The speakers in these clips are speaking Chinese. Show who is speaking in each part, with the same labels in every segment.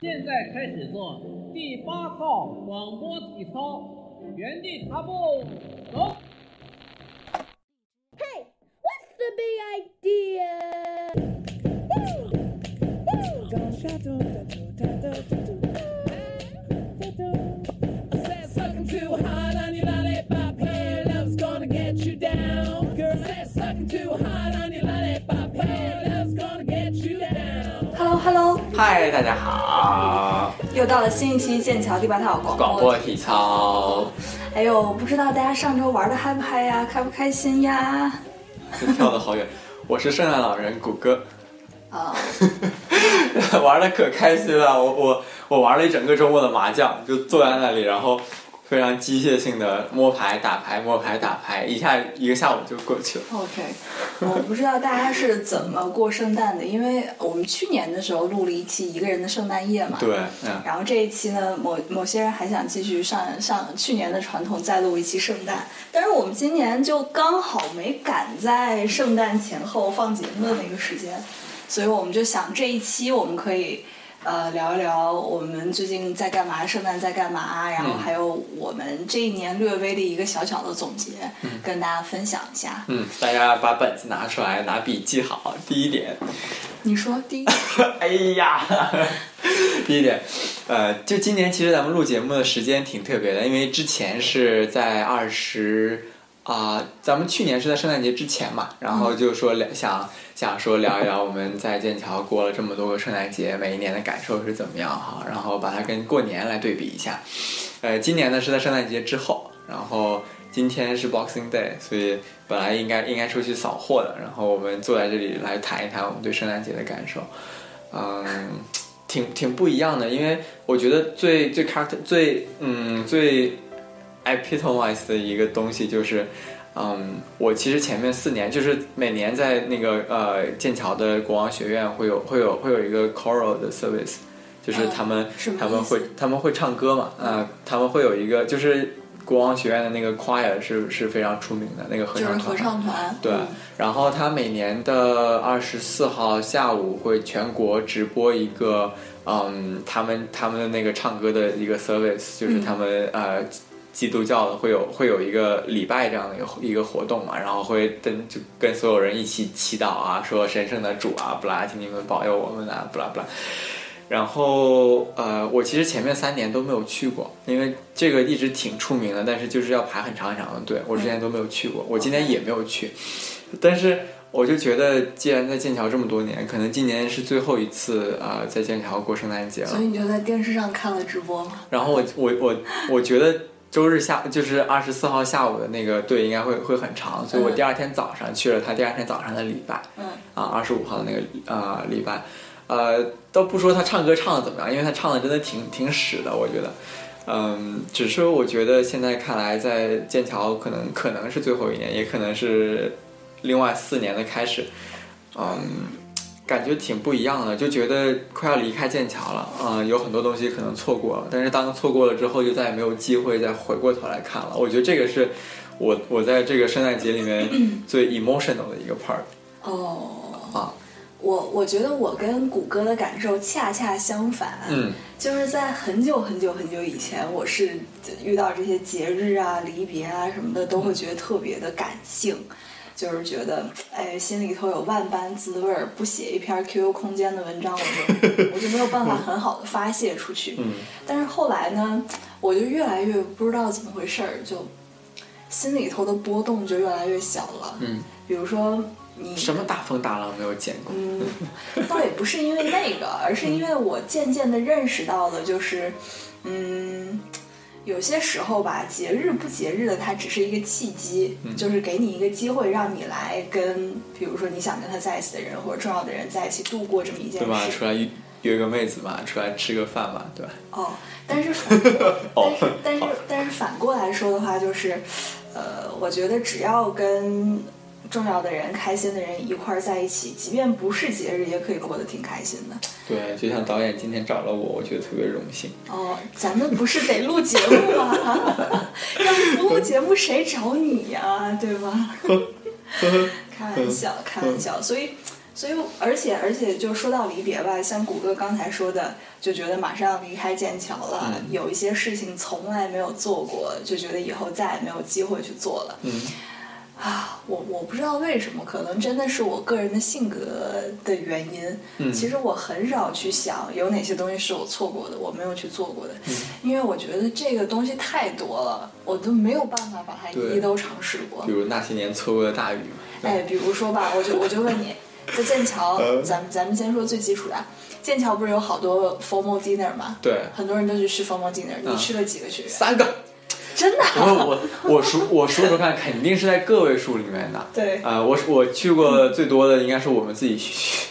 Speaker 1: 现在开始做第八套广播体操，原地踏步，走。
Speaker 2: Hey, what's the big idea? Woo! Woo!
Speaker 3: Said sucking too hard on your lollipop, hey, love's gonna get you down. Girl, said sucking too hard on your lollipop, hey, love's gonna get you down.
Speaker 4: Hello Hello，
Speaker 5: 嗨，大家好，
Speaker 4: 又到了新一期剑桥第八套广播。
Speaker 5: 广播体操，
Speaker 4: 哎呦，不知道大家上周玩的嗨不嗨呀，开不开心呀？
Speaker 5: 跳的好远。我是圣诞老人谷歌，
Speaker 4: 啊、
Speaker 5: 玩的可开心了。我我我玩了一整个周末的麻将，就坐在那里，然后非常机械性的摸牌、打牌、摸牌、打牌，一下一个下午就过去了。
Speaker 4: o k 我不知道大家是怎么过圣诞的，因为我们去年的时候录了一期一个人的圣诞夜嘛。
Speaker 5: 对，嗯，
Speaker 4: 然后这一期呢，某某些人还想继续上上去年的传统，再录一期圣诞。但是我们今年就刚好没赶在圣诞前后放节目的那个时间，所以我们就想这一期我们可以呃聊一聊我们最近在干嘛，圣诞在干嘛，然
Speaker 5: 嗯
Speaker 4: 后还有我们这一年略微的一个小小的总结，跟大家分享一下。
Speaker 5: 嗯，大家把本子拿出来，拿笔记好。第一点，
Speaker 4: 你说 第一，
Speaker 5: 哎呀， 第一点，呃，就今年其实咱们录节目的时间挺特别的，因为之前是在二十啊，咱们去年是在圣诞节之前嘛，然后就说聊想想说聊一聊我们在剑桥过了这么多个圣诞节，每一年的感受是怎么样哈，然后把它跟过年来对比一下。呃，今年呢是在圣诞节之后，然后今天是 Boxing Day，所以本来应该应该出去扫货的，然后我们坐在这里来谈一谈我们对圣诞节的感受。嗯，挺挺不一样的，因为我觉得最最 character 最嗯最 epitomize 的一个东西就是，嗯，我其实前面四年就是每年在那个呃剑桥的国王学院会有会有会有一个 choral 的 service，就是他们、
Speaker 4: 哦什么
Speaker 5: 他们
Speaker 4: 意思
Speaker 5: 会他们会唱歌嘛，呃，他们会有一个就是国王学院的那个 choir 是是非常出名的那个合
Speaker 4: 就
Speaker 5: 唱
Speaker 4: 是
Speaker 5: 团，
Speaker 4: 合唱团，
Speaker 5: 对
Speaker 4: 嗯，
Speaker 5: 然后他每年的二十四号下午会全国直播一个，嗯，他们他们的那个唱歌的一个 service，就是
Speaker 4: 嗯
Speaker 5: 他们、呃基督教的会有会有一个礼拜这样的一个一个活动嘛，然后会跟就跟所有人一起祈祷啊，说神圣的主啊，不啦，请你们保佑我们啊，不啦不啦。然后呃，我其实前面三年都没有去过，因为这个一直挺出名的，但是就是要排很长很长的队。我之前都没有去过，我今年也没有去，但是我就觉得，既然在剑桥这么多年，可能今年是最后一次啊、呃在剑桥过圣诞节
Speaker 4: 所
Speaker 5: 了
Speaker 4: 以。你就在电视上看了直播吗？
Speaker 5: 然后我我我我觉得周日下就是二十四号下午的那个队应该会会很长，所以我
Speaker 4: 嗯
Speaker 5: 第二天早上去了他第二天早上的礼拜。
Speaker 4: 嗯。
Speaker 5: 啊，二十五号的那个呃礼拜，呃，倒不说他唱歌唱的怎么样，因为他唱的真的挺挺屎的，我觉得，嗯，只是我觉得现在看来，在剑桥可能可能是最后一年，也可能是另外四年的开始，嗯，感觉挺不一样的，就觉得快要离开剑桥了，啊、有很多东西可能错过了，但是当错过了之后，就再也没有机会再回过头来看了，我觉得这个是。我 我在这个圣诞节里面最 emotional 的一个 part，
Speaker 4: 哦，
Speaker 5: 啊
Speaker 4: 我我觉得我跟谷歌的感受恰恰相反，
Speaker 5: 嗯，
Speaker 4: 就是在很久很久很久以前，我是遇到这些节日啊、离别啊什么的，都会觉得特别的感性。就是觉得，哎，心里头有万般滋味儿，不写一篇 QQ 空间的文章，我就 我就没有办法很好的发泄出去。
Speaker 5: 嗯
Speaker 4: 但是后来呢，我就越来越不知道怎么回事儿，就心里头的波动就越来越小了。
Speaker 5: 嗯，
Speaker 4: 比如说你
Speaker 5: 什么大风大浪没有见过？
Speaker 4: 嗯， 倒也不是因为那个，而是因为我渐渐的认识到了，就是，嗯，有些时候吧，节日不节日的，它只是一个契机，
Speaker 5: 嗯
Speaker 4: 就是给你一个机会，让你来跟，比如说你想跟他在一起的人或者重要的人在一起度过这么一件
Speaker 5: 对吧？
Speaker 4: 事。
Speaker 5: 出来约约个妹子嘛，出来吃个饭嘛，对吧？
Speaker 4: 哦，但是 反过
Speaker 5: 哦
Speaker 4: 但是但是但是反过来说的话，就是，呃，我觉得只要跟重要的人、开心的人一块儿在一起，即便不是节日，也可以过得挺开心的。
Speaker 5: 对，就像导演今天找了我，我觉得特别荣幸。
Speaker 4: 哦，咱们不是得录节目吗？ 要是不录节目，
Speaker 5: 嗯
Speaker 4: 谁找你呀、对吧？开玩笑，开玩笑。所以所以，而且而且，就说到离别吧，像谷歌刚才说的，就觉得马上要离开剑桥了，
Speaker 5: 嗯
Speaker 4: 有一些事情从来没有做过，就觉得以后再也没有机会去做了。
Speaker 5: 嗯
Speaker 4: 啊，我我不知道为什么，可能真的是我个人的性格的原因。
Speaker 5: 嗯
Speaker 4: 其实我很少去想有哪些东西是我错过的，我没有去做过的，
Speaker 5: 嗯
Speaker 4: 因为我觉得这个东西太多了，我都没有办法把它一
Speaker 5: 对
Speaker 4: 一都尝试过
Speaker 5: 比。如那些年错过的大雨嘛。
Speaker 4: 哎，比如说吧，我就我就问你，在剑桥，
Speaker 5: 嗯
Speaker 4: 咱们咱们先说最基础的啊，剑桥不是有好多 formal dinner 吗？
Speaker 5: 对
Speaker 4: 很多人都去吃 formal dinner，你
Speaker 5: 嗯
Speaker 4: 去了几个学院？
Speaker 5: 三个，
Speaker 4: 真的啊？
Speaker 5: 我我我数我数数看，肯定是在个位数里面的。
Speaker 4: 对
Speaker 5: 啊、我我去过最多的应该是我们自己学。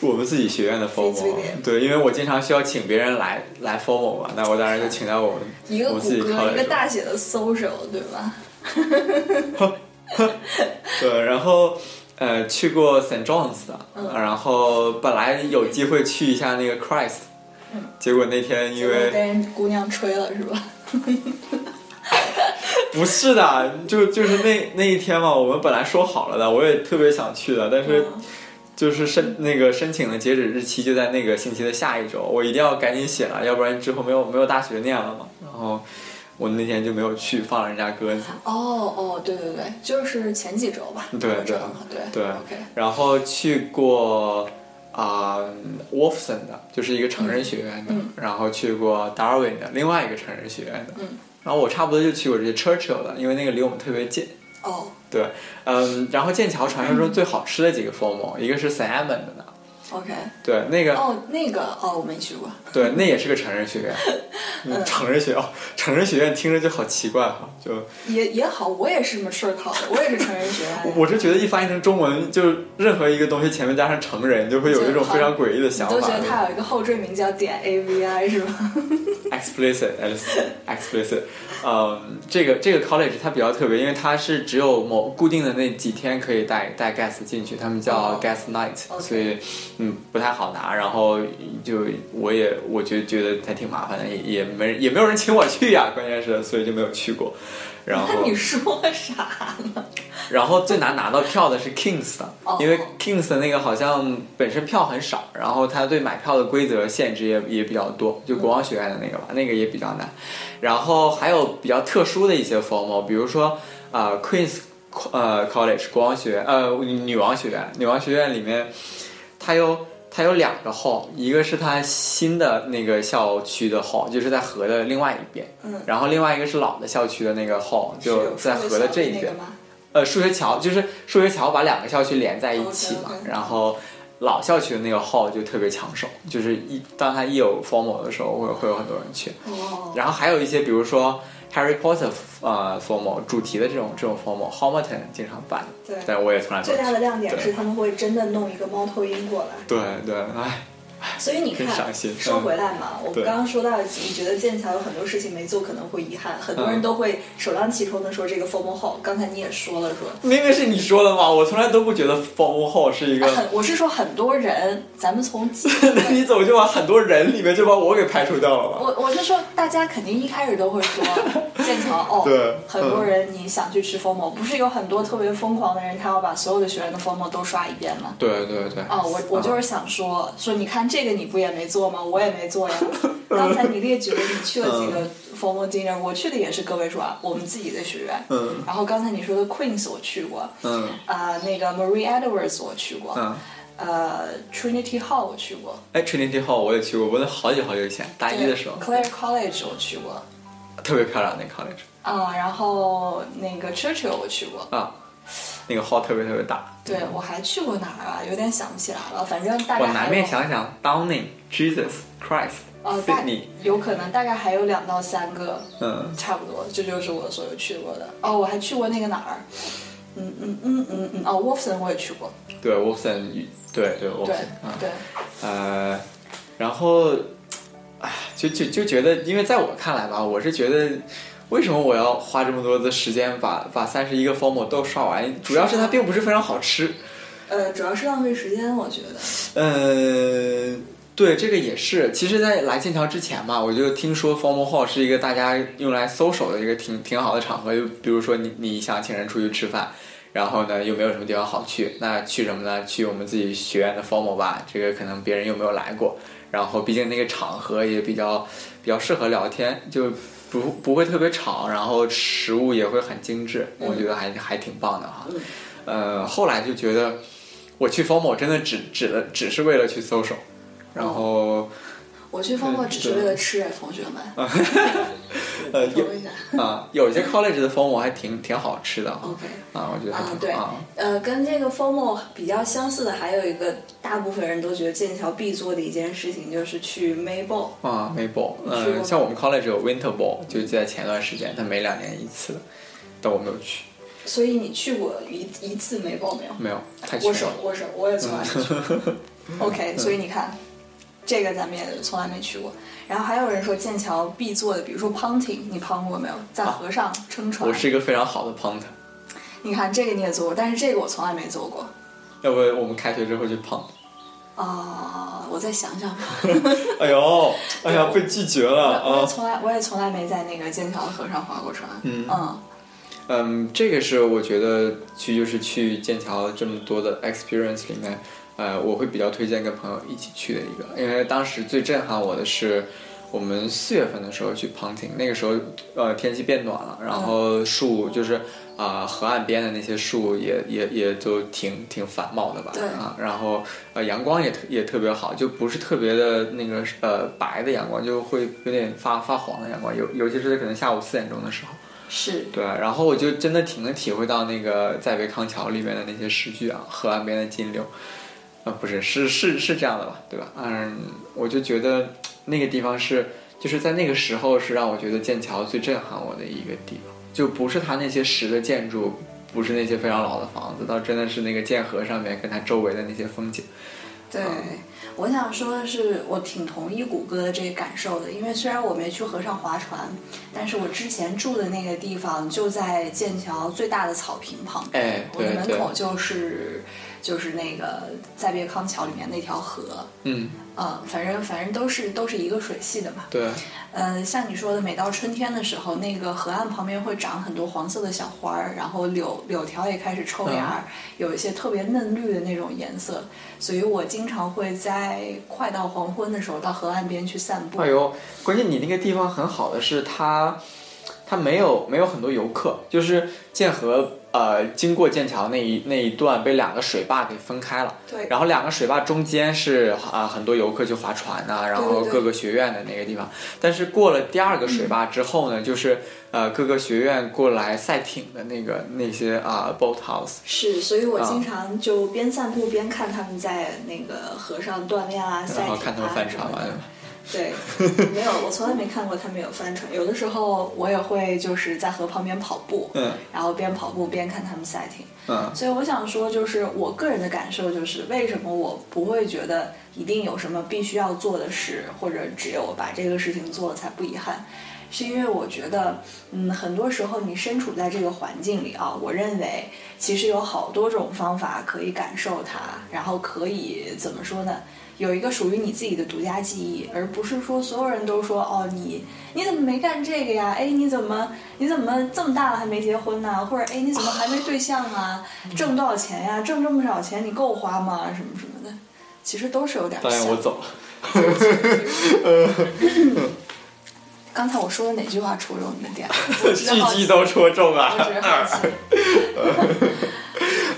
Speaker 5: 我们自己学院的 formal，
Speaker 4: 自己
Speaker 5: 对，因为我经常需要请别人来来 formal 嘛，那我当然就请到我们
Speaker 4: 一个
Speaker 5: 我
Speaker 4: 谷
Speaker 5: 们自己
Speaker 4: 歌，一
Speaker 5: college
Speaker 4: 个大写的 social，对吧？
Speaker 5: 对，然后呃去过 St. John's 的，
Speaker 4: 嗯
Speaker 5: 然后本来有机会去一下那个 Christ，、
Speaker 4: 嗯
Speaker 5: 结果那天因
Speaker 4: 被
Speaker 5: 为
Speaker 4: 人姑娘吹了是吧？
Speaker 5: 不是的，就就是那那一天嘛，我们本来说好了的，我也特别想去的，但是
Speaker 4: 嗯
Speaker 5: 就是申那个申请的截止日期就在那个星期的下一周，我一定要赶紧写了，要不然之后没有没有大学念了嘛。然后我那天就没有去，放了人家鸽子。
Speaker 4: 哦哦，对对对，就是前几周吧，
Speaker 5: 对
Speaker 4: 我知
Speaker 5: 对
Speaker 4: 道了对
Speaker 5: 对
Speaker 4: OK，
Speaker 5: 然后去过啊、沃夫森的，就是一个成人学院的，
Speaker 4: 嗯
Speaker 5: 然后去过达尔文的另外一个成人学院的，
Speaker 4: 嗯
Speaker 5: 然后我差不多就去过这些 Churchill 的，因为那个离我们特别近。
Speaker 4: 哦
Speaker 5: 对，嗯，然后剑桥传说中最好吃的几个 formal，、一个是 St. Edmund 的呢，
Speaker 4: ，OK，
Speaker 5: 对，那个、
Speaker 4: 哦那个哦我没去过，
Speaker 5: 对，那也是个成人 学院，嗯、成人学院、哦，成人学院听着就好奇怪哈，就
Speaker 4: 也也好，我也是 mature 考的，我也是成人学院
Speaker 5: 我
Speaker 4: 的，
Speaker 5: 我是觉得一翻译成中文，就任何一个东西前面加上成人，就会有
Speaker 4: 就
Speaker 5: 一种非常诡异的
Speaker 4: 你
Speaker 5: 想法
Speaker 4: 都觉得它有一个后缀名叫点 AVI 是吧？
Speaker 5: ，explicit explicit，嗯，这个这个 college 它比较特别，因为它是只有某固定的那几天可以带带 guest 进去，他们叫
Speaker 4: 哦
Speaker 5: guest night，、
Speaker 4: OK
Speaker 5: 所以嗯不太好拿，然后就我也我就觉得还挺麻烦的，也也没人也没有人请我去呀，关键是所以就没有去过，然后
Speaker 4: 那 你说啥呢？
Speaker 5: 然后最难拿到票的是 Kings 的
Speaker 4: 哦，
Speaker 5: 因为 Kings 的那个好像本身票很少，然后他对买票的规则限制也也比较多，就国王学院的那个吧，那个也比较难。然后还有比较特殊的一些 formal，比如说呃 Queens 呃 College 国王学院呃女王学院，女王学院里面它有它有两个 hall，一个是它新的那个校区的 hall，就是在河的另外一边，
Speaker 4: 嗯
Speaker 5: 然后另外一个是老的校区的那个 hall，就在河的这一边
Speaker 4: 边。吗？
Speaker 5: 呃，数学桥就是数学桥把两个校区连在一起嘛
Speaker 4: OK，OK
Speaker 5: 然后老校区的那个 hall 就特别抢手，就是一当它一有 formal 的时候，会会有很多人去。
Speaker 4: 哦，
Speaker 5: 然后还有一些，比如说 Harry Potter 呃 formal 主题的这种这种 formal，Hamilton 经常办，
Speaker 4: 对
Speaker 5: 但我也从来没
Speaker 4: 最
Speaker 5: 有
Speaker 4: 大的
Speaker 5: 去。
Speaker 4: 亮点是他们会真的弄一个猫头鹰过来。
Speaker 5: 对对，哎，
Speaker 4: 所以你看
Speaker 5: 很伤心，
Speaker 4: 说回来嘛，我
Speaker 5: 嗯对
Speaker 4: 们刚刚说到，你觉得剑桥有很多事情没做，可能会遗憾，很多
Speaker 5: 嗯
Speaker 4: 人都会首当其冲的说这个 formal hall。刚才你也说了说，
Speaker 5: 明明是你说的嘛，我从来都不觉得 formal hall 是一个。
Speaker 4: 很，我是说很多人，咱们从几
Speaker 5: 那 你怎么就把很多人里面就把我给排除掉了嘛？
Speaker 4: 我我是说，大家肯定一开始都会 说剑桥哦，
Speaker 5: 对嗯
Speaker 4: 很多人你想去吃 formal，不是有很多特别疯狂的人，他要把所有的学院的 formal 都刷一遍吗？
Speaker 5: 对对对。
Speaker 4: 哦，我我就是想说说，你看这个你不也没做吗？我也没做呀。刚才你列举了你去了几
Speaker 5: 嗯
Speaker 4: 个 formal dinner，我去的也是个位数啊，我们自己的学院。
Speaker 5: 嗯
Speaker 4: 然后刚才你说的 Queens 我去过，
Speaker 5: 嗯
Speaker 4: 啊，那个 Marie Edwards 我去过，
Speaker 5: 嗯。
Speaker 4: 呃，Trinity Hall 我去过，
Speaker 5: 哎，春林地号我也去过，我那好久好久以前，大一的时候，
Speaker 4: Clare College 我去过，
Speaker 5: 特别漂亮那 college
Speaker 4: 啊、然后那个 Churchill 我去过，
Speaker 5: 啊，那个号特别特别大。
Speaker 4: 对我还去过哪儿啊？有点想不起来了，反正大概
Speaker 5: 我
Speaker 4: 还
Speaker 5: 南
Speaker 4: 有
Speaker 5: 面想想，Downing、Jesus、Christ、
Speaker 4: 呃，大
Speaker 5: Sydney，
Speaker 4: 有可能大概还有两到三个，
Speaker 5: 嗯
Speaker 4: 差不多，这就是我所有去过的。哦，我还去过那个哪儿，嗯嗯嗯嗯嗯，哦，Wolfson 我也去过，
Speaker 5: 对，Wolfson，与对对
Speaker 4: 对
Speaker 5: Wolfson，嗯
Speaker 4: 对，
Speaker 5: 呃，然后，唉就就就觉得，因为在我看来吧，我是觉得，为什么我要花这么多的时间把把三十一个 formal 都刷完？主要是它并不是非常好吃。
Speaker 4: 呃，主要是浪费时间，我觉得。
Speaker 5: 呃，对，这个也是。其实，在来剑桥之前嘛，我就听说 formal hall 是一个大家用来搜手的一个挺挺好的场合。就比如说你你想请人出去吃饭，然后呢又没有什么地方好去，那去什么呢？去我们自己学院的 formal 吧，这个可能别人又没有来过，然后毕竟那个场合也比较比较适合聊天，就不不会特别吵，然后食物也会很精致，我觉得还还挺棒的哈。呃，后来就觉得我去 formal 真的只只的只是为了去 social，然后
Speaker 4: 我去放过只是为了吃，同学们。
Speaker 5: 啊呃有
Speaker 4: 说一下。
Speaker 5: 啊、有些 college 的 formal 还挺挺好吃的
Speaker 4: OK。
Speaker 5: 啊，我觉得还
Speaker 4: 啊
Speaker 5: 挺，
Speaker 4: 对
Speaker 5: 好啊。，
Speaker 4: 呃，跟这个 formal 比较相似的，还有一个大部分人都觉得剑桥必做的一件事情，就是去 Mayball。
Speaker 5: 啊，May Ball，
Speaker 4: 去
Speaker 5: 嗯、
Speaker 4: 过吗
Speaker 5: 像我们 college 有 Winter Ball，就在前段时间，它每两年一次，但我没有去，
Speaker 4: 所以你去过一一次 Mayball 没有？
Speaker 5: 没有，太缺
Speaker 4: 握手
Speaker 5: 了。，嗯
Speaker 4: 握手，我也从来没去过。OK，所以 你看，这个咱们也从来没去过。然后还有人说剑桥必做的，比如说 punting，你 pun 过没有？在河上撑船。
Speaker 5: 啊我是一个非常好的 punt，
Speaker 4: 你看这个你也做过，但是这个我从来没做过。
Speaker 5: 要不我们开学之后就 punt。
Speaker 4: 啊、我再想想 吧。
Speaker 5: 哎呦，哎呀，被拒绝了
Speaker 4: 我也
Speaker 5: 啊！
Speaker 4: 从来我也从来没在那个剑桥的河上划过船。
Speaker 5: 嗯
Speaker 4: 嗯
Speaker 5: 嗯，这个是我觉得去就是去剑桥这么多的 experience 里面，呃，我会比较推荐跟朋友一起去的一个，因为当时最震撼我的是。我们四月份的时候去 punting，那个时候呃天气变暖了，然后树就是啊、河岸边的那些树也也也都挺挺繁茂的吧，
Speaker 4: 对
Speaker 5: 啊，然后呃阳光也特也特别好，就不是特别的那个呃白的阳光，就会有点发发黄的阳光，尤尤其是可能下午四点钟的时候，
Speaker 4: 是
Speaker 5: 对，然后我就真的挺能体会到那个在维康桥里面的那些诗句啊，河岸边的金柳，啊、不是，是是是这样的吧，对吧？嗯，我就觉得那个地方是，就是在那个时候是让我觉得剑桥最震撼我的一个地方，就不是它那些石的建筑，不是那些非常老的房子，倒真的是那个剑河上面跟它周围的那些风景。
Speaker 4: 对，我想说的是，我挺同意谷歌的这个感受的，因为虽然我没去河上划船，但是我之前住的那个地方就在剑桥最大的草坪旁边，
Speaker 5: 哎
Speaker 4: 我的
Speaker 5: 对
Speaker 4: 门
Speaker 5: 对
Speaker 4: 口就是就是那个在别康桥里面那条河，
Speaker 5: 嗯，
Speaker 4: 呃，反正反正都是都是一个水系的嘛。
Speaker 5: 对，
Speaker 4: 呃，像你说的，每到春天的时候，那个河岸旁边会长很多黄色的小花儿，然后柳柳条也开始抽
Speaker 5: 嗯
Speaker 4: 芽儿，有一些特别嫩绿的那种颜色。所以我经常会在快到黄昏的时候到河岸边去散步。
Speaker 5: 哎呦，关键你那个地方很好的是它，它没有没有很多游客，就是剑河呃经过剑桥那一那一段被两个水坝给分开了。
Speaker 4: 对
Speaker 5: 然后两个水坝中间是啊、很多游客去划船呐、然
Speaker 4: 对
Speaker 5: 后
Speaker 4: 对嗯
Speaker 5: 各个学院的那个地方。但是过了第二个水坝之后呢，就是呃各个学院过来赛艇的那个那些啊、boat house。
Speaker 4: 是，所以我
Speaker 5: 啊
Speaker 4: 经常就边散步边看他们在那个河上锻炼啊、赛
Speaker 5: 然
Speaker 4: 艇
Speaker 5: 后
Speaker 4: 啊
Speaker 5: 看他们翻船
Speaker 4: 什么
Speaker 5: 完
Speaker 4: 的
Speaker 5: 了，
Speaker 4: 对，没有，我从来没看过他们有帆船。有的时候我也会就是在河旁边跑步，
Speaker 5: 嗯
Speaker 4: 然后边跑步边看他们赛艇。啊
Speaker 5: 嗯
Speaker 4: 所以我想说，就是我个人的感受就是，为什么我不会觉得一定有什么必须要做的事，或者只有把这个事情做了才不遗憾。是因为我觉得，嗯，很多时候你身处在这个环境里啊，我认为其实有好多种方法可以感受它，然后可以怎么说呢？有一个属于你自己的独家记忆，而不是说所有人都说哦，你你怎么没干这个呀？哎，你怎么你怎么这么大了还没结婚呢、或者哎，你怎么还没对象啊？挣多少钱呀、挣这么少钱你够花吗？什么什么的，其实都是有点
Speaker 5: 导演
Speaker 4: 像
Speaker 5: 我走了。
Speaker 4: 刚才我说的哪句话戳中你的点？ 我
Speaker 5: 句
Speaker 4: 只是好奇
Speaker 5: 句都戳中啊！
Speaker 4: 我只是好奇。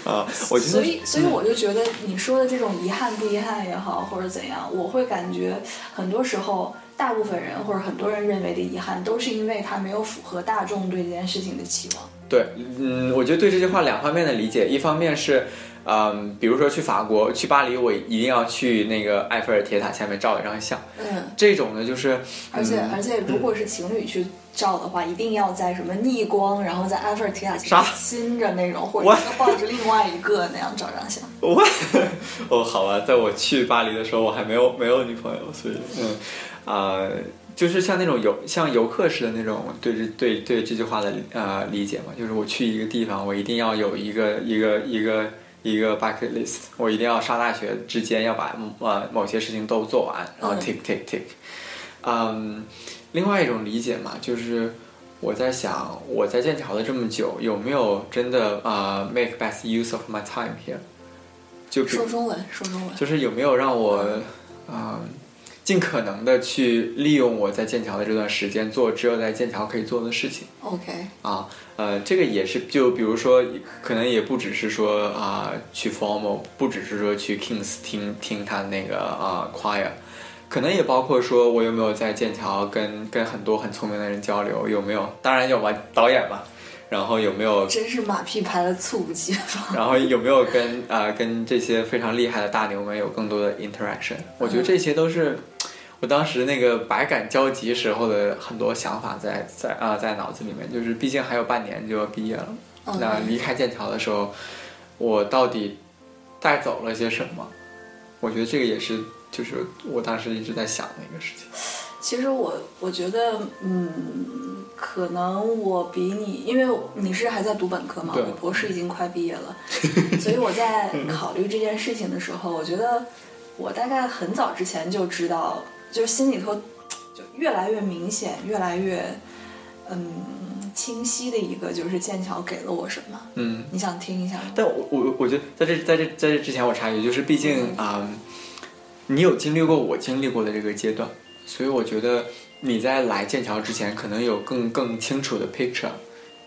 Speaker 5: 啊，我觉得
Speaker 4: 所以，所以我就觉得你说的这种遗憾不遗憾也好，或者怎样，我会感觉很多时候，大部分人或者很多人认为的遗憾，都是因为他没有符合大众对这件事情的期望。
Speaker 5: 对，嗯，我觉得对这句话两方面的理解，一方面是，嗯，比如说去法国，去巴黎，我一定要去那个埃菲尔铁塔下面照一张相。
Speaker 4: 嗯，
Speaker 5: 这种呢，就是，
Speaker 4: 而且、
Speaker 5: 嗯
Speaker 4: 而且，如果是情侣去照的话，一定要在什么逆光，然后在埃菲尔铁塔前
Speaker 5: 啥
Speaker 4: 面亲着那种，或者
Speaker 5: 我
Speaker 4: 一个抱着另外一个那样照张相。
Speaker 5: 我，哦，好吧，在我去巴黎的时候，我还没有没有女朋友，所以，嗯，啊、就是像那种游像游客式的那种对这对对这句话的呃理解嘛，就是我去一个地方，我一定要有一个一个一个一个 bucket list，我一定要上大学之间要把呃某些事情都做完，然后
Speaker 4: 嗯
Speaker 5: tick tick tick，嗯，另外一种理解嘛，就是我在想，我在剑桥了这么久，有没有真的啊、呃 make best use of my time here？就比
Speaker 4: 说中文，说中文。
Speaker 5: 就是有没有让我啊、尽可能的去利用我在剑桥的这段时间，做只有在剑桥可以做的事情。
Speaker 4: OK，
Speaker 5: 啊，呃，这个也是，就比如说，可能也不只是说啊、去 formal，不只是说去 Kings 听听他那个啊、choir，可能也包括说我有没有在剑桥跟跟很多很聪明的人交流，有没有？当然有吧，导演吧，然后有没有？
Speaker 4: 真是马屁拍的猝不及防。
Speaker 5: 然后有没有跟啊、跟这些非常厉害的大牛们有更多的 interaction？我觉得这些都是我当时那个百感交集时候的很多想法在在啊、在脑子里面，就是毕竟还有半年就要毕业了，
Speaker 4: 嗯
Speaker 5: 那离开剑桥的时候，我到底带走了些什么？我觉得这个也是就是我当时一直在想的一个事情。
Speaker 4: 其实我我觉得，嗯，可能我比你，因为你是还在读本科嘛，
Speaker 5: 对
Speaker 4: 我博士已经快毕业了，所以我在考虑这件事情的时候，我觉得我大概很早之前就知道，就是心里头就越来越明显，越来越嗯清晰的一个，就是剑桥给了我什么。
Speaker 5: 嗯，
Speaker 4: 你想听一下吗？
Speaker 5: 但我我我觉得在这在这在这之前，我插一句，就是毕竟啊、你有经历过我经历过的这个阶段，所以我觉得你在来剑桥之前，可能有更更清楚的 picture，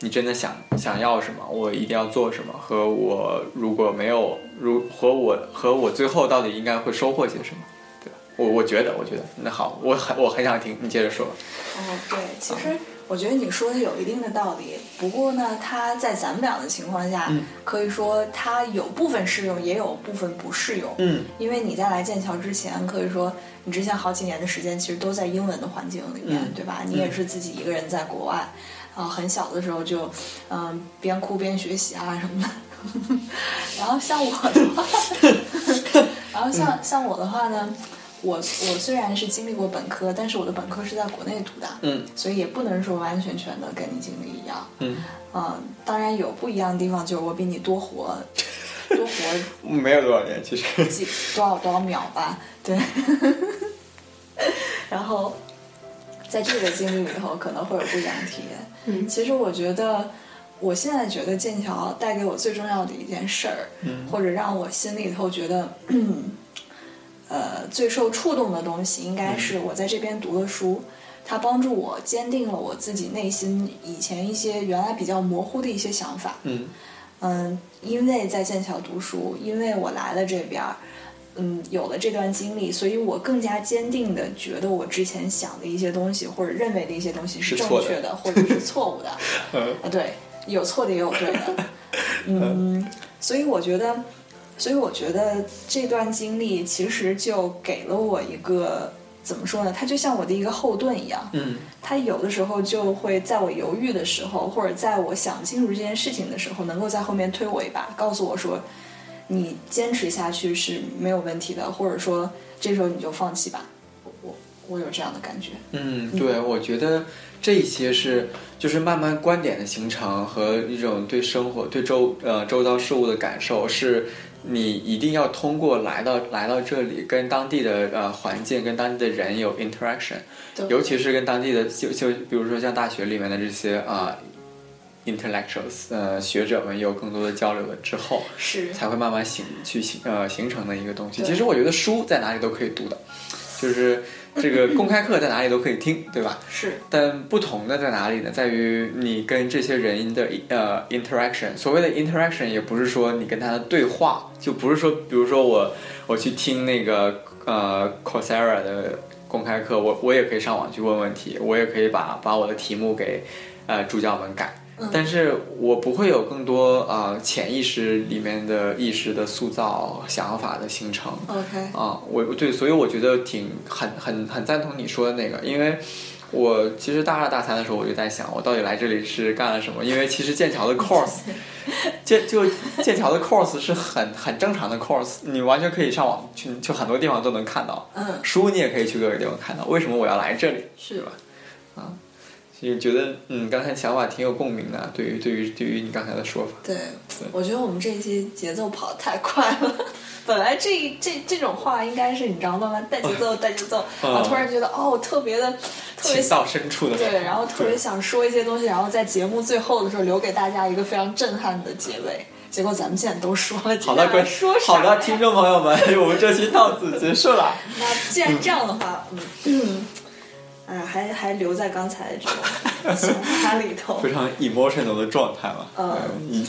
Speaker 5: 你真的想想要什么，我一定要做什么，和我如果没有如和我和我最后到底应该会收获些什么，对吧？我我觉得我觉得那好，我很我很想听你接着说，
Speaker 4: 哦，对，其
Speaker 5: 嗯
Speaker 4: 实我觉得你说的有一定的道理。不过呢，它在咱们俩的情况下，
Speaker 5: 嗯
Speaker 4: 可以说它有部分适用，也有部分不适用。
Speaker 5: 嗯
Speaker 4: 因为你在来剑桥之前，可以说你之前好几年的时间其实都在英文的环境里面，
Speaker 5: 嗯
Speaker 4: 对吧？你也是自己一个人在国外，啊，很小的时候就，嗯、边哭边学习啊什么的。 然后像我的话，然后
Speaker 5: 嗯
Speaker 4: 像像我的话呢，我我虽然是经历过本科，但是我的本科是在国内读的，
Speaker 5: 嗯
Speaker 4: 所以也不能说完完全全的跟你经历一样。
Speaker 5: 嗯，
Speaker 4: 嗯，当然有不一样的地方，就是我比你多 活，多活
Speaker 5: 没有多少年其实，
Speaker 4: 几多少多少秒吧，对。然后在这个经历里头，可能会有不一样的体验。嗯，其实我觉得，我现在觉得剑桥带给我最重要的一件事儿，或者让我心里头觉得，呃，最受触动的东西，应该是我在这边读的书。它帮助我坚定了我自己内心以前一些原来比较模糊的一些想法。
Speaker 5: 嗯
Speaker 4: 嗯，因为在剑桥读书，因为我来了这边儿，嗯，有了这段经历，所以我更加坚定的觉得我之前想的一些东西或者认为的一些东西
Speaker 5: 是
Speaker 4: 正
Speaker 5: 错的
Speaker 4: 确的，或者是错误的。
Speaker 5: 嗯
Speaker 4: 啊，对，有错的也有对的。嗯，所以我觉得，所以我觉得这段经历其实就给了我一个怎么说呢？它就像我的一个后盾一样。
Speaker 5: 嗯
Speaker 4: 他有的时候就会在我犹豫的时候，或者在我想清楚这件事情的时候，能够在后面推我一把，告诉我说，你坚持下去是没有问题的，或者说这时候你就放弃吧。我我我有这样的感觉。
Speaker 5: 嗯，对，我觉得这些是就是慢慢观点的形成和一种对生活、对周呃周遭事物的感受，是你一定要通过来到来到这里，跟当地的呃环境、跟当地的人有 interaction，
Speaker 4: 对
Speaker 5: 尤其是跟当地的就就比如说像大学里面的这些啊、呃、intellectuals 呃学者们有更多的交流了之后，
Speaker 4: 是
Speaker 5: 才会慢慢形去形呃形成的一个东西。
Speaker 4: 对
Speaker 5: 其实我觉得书在哪里都可以读的，就是这个公开课在哪里都可以听，对吧？
Speaker 4: 是，
Speaker 5: 但不同的在哪里呢？在于你跟这些人的呃 interaction。所谓的 interaction 也不是说你跟他的对话，就不是说，比如说我我去听那个呃 Coursera 的公开课，我我也可以上网去问问题，我也可以把把我的题目给呃助教们改。但是我不会有更多呃潜意识里面的意识的塑造、想法的形成，
Speaker 4: OK，
Speaker 5: 啊，我我对，所以我觉得挺很很很赞同你说的那个，因为我其实大二大三的时候我就在想，我到底来这里是干了什么？因为其实剑桥的 course，剑就剑桥的 course 是很很正常的 course，你完全可以上网去，就很多地方都能看到，
Speaker 4: 嗯，
Speaker 5: 书你也可以去各个地方看到。为什么我要来这里？
Speaker 4: 是吧？
Speaker 5: 就觉得嗯，刚才想法挺有共鸣的，对于对于对于你刚才的说法，
Speaker 4: 对，我觉得我们这一期节奏跑得太快了。 本来这这这种话应该是你知道慢慢带节奏带节奏，
Speaker 5: 嗯
Speaker 4: 我突然觉得哦特别的特别
Speaker 5: 情
Speaker 4: 想
Speaker 5: 到深处的感觉。
Speaker 4: 对，然后特别想说一些东西，然后在节目最后的时候留给大家一个非常震撼的结尾。结果咱们现在都说了，
Speaker 5: 好的，
Speaker 4: 接下
Speaker 5: 观
Speaker 4: 来说啥
Speaker 5: 好
Speaker 4: 呀
Speaker 5: 的，听众朋友们， 我们这期到此结束了。
Speaker 4: 那既然这样的话，嗯，嗯 哎呀，还还留在刚才这种想法里 头
Speaker 5: 非。常 emotional 的状态嘛。
Speaker 4: 嗯
Speaker 5: 嗯，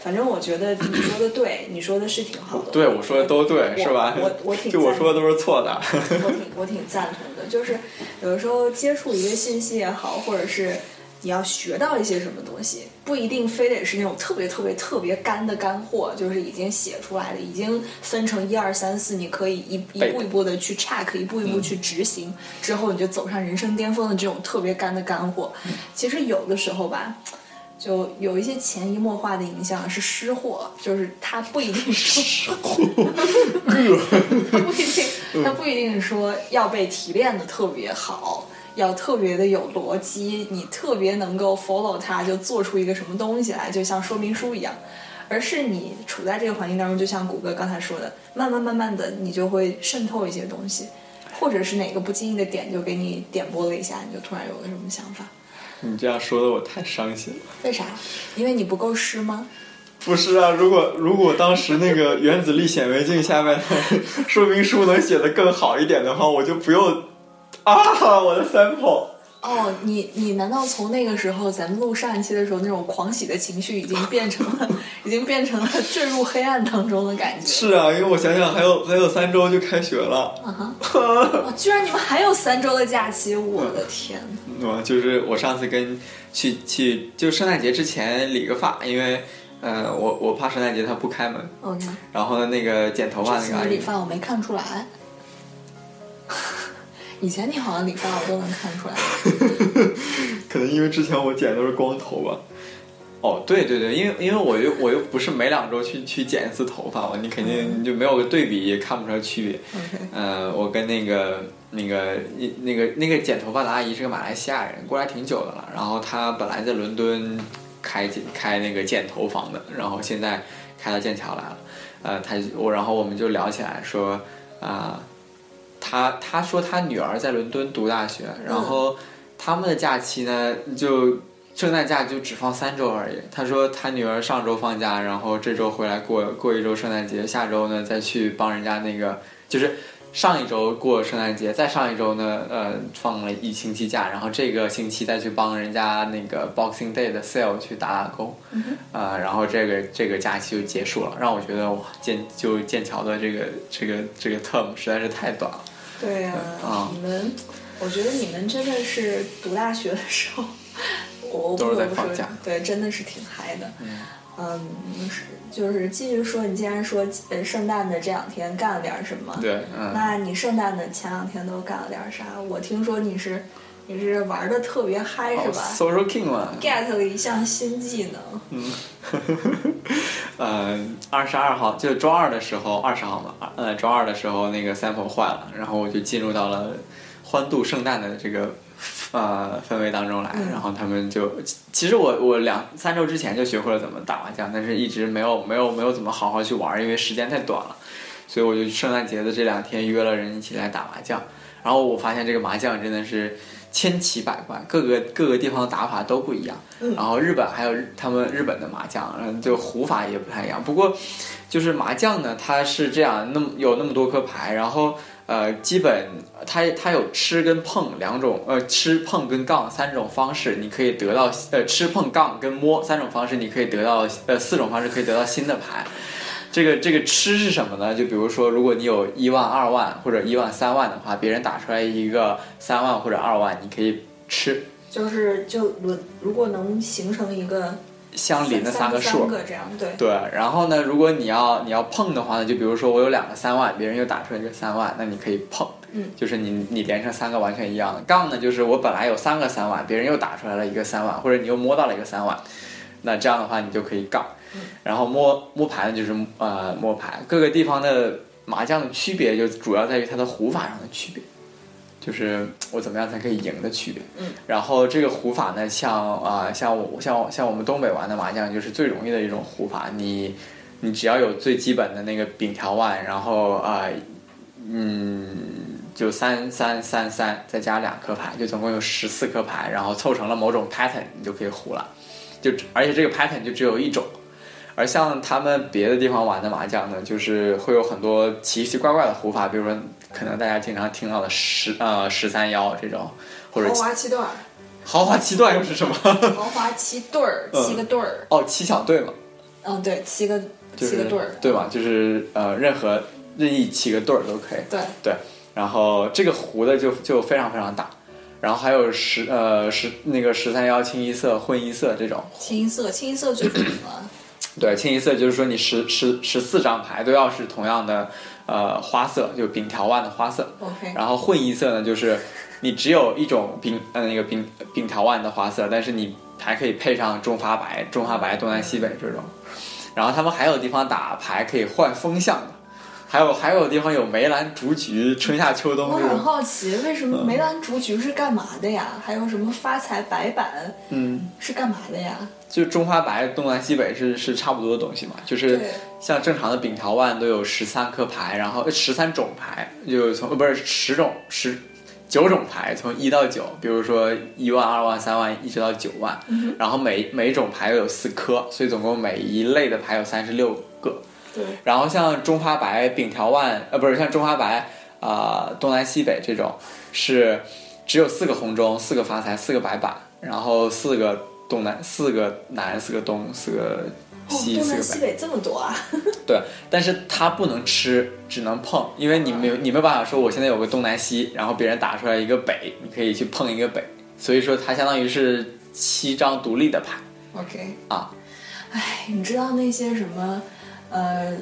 Speaker 4: 反正我觉得你说的对，你说的是挺好的。
Speaker 5: 对，我说的都对，
Speaker 4: 我
Speaker 5: 是吧？
Speaker 4: 我我挺
Speaker 5: 就我
Speaker 4: 赞
Speaker 5: 说的都是错的。
Speaker 4: 我挺我挺赞同的，就是有的时候接触一个信息也好，或者是你要学到一些什么东西，不一定非得是那种特别特别特别干的干货，就是已经写出来的，已经分成一二三四，你可以一一
Speaker 5: 背的嗯
Speaker 4: 步一步的去 check，一步一步去执行，之后你就走上人生巅峰的这种特别干的干货。
Speaker 5: 嗯
Speaker 4: 其实有的时候吧。就有一些潜移默化的影响是湿货，就是它不一定是他不一定，他不一定说要被提炼的特别好，要特别的有逻辑，你特别能够 follow 它，就做出一个什么东西来，就像说明书一样。而是你处在这个环境当中，就像谷歌刚才说的，慢慢慢慢的，你就会渗透一些东西，或者是哪个不经意的点就给你点拨了一下，你就突然有个什么想法。
Speaker 5: 你这样说的我太伤心了。
Speaker 4: 为啥？因为你不够湿吗？
Speaker 5: 不是啊，如果如果当时那个原子力显微镜下面的 说明书能写的更好一点的话，我就不用啊，我的 sample。
Speaker 4: 哦，你你难道从那个时候咱们录上一期的时候那种狂喜的情绪，已经变成了 已经变成了坠入黑暗当中的感觉？
Speaker 5: 是啊，因为我想想还有还有三周就开学了，
Speaker 4: 嗯哇，哦居然你们还有三周的假期，我的天呐！
Speaker 5: 我嗯就是我上次跟去去就圣诞节之前理个发，因为呃我我怕圣诞节它不开门，
Speaker 4: OK，
Speaker 5: 然后呢那个剪头发
Speaker 4: 哦这
Speaker 5: 那
Speaker 4: 次
Speaker 5: 个阿
Speaker 4: 你
Speaker 5: 姨
Speaker 4: 理发我没看出来， 以前你好像理发我都能看出来。
Speaker 5: 可能因为之前我剪的都是光头吧。哦，对对对，因为因为我又我又不是每两周去去剪一次头发嘛，你肯定你就没有个对比，也看不出来区别。
Speaker 4: OK，
Speaker 5: 呃，我跟那个那个一那个那个剪头发的阿姨是个马来西亚人，过来挺久的了。然后她本来在伦敦开开那个剪头房的，然后现在开到剑桥来了。呃，她我然后我们就聊起来说啊、她她说她女儿在伦敦读大学，然后他们的假期呢就。圣诞假就只放三周而已。她说她女儿上周放假，然后这周回来过过一周圣诞节，下周呢再去帮人家那个，就是上一周过圣诞节，再上一周呢，呃，放了一星期假，然后这个星期再去帮人家那个 Boxing Day 的 sale 去打打工，啊、然后这个这个假期就结束了，让我觉得哇，剑就剑桥的这个这个这个 term 实在是太短了，
Speaker 4: 对呀、
Speaker 5: 啊
Speaker 4: 你们，我觉得你们真的是读大学的时候，我不
Speaker 5: 都是在
Speaker 4: 得不
Speaker 5: 放
Speaker 4: 说
Speaker 5: 假
Speaker 4: 对，真的是挺嗨的。嗯，是就是继续说，你既然说呃圣诞的这两天干了点什么，
Speaker 5: 对，嗯，
Speaker 4: 那你圣诞的前两天都干了点啥？我听说你是你是玩的特别嗨是
Speaker 5: 哦
Speaker 4: 吧、
Speaker 5: ，Social King 嘛，
Speaker 4: g e t 了一项新技能，
Speaker 5: 呃，二十二号就周二的时候，二十号嘛，呃，周二的时候那个 sample 坏了，然后我就进入到了欢度圣诞的这个呃氛围当中来，然后他们就，其其实我我两三周之前就学会了怎么打麻将，但是一直没有没有没有怎么好好去玩，因为时间太短了，所以我就圣诞节的这两天约了人一起来打麻将，然后我发现这个麻将真的是千奇百怪，各个各个地方打法都不一样。然后日本还有日他们日本的麻将，然后就胡法也不太一样。不过就是麻将呢，它是这样，那么有那么多颗牌，然后呃，基本它它有吃跟碰两种，呃，吃碰跟杠三种方式，你可以得到呃吃碰杠跟摸三种方式，你可以得到呃四种方式可以得到新的牌。这个这个吃是什么呢？就比如说，如果你有一万、二万或者一万、三万的话，别人打出来一个三万或者二万，你可以吃
Speaker 4: 就是就轮，如果能形成一个
Speaker 5: 相邻的
Speaker 4: 三
Speaker 5: 个数
Speaker 4: 三。个这样对。
Speaker 5: 对，然后呢，如果你要你要碰的话呢，就比如说我有两个三万，别人又打出来一个三万，那你可以碰，
Speaker 4: 嗯，
Speaker 5: 就是你你连成三个完全一样的。杠呢，就是我本来有三个三万，别人又打出来了一个三万，或者你又摸到了一个三万，那这样的话你就可以杠。然后摸摸牌呢，就是呃摸牌，各个地方的麻将的区别就主要在于它的胡法上的区别。就是我怎么样才可以赢的区别。
Speaker 4: 嗯，
Speaker 5: 然后这个胡法呢，像啊、像我像我像我们东北玩的麻将，就是最容易的一种胡法。你你只要有最基本的那个饼条腕，然后啊、呃嗯，就三三三三，再加两颗牌，就总共有十四颗牌，然后凑成了某种 pattern，你就可以胡了。就而且这个 pattern 就只有一种。而像他们别的地方玩的麻将呢，就是会有很多奇奇怪怪的胡法，比如说可能大家经常听到的十呃十三幺这种，或者
Speaker 4: 豪华七对儿，
Speaker 5: 豪华七段又是什么？
Speaker 4: 豪华七对儿，
Speaker 5: 嗯
Speaker 4: 七个对儿，
Speaker 5: 哦，七小队嘛，
Speaker 4: 嗯，对，七个七
Speaker 5: 就是
Speaker 4: 个对儿，
Speaker 5: 对嘛，就是呃任何任意七个对儿都可以。
Speaker 4: 对，
Speaker 5: 对，然后这个胡的就就非常非常大，然后还有十呃十那个十三幺清一色混一色这种，
Speaker 4: 清一色，清一色最准 了，
Speaker 5: 对，清一色就是说你十十十四张牌都要是同样的呃花色，就饼条腕的花色。
Speaker 4: OK
Speaker 5: 然后混一色呢，就是你只有一种饼呃那个饼饼条腕的花色，但是你还可以配上中发白、中发白、东南西北这种。然后他们还有地方打牌可以换风向的，还有还有地方有梅兰竹菊、春夏秋冬
Speaker 4: 我
Speaker 5: 这嗯
Speaker 4: 很
Speaker 5: 种。
Speaker 4: 好奇，为什么梅兰竹菊是干嘛的呀？还有什么发财白板
Speaker 5: 嗯，
Speaker 4: 是干嘛的呀？
Speaker 5: 就中发白、东南西北是是差不多的东西嘛，就是
Speaker 4: 对
Speaker 5: 像正常的饼条腕都有十三颗牌，然后十三种牌，就从呃不是十种十九种牌，从一到九，比如说一万、二万、三万，一直到九万，然后每每种牌又有四颗，所以总共每一类的牌有三十六个。
Speaker 4: 对，
Speaker 5: 然后像中发白、饼条腕，呃，不是像中发白啊、呃东南西北这种，是只有四个红中，四个发财，四个白板，然后四个东南，四个南，四个东，四个
Speaker 4: 哦，
Speaker 5: 西，
Speaker 4: 东
Speaker 5: 四
Speaker 4: 南
Speaker 5: 个
Speaker 4: 西
Speaker 5: 北。
Speaker 4: 北这么多啊！
Speaker 5: 对，但是它不能吃，只能碰，因为你没有你没有办法说我现在有个东南西，然后别人打出来一个北，你可以去碰一个北，所以说它相当于是七张独立的牌
Speaker 4: OK，
Speaker 5: 啊。
Speaker 4: 哎，你知道那些什么，呃，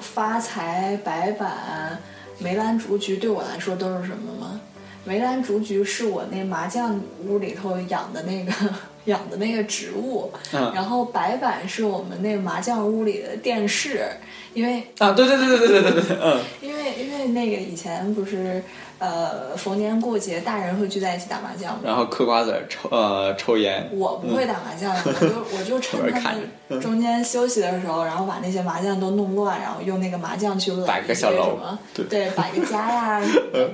Speaker 4: 发财、白板、梅兰竹菊对我来说都是什么吗？梅兰竹菊是我那麻将屋里头养的那个 养的那个植物，
Speaker 5: 嗯
Speaker 4: 然后白板是我们那麻将屋里的电视，因为
Speaker 5: 啊，对对对对对对对对，嗯，
Speaker 4: 因为因为那个以前不是呃逢年过节大人会聚在一起打麻将嘛，
Speaker 5: 然后嗑瓜子儿抽呃抽烟，
Speaker 4: 我不会打麻将，
Speaker 5: 嗯
Speaker 4: 我就我就 趁
Speaker 5: 我
Speaker 4: 他
Speaker 5: 看着嗯
Speaker 4: 们中间休息的时候，然后把那些麻将都弄乱，然后用那个麻将去
Speaker 5: 摆
Speaker 4: 垒一
Speaker 5: 个小
Speaker 4: 些
Speaker 5: 楼
Speaker 4: 什么，
Speaker 5: 对
Speaker 4: 对，摆个家 呀什么的。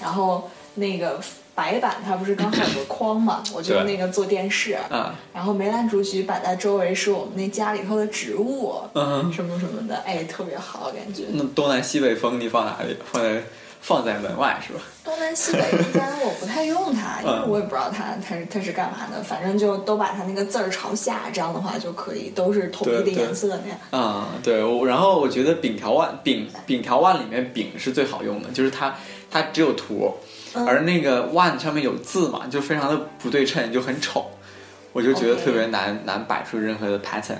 Speaker 4: 然后那个白板它不是刚好有个框嘛，我就用
Speaker 5: 对
Speaker 4: 那个做电视。
Speaker 5: 啊
Speaker 4: 然后梅兰竹菊摆在周围是我们那家里头的植物，
Speaker 5: 嗯，
Speaker 4: 什么什么的，哎，特别好感觉。
Speaker 5: 那东南西北风你放哪里？放在放在门外是吧？
Speaker 4: 东南西北一般我不太用它，因为我也不知道它它是它是干嘛的，反正就都把它那个字儿朝下，这样的话就可以，都是统一的
Speaker 5: 对对
Speaker 4: 颜色那样。
Speaker 5: 啊、对，我然后我觉得饼条腕饼饼条腕里面饼是最好用的，就是它它只有图，而那个腕上面有字嘛，就非常的不对称，就很丑，我就觉得
Speaker 4: OK
Speaker 5: 特别难难摆出任何的 pattern。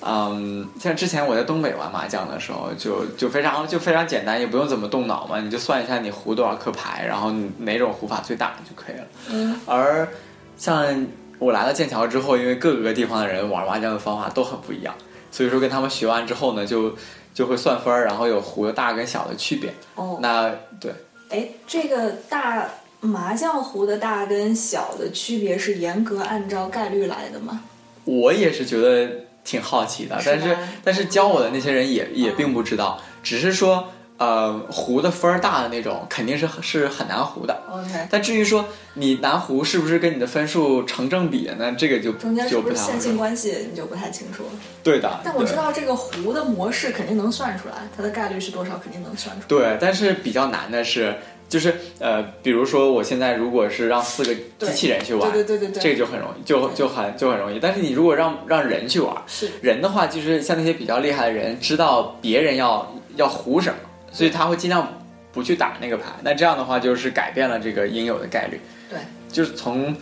Speaker 5: 嗯，像之前我在东北玩麻将的时候，就就非常就非常简单，也不用怎么动脑嘛，你就算一下你胡多少颗牌，然后你哪种胡法最大就可以了。
Speaker 4: 嗯，
Speaker 5: 而像我来到剑桥之后，因为各个地方的人玩麻将的方法都很不一样，所以说跟他们学完之后呢，就就会算分儿，然后有胡的大跟小的区别。
Speaker 4: 哦，
Speaker 5: 那对，
Speaker 4: 哎，这个大麻将壶的大跟小的区别是严格按照概率来的吗？
Speaker 5: 我也是觉得挺好奇的，
Speaker 4: 是吧嗯
Speaker 5: 但是但是教我的那些人也也并不知道，只是说呃胡的分儿大的那种肯定是是很难胡的。
Speaker 4: OK，
Speaker 5: 但至于说你难胡是不是跟你的分数成正比的呢？这个就
Speaker 4: 中间是
Speaker 5: 就
Speaker 4: 不
Speaker 5: 不
Speaker 4: 是
Speaker 5: 太
Speaker 4: 线
Speaker 5: 好
Speaker 4: 性
Speaker 5: 说。
Speaker 4: 关系你就不太清楚了。
Speaker 5: 对的，
Speaker 4: 但我
Speaker 5: 对
Speaker 4: 知道这个壶的模式肯定能算出来，它的概率是多少肯定能算出来。
Speaker 5: 对，但是比较难的是，就是呃，比如说我现在如果是让四个
Speaker 4: 对
Speaker 5: 机器人去玩，
Speaker 4: 对对对对对
Speaker 5: 这个就很容易，就就很就很容易。但是你如果让让人去玩，
Speaker 4: 是
Speaker 5: 人的话，就是像那些比较厉害的人，知道别人要要胡什么，所以他会尽量不去打那个牌。那这样的话，就是改变了这个应有的概率。
Speaker 4: 对，
Speaker 5: 就是从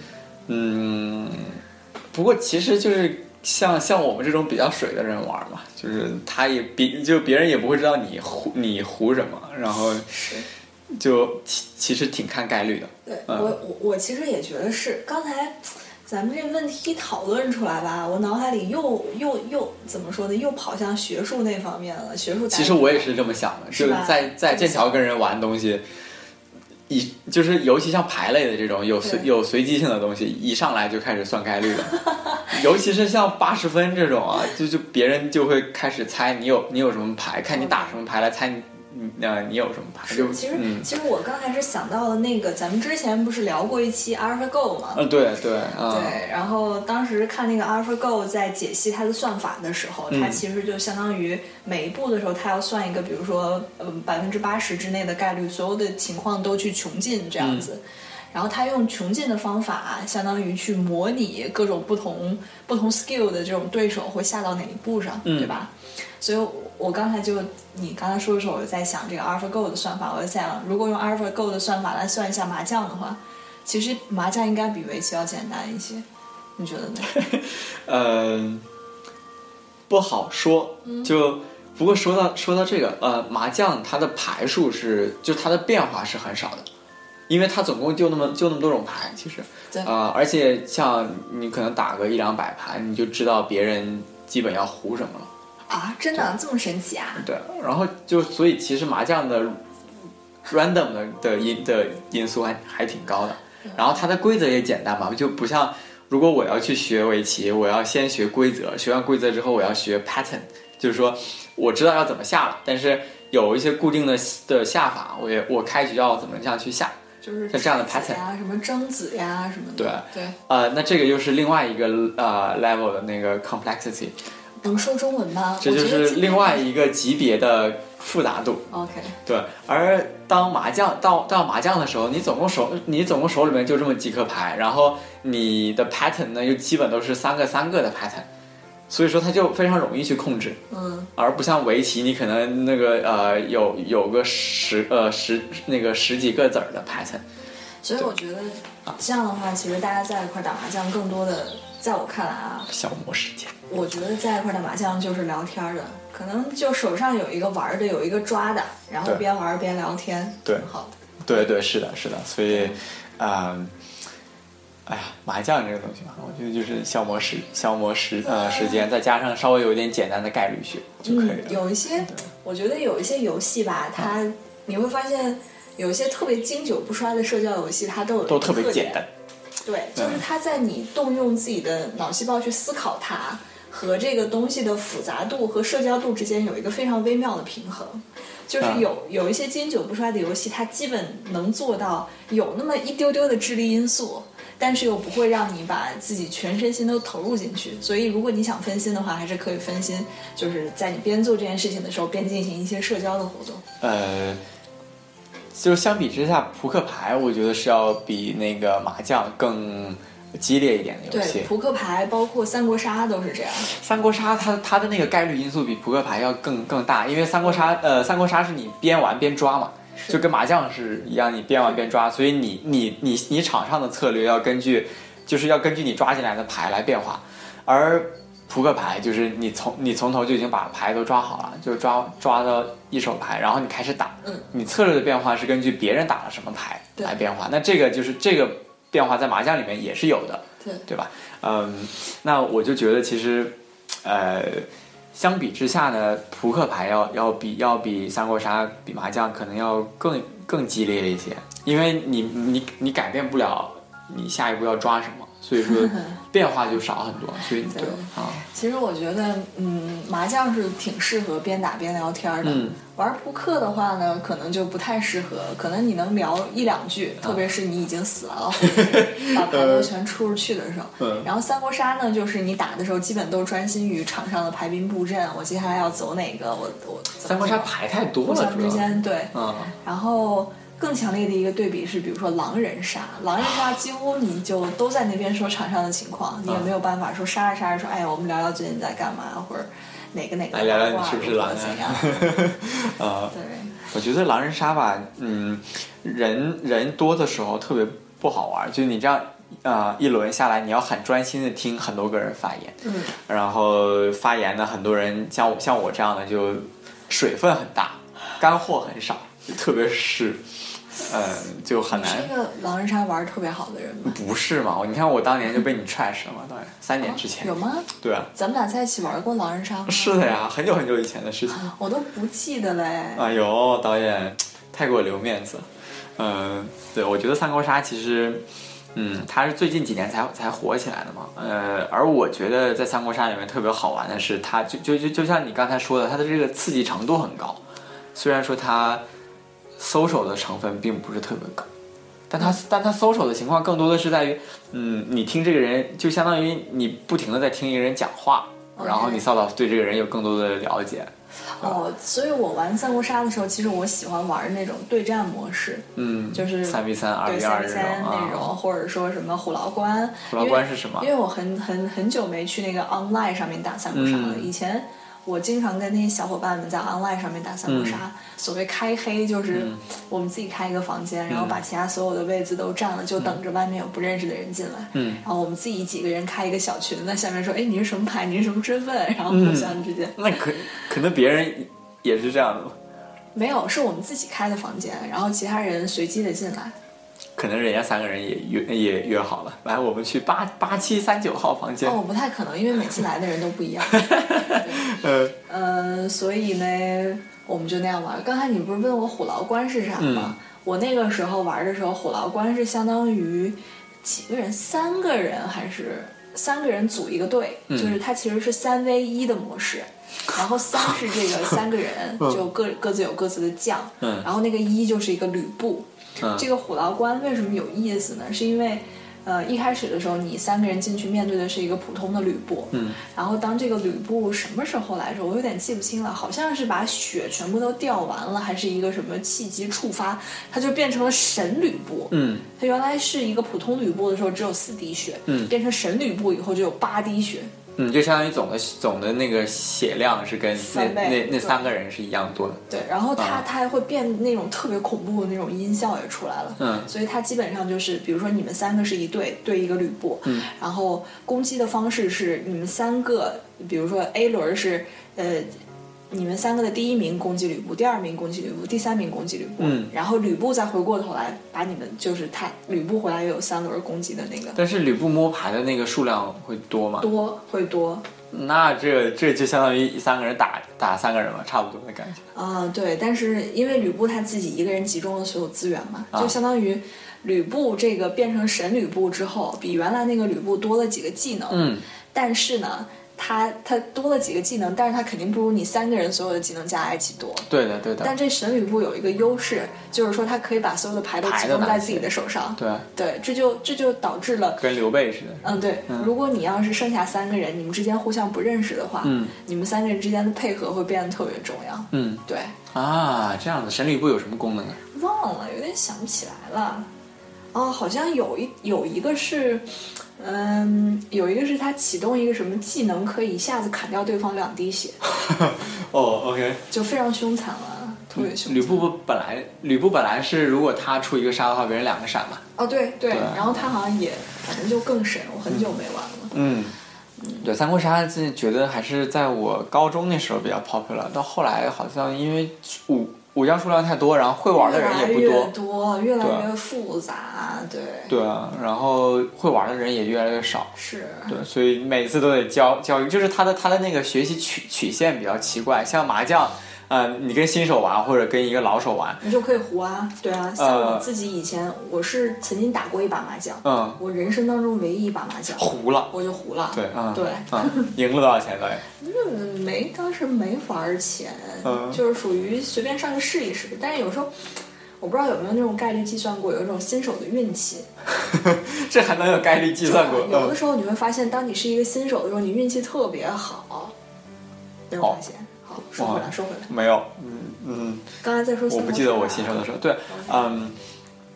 Speaker 5: 嗯，不过其实就是像像我们这种比较水的人玩嘛，就是他也别就别人也不会知道你胡你胡什么，然后
Speaker 4: 是。
Speaker 5: 就其其实挺看概率的。
Speaker 4: 对我
Speaker 5: 嗯
Speaker 4: 我我其实也觉得是，刚才咱们这问题讨论出来吧，我脑海里又又又怎么说呢？又跑向学术那方面了，学术。
Speaker 5: 其实我也。是这么想的，
Speaker 4: 是
Speaker 5: 就
Speaker 4: 吧
Speaker 5: 在在
Speaker 4: 这么
Speaker 5: 剑桥跟人玩东西，一就是尤其像牌类的这种有随
Speaker 4: 对
Speaker 5: 有随机性的东西，一上来就开始算概率了， 尤其是像八十分这种啊，就就别人就会开始猜你有你有什么牌，看你打什么牌来猜你你那你有什么排？就是
Speaker 4: 嗯其实、
Speaker 5: 嗯，
Speaker 4: 其实我刚才是想到了那个，咱们之前不是聊过一期 AlphaGo 吗？
Speaker 5: 啊，对对啊，
Speaker 4: 对，然后当时看那个 AlphaGo 在解析它的算法的时候，它
Speaker 5: 嗯
Speaker 4: 其实就相当于每一步的时候，它要算一个，比如说，嗯，百分之八十之内的概率，所有的情况都去穷尽这样子。
Speaker 5: 嗯
Speaker 4: 然后它用穷尽的方法，相当于去模拟各种不同不同 skill 的这种对手会下到哪一步上，
Speaker 5: 嗯
Speaker 4: 对吧？所以我刚才就你刚才说的时候，我就在想这个 AlphaGo 的算法，我就在想，如果用 AlphaGo 的算法来算一下麻将的话，其实麻将应该比围棋要简单一些，你觉得呢？
Speaker 5: 嗯、不好说。就不过说到说到这个，呃，麻将它的牌数是，就它的变化是很少的，因为它总共就那么就那么多种牌，其实。
Speaker 4: 对
Speaker 5: 啊、而且像你可能打个一两百盘，你就知道别人基本要胡什么了。
Speaker 4: 啊，真的啊这么神奇啊？
Speaker 5: 对，然后就所以其实麻将的 random 的的因的因素还还挺高的，然后它的规则也简单嘛，就不像如果我要去学围棋，我要先学规则，学完规则之后我要学 pattern，就是说我知道要怎么下了，但是有一些固定的的下法，我也我开局要怎么样去下，
Speaker 4: 就是
Speaker 5: 像这样的
Speaker 4: 子呀，什么张子呀，什么的。对对，
Speaker 5: 呃，那这个又是另外一个呃 level 的那个 complexity，
Speaker 4: 能说中文吗？
Speaker 5: 这
Speaker 4: 我
Speaker 5: 就
Speaker 4: 觉得
Speaker 5: 是
Speaker 4: 今
Speaker 5: 另
Speaker 4: 天
Speaker 5: 外一个级别的复杂度。
Speaker 4: OK。
Speaker 5: 对，而当麻将到到麻将的时候，你总共手你总共手里面就这么几颗牌，然后你的 pattern 呢又基本都是三个三个的 pattern，所以说它就非常容易去控制，
Speaker 4: 嗯，
Speaker 5: 而不像围棋，你可能那个呃有有个十呃十那个十几个子儿的 pattern，
Speaker 4: 所以我觉得这样的话，其实大家在一块儿打麻将，更多的，在我看来啊，
Speaker 5: 消磨时间。
Speaker 4: 我觉得在一块儿打麻将就是聊天儿的，可能就手上有一个玩儿的，有一个抓的，然后
Speaker 5: 对
Speaker 4: 边玩儿边聊天，
Speaker 5: 对
Speaker 4: 挺好的。
Speaker 5: 对对，是的，是的，所以，啊、哎呀，麻将这个东西嘛，我觉得就是消磨时消磨时呃时间，再加上稍微有一点简单的概率学就可以
Speaker 4: 嗯，
Speaker 5: 了。嗯
Speaker 4: 有一些，我觉得有一些游戏吧，它你会发现有一些特别经久不衰的社交游戏，它都有
Speaker 5: 都
Speaker 4: 一个
Speaker 5: 特别
Speaker 4: 特点
Speaker 5: 简单，
Speaker 4: 对，就是
Speaker 5: 嗯
Speaker 4: 它在你动用自己的脑细胞去思考它和这个东西的复杂度和社交度之间有一个非常微妙的平衡。就是
Speaker 5: 嗯
Speaker 4: 有、有一些经久不衰的游戏，它基本能做到有那么一丢丢的智力因素，但是又不会让你把自己全身心都投入进去。所以，如果你想分心的话，还是可以分心，就是在你边做这件事情的时候，边进行一些社交的活动。
Speaker 5: 呃，就相比之下，扑克牌我觉得是要比那个麻将更激烈一点的游
Speaker 4: 对，
Speaker 5: 戏。
Speaker 4: 扑克牌包括三国杀都是这样。
Speaker 5: 三国杀它它的那个概率因素比扑克牌要更更大，因为三国杀呃三国杀是你边玩边抓嘛，
Speaker 4: 嗯是
Speaker 5: 就跟麻将是一样，你边玩边抓，所以你你你你场上的策略要根据，就是要根据你抓进来的牌来变化，而扑克牌就是你从你从头就已经把牌都抓好了，就抓抓到一手牌，然后你开始打，
Speaker 4: 嗯，
Speaker 5: 你策略的变化是根据别人打了什么牌
Speaker 4: 对
Speaker 5: 来变化，那这个就是这个变化在麻将里面也是有的，
Speaker 4: 对
Speaker 5: 对吧？嗯，那我就觉得其实，呃，相比之下呢，扑克牌要要比要比三国杀、比麻将可能要更更激烈一些，因为你你你改变不了你下一步要抓什么，所以 说变化就少很多，所以对
Speaker 4: 对
Speaker 5: 啊，
Speaker 4: 其实我觉得，嗯，麻将是挺适合边打边聊天的。
Speaker 5: 嗯
Speaker 4: 玩扑克的话呢，可能就不太适合，可能你能聊一两句，特别是你已经死 了，或者是把牌都全出出去的时候。
Speaker 5: 呃嗯
Speaker 4: 然后三国杀呢，就是你打的时候，基本都专心于场上的排兵布阵，我接下来要走哪个，我我
Speaker 5: 三国杀牌太多
Speaker 4: 互
Speaker 5: 了，
Speaker 4: 相
Speaker 5: 主
Speaker 4: 之
Speaker 5: 要
Speaker 4: 间对，
Speaker 5: 嗯，
Speaker 4: 然后更强烈的一个对比是，比如说狼人杀，狼人
Speaker 5: 啊
Speaker 4: 杀几乎你就都在那边说场上的情况，你也没有办法说杀着杀着说，哎，我们聊聊最近在干嘛，或者哪个哪个
Speaker 5: 来啊哎聊聊
Speaker 4: 八
Speaker 5: 你
Speaker 4: 卦
Speaker 5: 是不是狼啊
Speaker 4: 或者怎样？
Speaker 5: 呃，
Speaker 4: 对，
Speaker 5: 我觉得狼人杀吧，嗯，人人多的时候特别不好玩，就是你这样，呃，一轮下来，你要很专心的听很多个人发言，
Speaker 4: 嗯，
Speaker 5: 然后发言呢，很多人像我像我这样的就水分很大，干货很少，就特别是，嗯、就很难
Speaker 4: 是。一个狼人杀玩的特别好的人吗？
Speaker 5: 不是嘛？我你看我当年就被你 trash 了嘛，当然三年之前，
Speaker 4: 哦有吗？
Speaker 5: 对啊，
Speaker 4: 咱们俩在一起玩过狼人杀吗？
Speaker 5: 是的呀，很久很久以前的事情。
Speaker 4: 我都不记得嘞。
Speaker 5: 哎呦，导演太给我留面子了。嗯、对，我觉得《三国杀》其实，嗯，它是最近几年才才火起来的嘛。呃，而我觉得在《三国杀》里面特别好玩的是，它就就就就像你刚才说的，它的这个刺激程度很高。虽然说它 social 的成分并不是特别高，但它但它 social 的情况更多的是在于，嗯，你听这个人就相当于你不停的在听一个人讲话，然后你
Speaker 4: OK
Speaker 5: 扫到对这个人有更多的了解，
Speaker 4: 哦，所以我玩三国杀的时候，其实我喜欢玩那种对战模式，
Speaker 5: 嗯，
Speaker 4: 就是
Speaker 5: 三 v 三、二
Speaker 4: 对
Speaker 5: v
Speaker 4: 三
Speaker 5: 二
Speaker 4: 比
Speaker 5: 这
Speaker 4: 三那种，
Speaker 5: 啊，
Speaker 4: 或者说什么虎牢关。
Speaker 5: 虎牢
Speaker 4: 因为
Speaker 5: 关是什么
Speaker 4: 因为我很很很久没去那个 online 上面打三国杀了。
Speaker 5: 嗯
Speaker 4: 以前我经常跟那些小伙伴们在 online 上面打三国杀。
Speaker 5: 嗯
Speaker 4: 所谓开黑，就是我们自己开一个房
Speaker 5: 嗯
Speaker 4: 间，然后把其他所有的位置都占了，就等着外面有不认识的人进来。
Speaker 5: 嗯
Speaker 4: 然后我们自己几个人开一个小群，在下面说：“哎，你是什么牌？你是什么身份？”然后
Speaker 5: 嗯
Speaker 4: 互相之间。
Speaker 5: 那可可能别人也是这样的吧，
Speaker 4: 没有，是我们自己开的房间，然后其他人随机的进来。
Speaker 5: 可能人家三个人也约也约好了，来我们去八八七三九号房间，
Speaker 4: 哦，不太可能，因为每次来的人都不一样。
Speaker 5: 呃，
Speaker 4: 呃，所以呢，我们就那样玩。刚才你不是问我虎牢关是啥吗？我那个时候玩的时候，虎牢关是相当于几个人，三个人还是三个人组一个队，就是它其实是三 v 一的模式。然后三是这个三个人，就各各自有各自的将，
Speaker 5: 嗯
Speaker 4: 然后那个一就是一个吕布，
Speaker 5: 嗯
Speaker 4: 这个虎牢关为什么有意思呢？是因为，呃，一开始的时候你三个人进去面对的是一个普通的吕布，嗯，然后当这个吕布什么时候来着？我有点记不清了，好像是把血全部都掉完了，还是一个什么契机触发，他就变成了神吕布，
Speaker 5: 嗯，
Speaker 4: 他原来是一个普通吕布的时候只有四滴血，
Speaker 5: 嗯
Speaker 4: 变成神吕布以后就有八滴血，
Speaker 5: 嗯，就相当于总的总的那个血量是跟那
Speaker 4: 三倍
Speaker 5: 那那
Speaker 4: 对
Speaker 5: 三个人是一样多的，
Speaker 4: 对，然后它
Speaker 5: 啊
Speaker 4: 它还会变那种特别恐怖的那种音效也出来了，
Speaker 5: 嗯
Speaker 4: 所以它基本上就是，比如说你们三个是一队，对一个吕布，嗯，然后攻击的方式是你们三个，比如说 A 轮是呃。你们三个的第一名攻击吕布，第二名攻击吕布，第三名攻击吕布，
Speaker 5: 嗯
Speaker 4: 然后吕布再回过头来把你们就是他吕布回来也有三轮攻击的那个
Speaker 5: 但是吕布摸牌的那个数量会多吗？
Speaker 4: 多会多，
Speaker 5: 那这这就相当于三个人打打三个人嘛，差不多的感觉。
Speaker 4: 啊、对，但是因为吕布他自己一个人集中了所有资源嘛，
Speaker 5: 啊
Speaker 4: 就相当于吕布这个变成神吕布之后，比原来那个吕布多了几个技能。
Speaker 5: 嗯，
Speaker 4: 但是呢，他他多了几个技能，但是他肯定不如你三个人所有的技能加在一起多。
Speaker 5: 对的对
Speaker 4: 但
Speaker 5: 的，
Speaker 4: 这神吕布有一个优势，就是说他可以把所有的牌都
Speaker 5: 牌
Speaker 4: 集
Speaker 5: 都
Speaker 4: 中
Speaker 5: 拿
Speaker 4: 在
Speaker 5: 起
Speaker 4: 自己的手上。
Speaker 5: 对，啊
Speaker 4: 对，这就这就导致了
Speaker 5: 跟刘备似的。
Speaker 4: 嗯，对，如果你要是剩下三个人，你们之间互相不认识的话，
Speaker 5: 嗯
Speaker 4: 你们三个人之间的配合会变得特别重要。
Speaker 5: 嗯
Speaker 4: 对，
Speaker 5: 啊，这样子，神吕布有什么功能啊？
Speaker 4: 忘了，有点想不起来了。哦，好像有一有一个是，嗯，有一个是他启动一个什么技能，可以一下子砍掉对方两滴血，
Speaker 5: 哦，OK，
Speaker 4: 就非常凶残了，特别凶残。
Speaker 5: 嗯吕布不本来吕布本来是如果他出一个杀的话，别人两个闪嘛。
Speaker 4: 哦，对对，
Speaker 5: 对
Speaker 4: 然后他好像也，反正就更神，我很久没玩了。
Speaker 5: 嗯，对，三国杀这觉得还是在我高中那时候比较 popular，到后来好像因为武武将数量太多，然后会玩的人也不
Speaker 4: 越来
Speaker 5: 多
Speaker 4: 越，多，越
Speaker 5: 对
Speaker 4: 来越复杂，对，
Speaker 5: 对啊，然后会玩的人也越来越少。
Speaker 4: 是，
Speaker 5: 对，所以每次都得教教育，就是他的他的那个学习曲曲线比较奇怪，像麻将，呃，你跟新手玩或者跟一个老手玩，
Speaker 4: 你就可以胡啊，对啊。像我
Speaker 5: 呃
Speaker 4: 自己以前，我是曾经打过一把麻将，
Speaker 5: 嗯，
Speaker 4: 我人生当中唯一一把麻将，
Speaker 5: 胡了，
Speaker 4: 我就胡了，
Speaker 5: 对，嗯，
Speaker 4: 对。
Speaker 5: 嗯，赢了多少钱导演？
Speaker 4: 嗯，没，当时没玩儿钱，
Speaker 5: 嗯
Speaker 4: 就是属于随便上去试一试。但是有时候，我不知道有没有那种概率计算过，有一种新手的运气。
Speaker 5: 这还能有概率计算过？
Speaker 4: 有的
Speaker 5: 嗯，
Speaker 4: 时候你会发现，当你是一个新手的时候，你运气特别好。没有发现？好，说回来，
Speaker 5: 哦
Speaker 4: 说回来，
Speaker 5: 没有，嗯嗯，
Speaker 4: 刚才在说新
Speaker 5: 我
Speaker 4: 手
Speaker 5: 不记得我
Speaker 4: 是
Speaker 5: 新
Speaker 4: 吧
Speaker 5: 手的时候，对，嗯。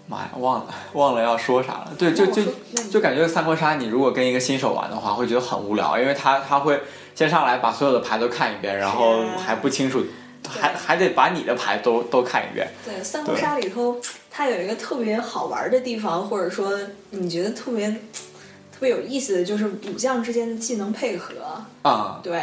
Speaker 5: 妈呀，忘了忘了要说啥了。对，就
Speaker 4: 那我
Speaker 5: 就
Speaker 4: 说那你
Speaker 5: 就感觉三国杀，你如果跟一个新手玩的话，会觉得很无聊，因为他他会先上来把所有的牌都看一遍，然后
Speaker 4: 是啊
Speaker 5: 还不清楚，还
Speaker 4: 对
Speaker 5: 还得把你的牌都都看一遍。
Speaker 4: 对，三国杀里头，它有一个特别好玩的地方，或者说你觉得特别特别有意思的就是武将之间的技能配合。
Speaker 5: 啊、
Speaker 4: 对，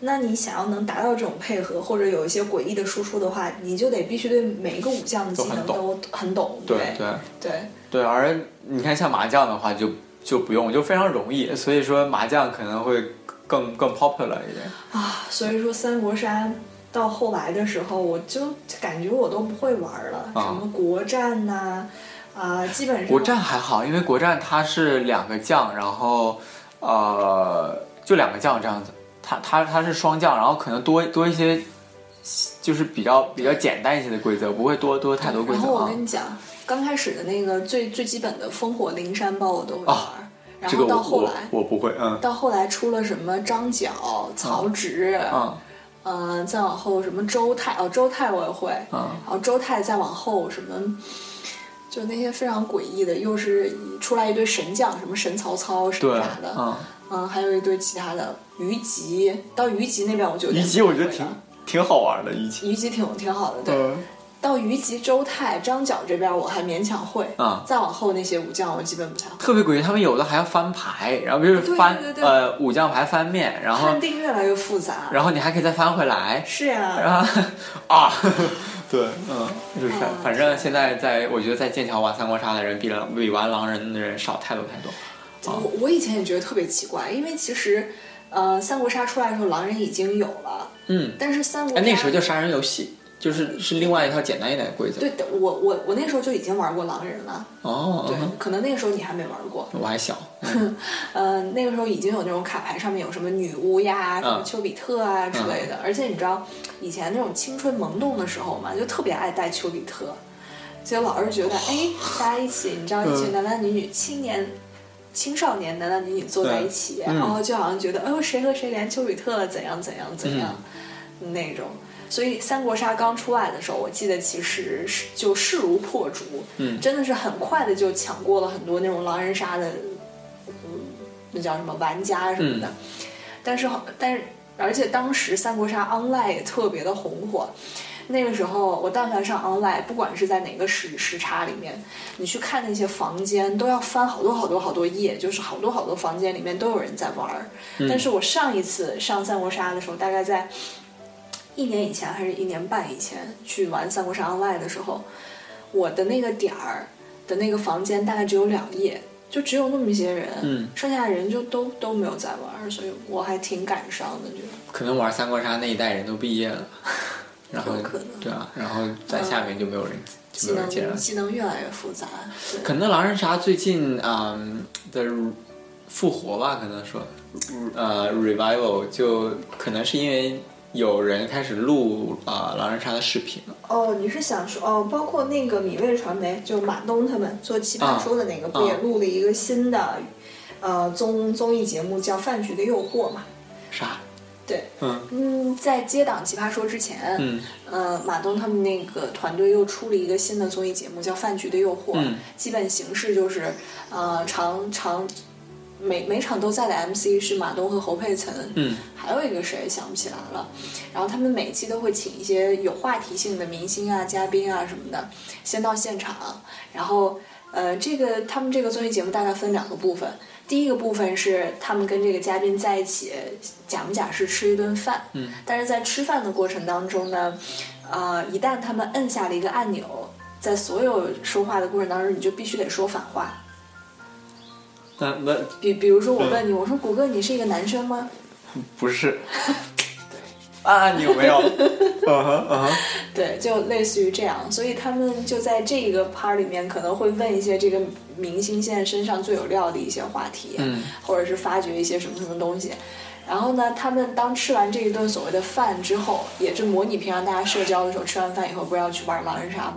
Speaker 4: 那你想要能达到这种配合，或者有一些诡异的输出的话，你就得必须对每一个武将的技能都很懂。
Speaker 5: 对
Speaker 4: 对
Speaker 5: 对
Speaker 4: 对
Speaker 5: 对，而你看像麻将的话就，就不用，就非常容易，所以说麻将可能会更更 popular 一点。
Speaker 4: 啊，所以说三国杀到后来的时候，我就感觉我都不会玩了，
Speaker 5: 啊
Speaker 4: 什么国战呐、啊，基本上
Speaker 5: 国战还好，因为国战它是两个将，然后呃就两个将这样子，它它它是双将，然后可能多多一些就是比较比较简单一些的规则，不会多多太多规
Speaker 4: 然
Speaker 5: 则
Speaker 4: 后我
Speaker 5: 啊。
Speaker 4: 跟你讲，刚开始的那个最最基本的烽火灵山包我都会玩，
Speaker 5: 啊
Speaker 4: 然
Speaker 5: 这个
Speaker 4: 后
Speaker 5: 我
Speaker 4: 到后来。
Speaker 5: 我我啊不会，嗯
Speaker 4: 到后来出了什么张角、曹植，
Speaker 5: 嗯
Speaker 4: 呃，再往后什么周泰，哦，周泰我也会，
Speaker 5: 嗯
Speaker 4: 然后周泰再往后什么，就那些非常诡异的，又是出来一堆神将，什么神曹操什么
Speaker 5: 对
Speaker 4: 啥的，，
Speaker 5: 嗯，
Speaker 4: 嗯，还有一堆其他的虞姬，到虞姬那边我就有
Speaker 5: 虞
Speaker 4: 点
Speaker 5: 姬我觉得
Speaker 4: 不会
Speaker 5: 挺
Speaker 4: 了
Speaker 5: 挺好玩的，虞姬。
Speaker 4: 虞姬挺挺好的，对。
Speaker 5: 嗯，
Speaker 4: 到虞姬、周泰、张角这边我还勉强会，
Speaker 5: 啊
Speaker 4: 再往后那些武将我基本不太会。
Speaker 5: 特别诡异，他们有的还要翻牌，然后就是
Speaker 4: 对
Speaker 5: 翻
Speaker 4: 对对对
Speaker 5: 呃武将牌翻面，然后
Speaker 4: 判定越来越复杂，
Speaker 5: 然后你还可以再翻回来，
Speaker 4: 是呀、
Speaker 5: 啊啊， 对，嗯，就是反
Speaker 4: 啊
Speaker 5: 反正现在在，我觉得在剑桥玩三国杀的人比狼比玩狼人的人少太多太多。啊
Speaker 4: 我我以前也觉得特别奇怪，因为其实，呃，三国杀出来的时候狼人已经有了，
Speaker 5: 嗯，
Speaker 4: 但是三国
Speaker 5: 哎，
Speaker 4: 杀
Speaker 5: 那个时候叫杀人游戏，就是是另外一套简单一点的规则。
Speaker 4: 对的，我我我那时候就已经玩过狼人了，
Speaker 5: 哦，
Speaker 4: 对，
Speaker 5: 嗯
Speaker 4: 可能那个时候你还没玩过，
Speaker 5: 我 还小，嗯
Speaker 4: 呃，那个时候已经有那种卡牌，上面有什么女巫呀、什么
Speaker 5: 嗯
Speaker 4: 丘比特啊之类的。而且你知道，以前那种青春萌动的时候嘛，就特别爱带丘比特，就老是觉得，哎，大家一起，你知道，一
Speaker 5: 嗯
Speaker 4: 群男男女女、青年、青少年男男女女坐在一起，
Speaker 5: 嗯
Speaker 4: 然后就好像觉得，哎呦，谁和谁连丘比特了，怎样怎样
Speaker 5: 嗯
Speaker 4: 怎样、那种。所以三国杀刚出来的时候，我记得其实是就势如破竹，
Speaker 5: 嗯
Speaker 4: 真的是很快的就抢过了很多那种狼人杀的嗯那叫什么玩家什么的。但是好，但是而且当时三国杀 online 也特别的红火。那个时候，我但凡上 online，不管是在哪个时时差里面，你去看那些房间，都要翻好多好多好多页，就是好多好多房间里面都有人在玩儿。
Speaker 5: 嗯
Speaker 4: 但是我上一次上三国杀的时候，大概在一年以前还是一年半以前去玩三国杀 online 的时候，我的那个点儿的那个房间大概只有两页，就只有那么一些人，
Speaker 5: 嗯
Speaker 4: 剩下的人就都都没有在玩儿，所以我还挺感伤的，觉得
Speaker 5: 可能玩三国杀那一代人都毕 业了，然后
Speaker 4: 有可能
Speaker 5: 对啊，然后在下面就没有人、就
Speaker 4: 技
Speaker 5: 没有人接
Speaker 4: 能
Speaker 5: 了。
Speaker 4: 技能越来越复杂，对
Speaker 5: 可能狼人杀最近嗯的复活吧，可能说呃 revival 就可能是因为有人开始录啊、呃狼人杀的视频了。
Speaker 4: 哦，你是想说哦，包括那个米味传媒，就马东他们做《奇葩说》的那个，不、
Speaker 5: 啊
Speaker 4: 也录了一个新的，呃，综综艺节目叫《饭局的诱惑》嘛？
Speaker 5: 啥？
Speaker 4: 对，
Speaker 5: 嗯
Speaker 4: 嗯，在接档《奇葩说》之前，
Speaker 5: 嗯
Speaker 4: 呃，马东他们那个团队又出了一个新的综艺节目，叫《饭局的诱惑》，
Speaker 5: 嗯
Speaker 4: 基本形式就是，呃，常常每每场都在的 MC 是马东和侯佩岑，
Speaker 5: 嗯
Speaker 4: 还有一个谁想不起来了，然后他们每期都会请一些有话题性的明星啊、嘉宾啊什么的，先到现场，然后呃，这个他们这个综艺节目大概分两个部分，第一个部分是他们跟这个嘉宾在一起假模假式吃一顿饭，
Speaker 5: 嗯，
Speaker 4: 但是在吃饭的过程当中呢，呃，一旦他们摁下了一个按钮，在所有说话的过程当中，你就必须得说反话，
Speaker 5: 那那
Speaker 4: 比比如说我问你，我说谷歌你是一个男生吗？
Speaker 5: 不是。 啊，你有没有？嗯哼嗯哼，
Speaker 4: 对，就类似于这样，所以他们就在这个 part 里面可能会问一些这个明星现在身上最有料的一些话题，
Speaker 5: 嗯
Speaker 4: 或者是发掘一些什么什么东西。然后呢，他们当吃完这一顿所谓的饭之后，也是模拟平常大家社交的时候，吃完饭以后不是要去玩狼人 杀吗？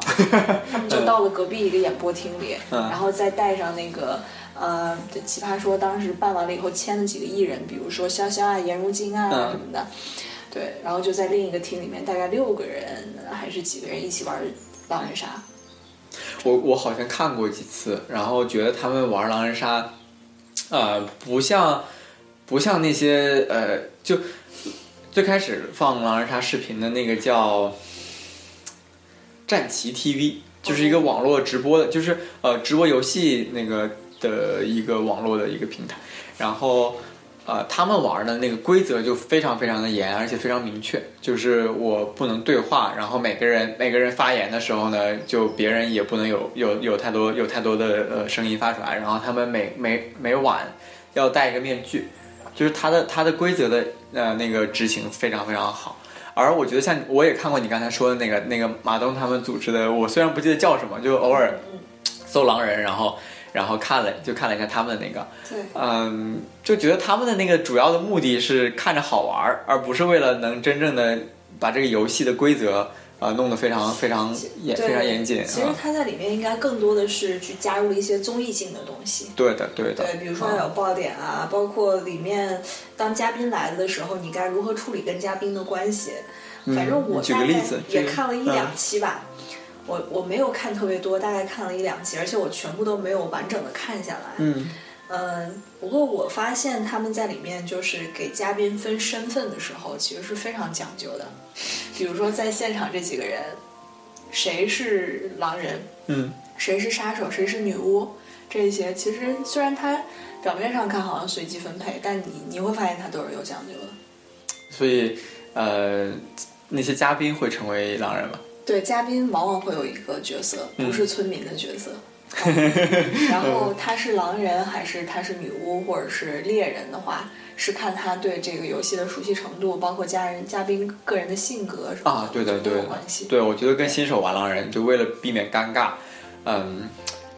Speaker 4: 他们就到了隔壁一个演播厅里，
Speaker 5: 嗯
Speaker 4: 然后再带上那个呃，这奇葩说当时办完了以后签了几个艺人，比如说潇潇啊、颜如晶啊
Speaker 5: 嗯
Speaker 4: 什么的。对，然后就在另一个厅里面，大概六个人还是几个人一起玩狼人杀。
Speaker 5: 我我好像看过几次，然后觉得他们玩狼人杀，呃，不像不像那些呃，就最开始放狼人杀视频的那个叫战旗 TV，就是一个网络直播的，就是呃直播游戏那个的一个网络的一个平台，然后。呃，他们玩的那个规则就非常非常的严，而且非常明确，就是我不能对话，然后每个人每个人发言的时候呢，就别人也不能有有有太多有太多的呃声音发出来，然后他们每每每晚要戴一个面具，就是它的它的规则的呃那个执行非常非常好。而我觉得像你我也看过你刚才说的那个那个马东他们组织的，我虽然不记得叫什么，就偶尔搜狼人，然后然后看了就看了一下他们的那个，
Speaker 4: 对，
Speaker 5: 嗯，就觉得他们的那个主要的目的是看着好玩儿，而不是为了能真正的把这个游戏的规则啊、呃弄得非常非常严
Speaker 4: 对
Speaker 5: 非常严谨啊、
Speaker 4: 其实它在里面应该更多的是去加入了一些综艺性的东西。
Speaker 5: 对的对的，
Speaker 4: 对，比如说
Speaker 5: 啊
Speaker 4: 有爆点啊，包括里面当嘉宾来了的时候，你该如何处理跟嘉宾的关系。反正我
Speaker 5: 嗯你举个
Speaker 4: 大
Speaker 5: 例
Speaker 4: 概
Speaker 5: 子这
Speaker 4: 也
Speaker 5: 个
Speaker 4: 看了一
Speaker 5: 嗯
Speaker 4: 两期吧，我我没有看特别多，大概看了一两期，而且我全部都没有完整的看下来。
Speaker 5: 嗯
Speaker 4: 嗯，不过我发现他们在里面就是给嘉宾分身份的时候，其实是非常讲究的。比如说在现场这几个人，谁是狼人，
Speaker 5: 嗯
Speaker 4: 谁是杀手，谁是女巫，这些其实虽然它表面上看好像随机分配，但你你会发现它都是有讲究的。
Speaker 5: 所以呃那些嘉宾会成为狼人吗？
Speaker 4: 对，嘉宾往往会有一个角色，不
Speaker 5: 嗯
Speaker 4: 是村民的角 色。然后他是狼人还是他是女巫或者是猎人的话，是看他对这个游戏的熟悉程度，包括家人、嘉宾个人的性格什么的
Speaker 5: 啊，对的，
Speaker 4: 都
Speaker 5: 对
Speaker 4: 有
Speaker 5: 的
Speaker 4: 关系。，
Speaker 5: 对，我觉得跟新手玩狼人，就为了避免尴尬，嗯，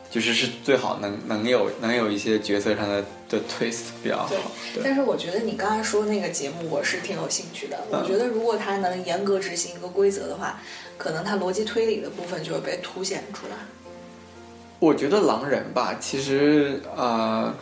Speaker 5: 就是是最好能能有能有一些角色上的的 twist 比较好
Speaker 4: 对。
Speaker 5: 对，
Speaker 4: 但是我觉得你刚才说那个节目，我是挺有兴趣的。
Speaker 5: 嗯
Speaker 4: 我觉得如果他能严格执行一个规则的话，可能他逻辑推理的部分就会被凸显出来。
Speaker 5: 我觉得狼人吧，其实呃，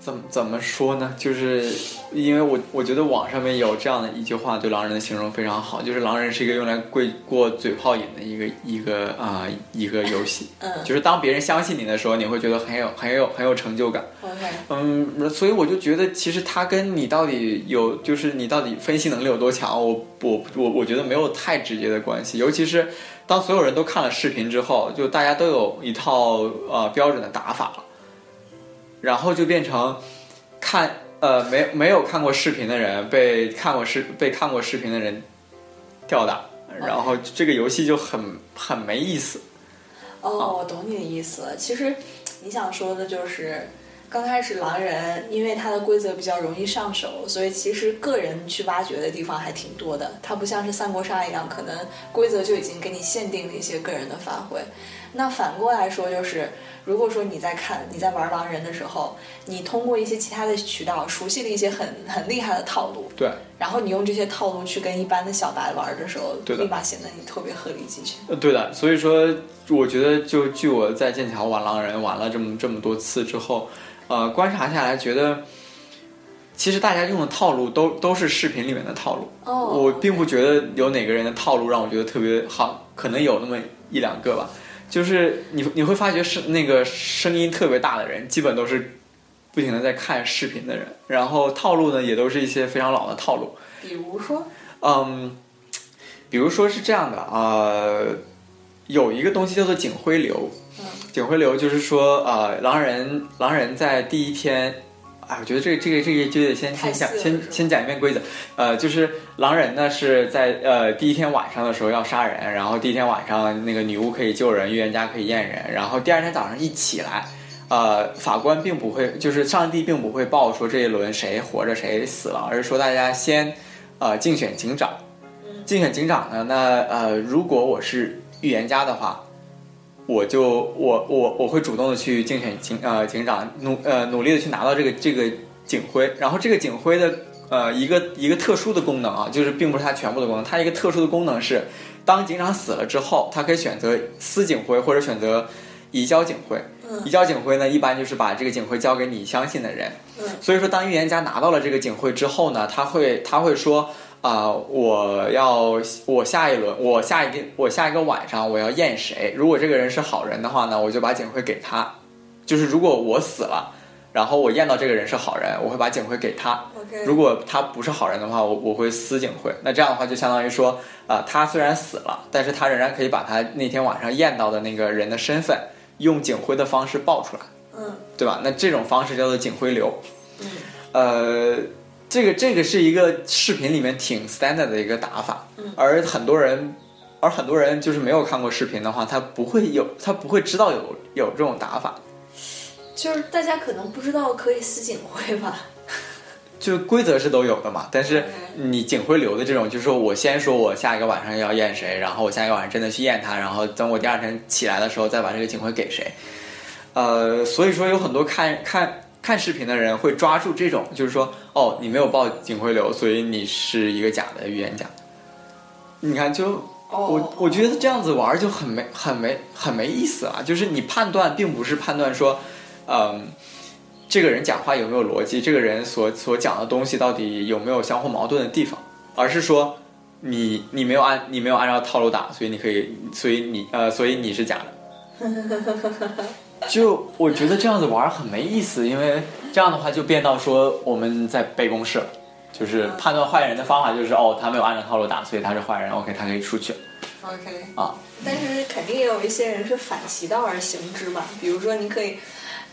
Speaker 5: 怎么怎么说呢？就是因为我我觉得网上面有这样的一句话对狼人的形容非常好，就是狼人是一个用来过过嘴炮瘾的一个一个啊、一个游戏，
Speaker 4: 嗯
Speaker 5: 就是当别人相信你的时候，你会觉得很有很有很有成就感。
Speaker 4: ，OK，
Speaker 5: 嗯，所以我就觉得，其实他跟你到底有，就是你到底分析能力有多强，我我我我觉得没有太直接的关系。尤其是当所有人都看了视频之后，就大家都有一套呃标准的打法了，然后就变成看呃没没有看过视频的人被看过视被看过视频的人吊打，然后这个游戏就很很没意思。
Speaker 4: 哦，我懂你的意思了。其实你想说的就是，刚开始狼人因为它的规则比较容易上手，所以其实个人去挖掘的地方还挺多的。它不像是三国杀一样，可能规则就已经给你限定了一些个人的发挥。那反过来说，就是如果说你在看你在玩狼人的时候，你通过一些其他的渠道熟悉了一些很很厉害的套路，
Speaker 5: 对，
Speaker 4: 然后你用这些套路去跟一般的小白玩的时候，
Speaker 5: 对的
Speaker 4: 立马显得你特别鹤立鸡群。
Speaker 5: 呃，对的，所以说，我觉得就据我在剑桥玩狼人玩了这么这么多次之后，呃，观察下来觉得，其实大家用的套路都都是视频里面的套路。
Speaker 4: 哦
Speaker 5: 我并不觉得有哪个人的套路让我觉得特别好，可能有那么一两个吧。就是你你会发觉是那个声音特别大的人，基本都是不停的在看视频的人，然后套路呢也都是一些非常老的套路。
Speaker 4: 比如说，
Speaker 5: 嗯，比如说是这样的，呃，有一个东西叫做警徽流，
Speaker 4: 嗯。
Speaker 5: 警徽流就是说，呃，狼人狼人在第一天，哎，我觉得这个这个这个就得先
Speaker 4: 太
Speaker 5: 先讲
Speaker 4: 细了
Speaker 5: 先
Speaker 4: 是吧
Speaker 5: 先讲一遍规则，呃，就是狼人呢是在呃第一天晚上的时候要杀人，然后第一天晚上那个女巫可以救人，预言家可以验人，然后第二天早上一起来。呃，法官并不会，就是上帝并不会报说这一轮谁活着谁死了，而是说大家先，呃，竞选警长。竞选警长呢，那呃，如果我是预言家的话，我就我我我会主动的去竞选警呃警长，努呃努力的去拿到这个这个警徽，然后这个警徽的呃一个一个特殊的功能啊，就是并不是它全部的功能，它一个特殊的功能是，当警长死了之后，他可以选择撕警徽或者选择移交警徽。移交警徽呢，一般就是把这个警徽交给你相信的人。
Speaker 4: 嗯
Speaker 5: 所以说，当预言家拿到了这个警徽之后呢，他会他会说啊、我要我下一轮，我下一个我下一个晚上我要验谁？如果这个人是好人的话呢，我就把警徽给他。就是如果我死了，然后我验到这个人是好人，我会把警徽给他。
Speaker 4: OK，
Speaker 5: 如果他不是好人的话，我我会撕警徽。那这样的话，就相当于说，啊、他虽然死了，但是他仍然可以把他那天晚上验到的那个人的身份，用警徽的方式报出来，
Speaker 4: 嗯
Speaker 5: 对吧？那这种方式叫做警徽流。
Speaker 4: 嗯
Speaker 5: 呃，这个这个是一个视频里面挺 standard 的一个打法，而很多人，而很多人就是没有看过视频的话，他不会有，他不会知道有有这种打法。，
Speaker 4: 就是大家可能不知道可以撕警徽吧？
Speaker 5: 就是规则是都有的嘛，但是你警徽流的这种，就是说我先说我下一个晚上要验谁，然后我下一个晚上真的去验他，然后等我第二天起来的时候再把这个警徽给谁。呃，所以说有很多看看看视频的人会抓住这种，就是说哦，你没有报警徽流，所以你是一个假的预言家。你看就。
Speaker 4: 哦
Speaker 5: 我我觉得这样子玩儿就很没很没很没意思啊！就是你判断并不是判断说，嗯，这个人讲话有没有逻辑，这个人所所讲的东西到底有没有相互矛盾的地方，而是说你你没有按你没有按照套路打，所以你可以，所以你呃，所以你是假的。就我觉得这样子玩儿很没意思，因为这样的话就变到说我们在背公式了。就是判断坏人的方法就是哦，他没有按照套路打，所以他是坏人。OK，他可以出去了。
Speaker 4: OK，
Speaker 5: 啊，
Speaker 4: 但是肯定也有一些人是反其道而行之嘛。比如说，你可以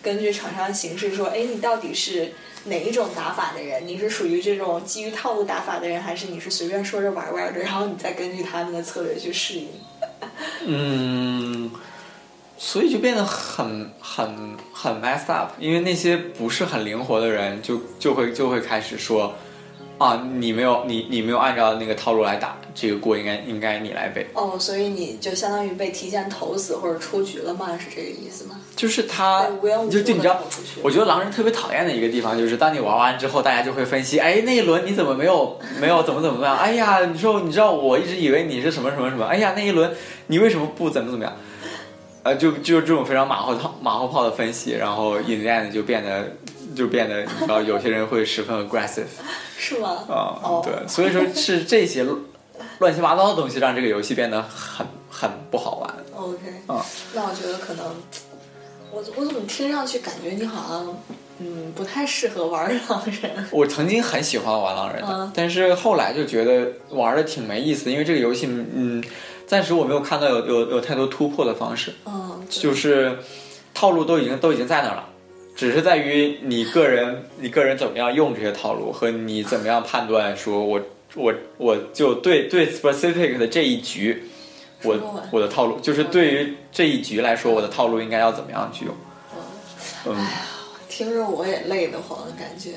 Speaker 4: 根据场上形势说，哎，你到底是哪一种打法的人？你是属于这种基于套路打法的人，还是你是随便说着玩玩的？然后你再根据他们的策略去适应。
Speaker 5: 嗯，所以就变得很很很 messed up，因为那些不是很灵活的人就就会就会开始说啊，你没有你你没有按照那个套路来打，这个锅应该应该你来背。
Speaker 4: 哦，所以你就相当于被提前投死或者出局了嘛？是这个意思吗？
Speaker 5: 就是他
Speaker 4: 对无缘无，故
Speaker 5: 就就你知道
Speaker 4: 地跑出去，
Speaker 5: 我觉得狼人特别讨厌的一个地方就是，当你玩完之后，大家就会分析，哎，那一轮你怎么没有 没有怎么怎么样？哎呀，你说你知道，我一直以为你是什么什么什么，哎呀，那一轮你为什么不怎么怎么样？呃，就就是这种非常马后炮马后炮的分析，然后 in the end 就变得就变得，你知道，有些人会十分 aggressive
Speaker 4: 是吗？
Speaker 5: 啊、
Speaker 4: 哦，
Speaker 5: 对，所以说是这些乱乱七八糟的东西让这个游戏变得很很不好玩。
Speaker 4: OK，
Speaker 5: 啊
Speaker 4: 那我觉得可能，我我怎么听上去感觉你好像，嗯，不太适合玩狼人。
Speaker 5: 我曾经很喜欢玩狼人的，
Speaker 4: 嗯
Speaker 5: 但是后来就觉得玩的挺没意思，因为这个游戏，嗯，暂时我没有看到有有有太多突破的方式，
Speaker 4: 嗯，对
Speaker 5: 就是套路都已经都已经在那儿了，只是在于你个人你个人怎么样用这些套路和你怎么样判断说我我我就对对 specific 的这一局，我
Speaker 4: 说完
Speaker 5: 我的套路就是对于这一局来说，我的套路应该要怎么样去用，嗯。
Speaker 4: 听着我也累得慌，感觉，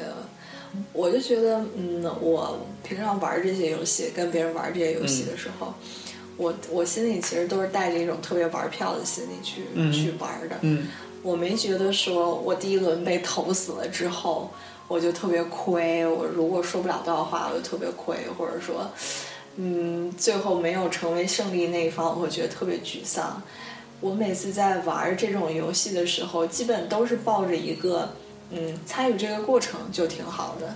Speaker 4: 我就觉得，嗯，我平常玩这些游戏，跟别人玩这些游戏的时候，我我心里其实都是带着一种特别玩票的心理去、
Speaker 5: 嗯
Speaker 4: 去玩的。
Speaker 5: 嗯
Speaker 4: 我没觉得说我第一轮被投死了之后，我就特别亏。我如果说不了道话，我就特别亏，或者说，嗯，最后没有成为胜利那一方，我会觉得特别沮丧。我每次在玩这种游戏的时候，基本都是抱着一个，嗯，参与这个过程就挺好的，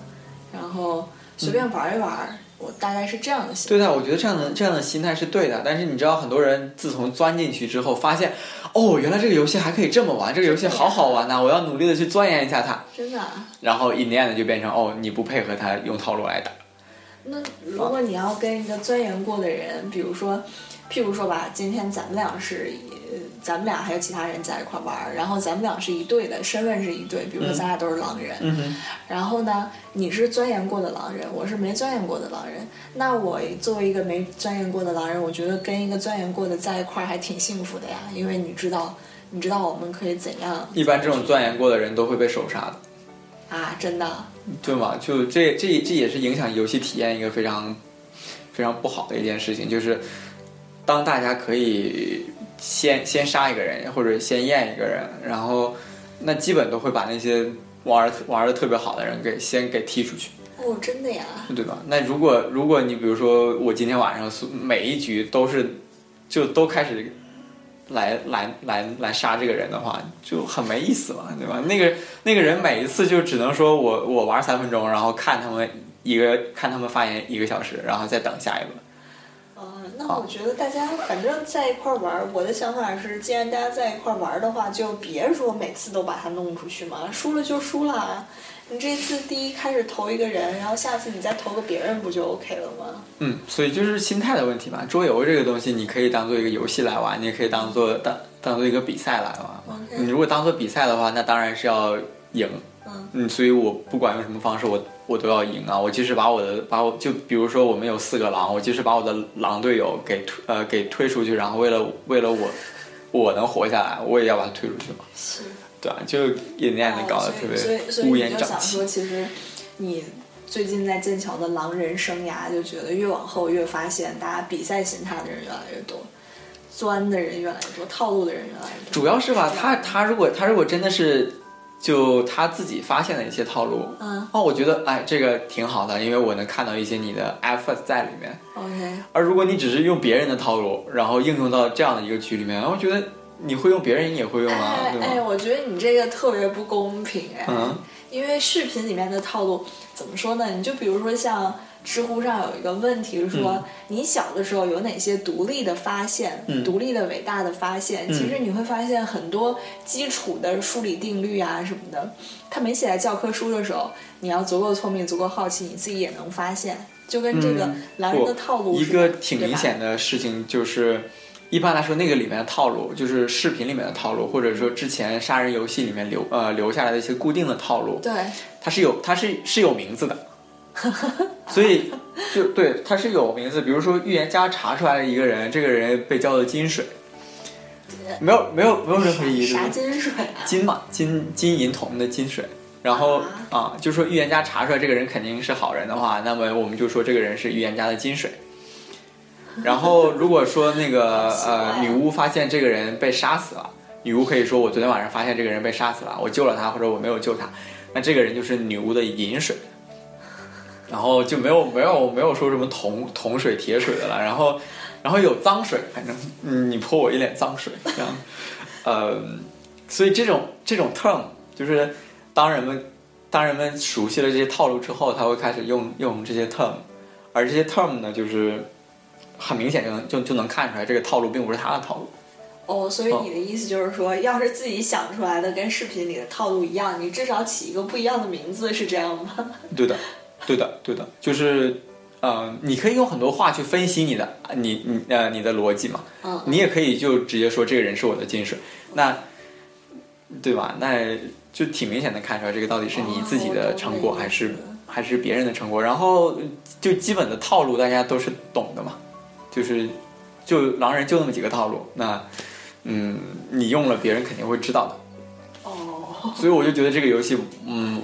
Speaker 4: 然后随便玩一玩，我大概是这样的心态。
Speaker 5: 嗯对的，我觉得这样的这样的心态是对的，但是你知道，很多人自从钻进去之后，发现，哦，原来这个游戏还可以这么玩，这个游戏好好玩呐、我要努力的去钻研一下它。
Speaker 4: 真的、啊。
Speaker 5: 然后 in the end 就变成，哦，你不配合他用套路来打。
Speaker 4: 那如果你要跟一个钻研过的人，比如说，譬如说吧，今天咱们俩是一，呃咱们俩还有其他人在一块玩儿，然后咱们俩是一队的，身份是一队，比如说咱俩都是狼人，
Speaker 5: 哼
Speaker 4: 然后呢，你是钻研过的狼人，我是没钻研过的狼人，那我作为一个没钻研过的狼人，我觉得跟一个钻研过的在一块儿还挺幸福的呀，因为你知道，你知道我们可以怎样
Speaker 5: 一般这种钻研过的人都会被手杀的，
Speaker 4: 啊，真的，
Speaker 5: 对吗？就这这这也是影响游戏体验一个非常非常不好的一件事情，就是当大家可以先先杀一个人或者先验一个人，然后那基本都会把那些玩的玩的特别好的人给先给踢出去，
Speaker 4: 哦，真的呀，
Speaker 5: 对吧？那如果如果你比如说我今天晚上所每一局都是就都开始来来来来杀这个人的话，就很没意思嘛，对吧？那个那个人每一次就只能说我我玩三分钟，然后看他们一个看他们发言一个小时，然后再等下一轮。
Speaker 4: 啊，那我觉得大家反正在一块儿玩儿，我的想法是，既然大家在一块儿玩儿的话，就别说每次都把它弄出去嘛，输了就输了啊。你这次第一开始投一个人，然后下次你再投个别人，不就 OK 了吗？
Speaker 5: 嗯，所以就是心态的问题嘛。桌游这个东西，你可以当做一个游戏来玩，你也可以当做当当做一个比赛来玩嘛。
Speaker 4: OK
Speaker 5: 你如果当做比赛的话，那当然是要赢。
Speaker 4: 嗯
Speaker 5: 所以我不管用什么方式，我我都要赢啊！我即使把我的把我就比如说我们有四个狼，我即使把我的狼队友给推呃给推出去，然后为了为了我我能活下来，我也要把他推出去嘛。
Speaker 4: 是。
Speaker 5: 对啊，就也那样子搞得特
Speaker 4: 啊哎所以所
Speaker 5: 别
Speaker 4: 以
Speaker 5: 乌
Speaker 4: 所以
Speaker 5: 烟
Speaker 4: 你就
Speaker 5: 瘴
Speaker 4: 想
Speaker 5: 气
Speaker 4: 说，。其实你最近在剑桥的狼人生涯，就觉得越往后越发现，大家比赛心态的人越来越多，钻的人越来越多，套路的人越来越多。
Speaker 5: 主要是吧，他他如果他如果真的是就他自己发现的一些套路。
Speaker 4: 嗯
Speaker 5: 哦，我觉得哎，这个挺好的，因为我能看到一些你的 effort 在里面。
Speaker 4: ，OK，
Speaker 5: 而如果你只是用别人的套路，然后应用到这样的一个局里面，我觉得你会用，别人也会用啊，
Speaker 4: 哎
Speaker 5: 对
Speaker 4: 哎，
Speaker 5: 吗？
Speaker 4: 我觉得你这个特别不公平哎，
Speaker 5: 嗯
Speaker 4: 因为视频里面的套路怎么说呢？你就比如说像知乎上有一个问题说，
Speaker 5: 嗯
Speaker 4: 你小的时候有哪些独立的发现、
Speaker 5: 嗯
Speaker 4: 独立的伟大的发现？
Speaker 5: 嗯
Speaker 4: 其实你会发现很多基础的数理定律啊什么的，它没写在教科书的时候，你要足够聪明、足够好奇，你自己也能发现。就跟这个
Speaker 5: 嗯
Speaker 4: 狼人的套路
Speaker 5: 一
Speaker 4: 似的
Speaker 5: 个挺明，
Speaker 4: 对吧
Speaker 5: 显的事情就是，一般来说那个里面的套路，就是视频里面的套路，或者说之前杀人游戏里面留呃留下来的一些固定的套路，
Speaker 4: 对，
Speaker 5: 它是有它是是有名字的，所以就对它是有名字。比如说预言家查出来了一个人，这个人被叫做金水，没有没有没有任何意义，对
Speaker 4: 啥
Speaker 5: 吧
Speaker 4: 金水啊？
Speaker 5: 金嘛，金金银铜的金水。然后啊，就说预言家查出来这个人肯定是好人的话，那么我们就说这个人是预言家的金水。 然后如果说那个
Speaker 4: 奇怪啊
Speaker 5: 呃女巫发现这个人被杀死了，女巫可以说我昨天晚上发现这个人被杀死了，我救了他或者我没有救他，那这个人就是女巫的银水。然后就没有没有没有说什么铜铜水铁水的了，然后 然后有脏水，反正嗯你泼我一脸脏水这样，呃，所以这种这种 term 就是当人们当人们熟悉了这些套路之后，他会开始用用这些 term，而这些 term 呢，就是很明显就能就就能看出来这个套路并不是他的套路。
Speaker 4: 哦，所以你的意思就是说，要是自己想出来的跟视频里的套路一样，你至少起一个不一样的名字，是这样吗？
Speaker 5: 对的，对的，对的，就是，呃，你可以用很多话去分析你的你你呃你的逻辑嘛，
Speaker 4: 嗯
Speaker 5: 你也可以就直接说这个人是我的金水，那，对吧？那就挺明显的看出来这个到底是你自己的成果、
Speaker 4: 哦我懂
Speaker 5: 还是
Speaker 4: 你的意思
Speaker 5: 还是别人的成果，然后就基本的套路大家都是懂的嘛，就是就狼人就那么几个套路，那嗯，你用了别人肯定会知道的。
Speaker 4: 哦，
Speaker 5: 所以我就觉得这个游戏，嗯，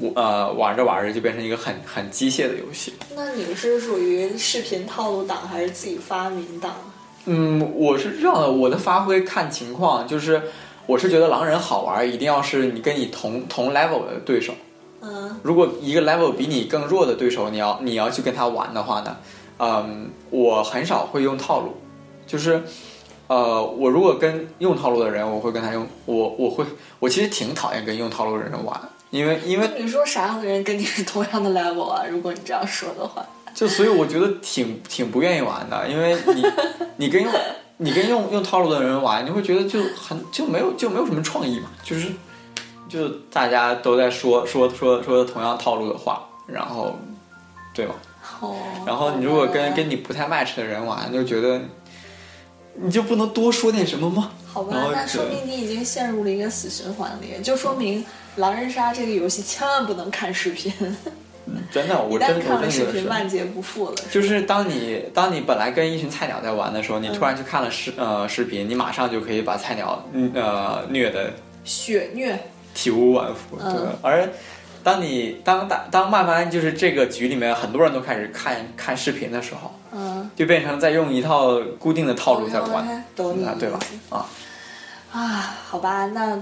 Speaker 5: 我呃玩着玩着就变成一个很很机械的游戏。
Speaker 4: 那你是属于视频套路党还是自己发明党？
Speaker 5: 嗯，我是这样的，我的发挥看情况，就是我是觉得狼人好玩，一定要是你跟你同同 level 的对手。
Speaker 4: 嗯，
Speaker 5: 如果一个 level 比你更弱的对手，你要你要去跟他玩的话呢，嗯，我很少会用套路，就是，呃，我如果跟用套路的人，我会跟他用，我我会，我其实挺讨厌跟用套路的人玩，因为因为
Speaker 4: 那你说啥样的人跟你是同样的 level 啊？如果你这样说的话，
Speaker 5: 就所以我觉得挺挺不愿意玩的，因为 你你跟用你跟用用套路的人玩，你会觉得就很就没有就没有什么创意嘛，就是就大家都在说说说说同样套路的话，然后对吧？
Speaker 4: 哦，
Speaker 5: 然后你如果跟跟你不太 match 的人玩，就觉得你就不能多说点什么吗？
Speaker 4: 好吧
Speaker 5: 然，后
Speaker 4: 那
Speaker 5: 是
Speaker 4: 说明你已经陷入了一个死循环里，就说明狼人杀这个游戏千万不能看视频，
Speaker 5: 真的，我
Speaker 4: 一
Speaker 5: 真
Speaker 4: 旦
Speaker 5: 我真
Speaker 4: 看
Speaker 5: 的
Speaker 4: 了
Speaker 5: 觉
Speaker 4: 视
Speaker 5: 得
Speaker 4: 频
Speaker 5: 是。
Speaker 4: 万劫不复了。
Speaker 5: 就是当你当你本来跟一群菜鸟在玩的时候，你
Speaker 4: 嗯
Speaker 5: 突然去看了视、呃视频，你马上就可以把菜鸟嗯呃虐的
Speaker 4: 血虐，
Speaker 5: 体无完肤，
Speaker 4: 嗯
Speaker 5: 对吧？而当你当大当慢慢就是这个局里面很多人都开始看看视频的时候，
Speaker 4: 嗯，
Speaker 5: 就变成在用一套固定的套路在
Speaker 4: OK，
Speaker 5: 玩，
Speaker 4: 懂你
Speaker 5: 啊，对吧？啊，
Speaker 4: 啊，好吧，那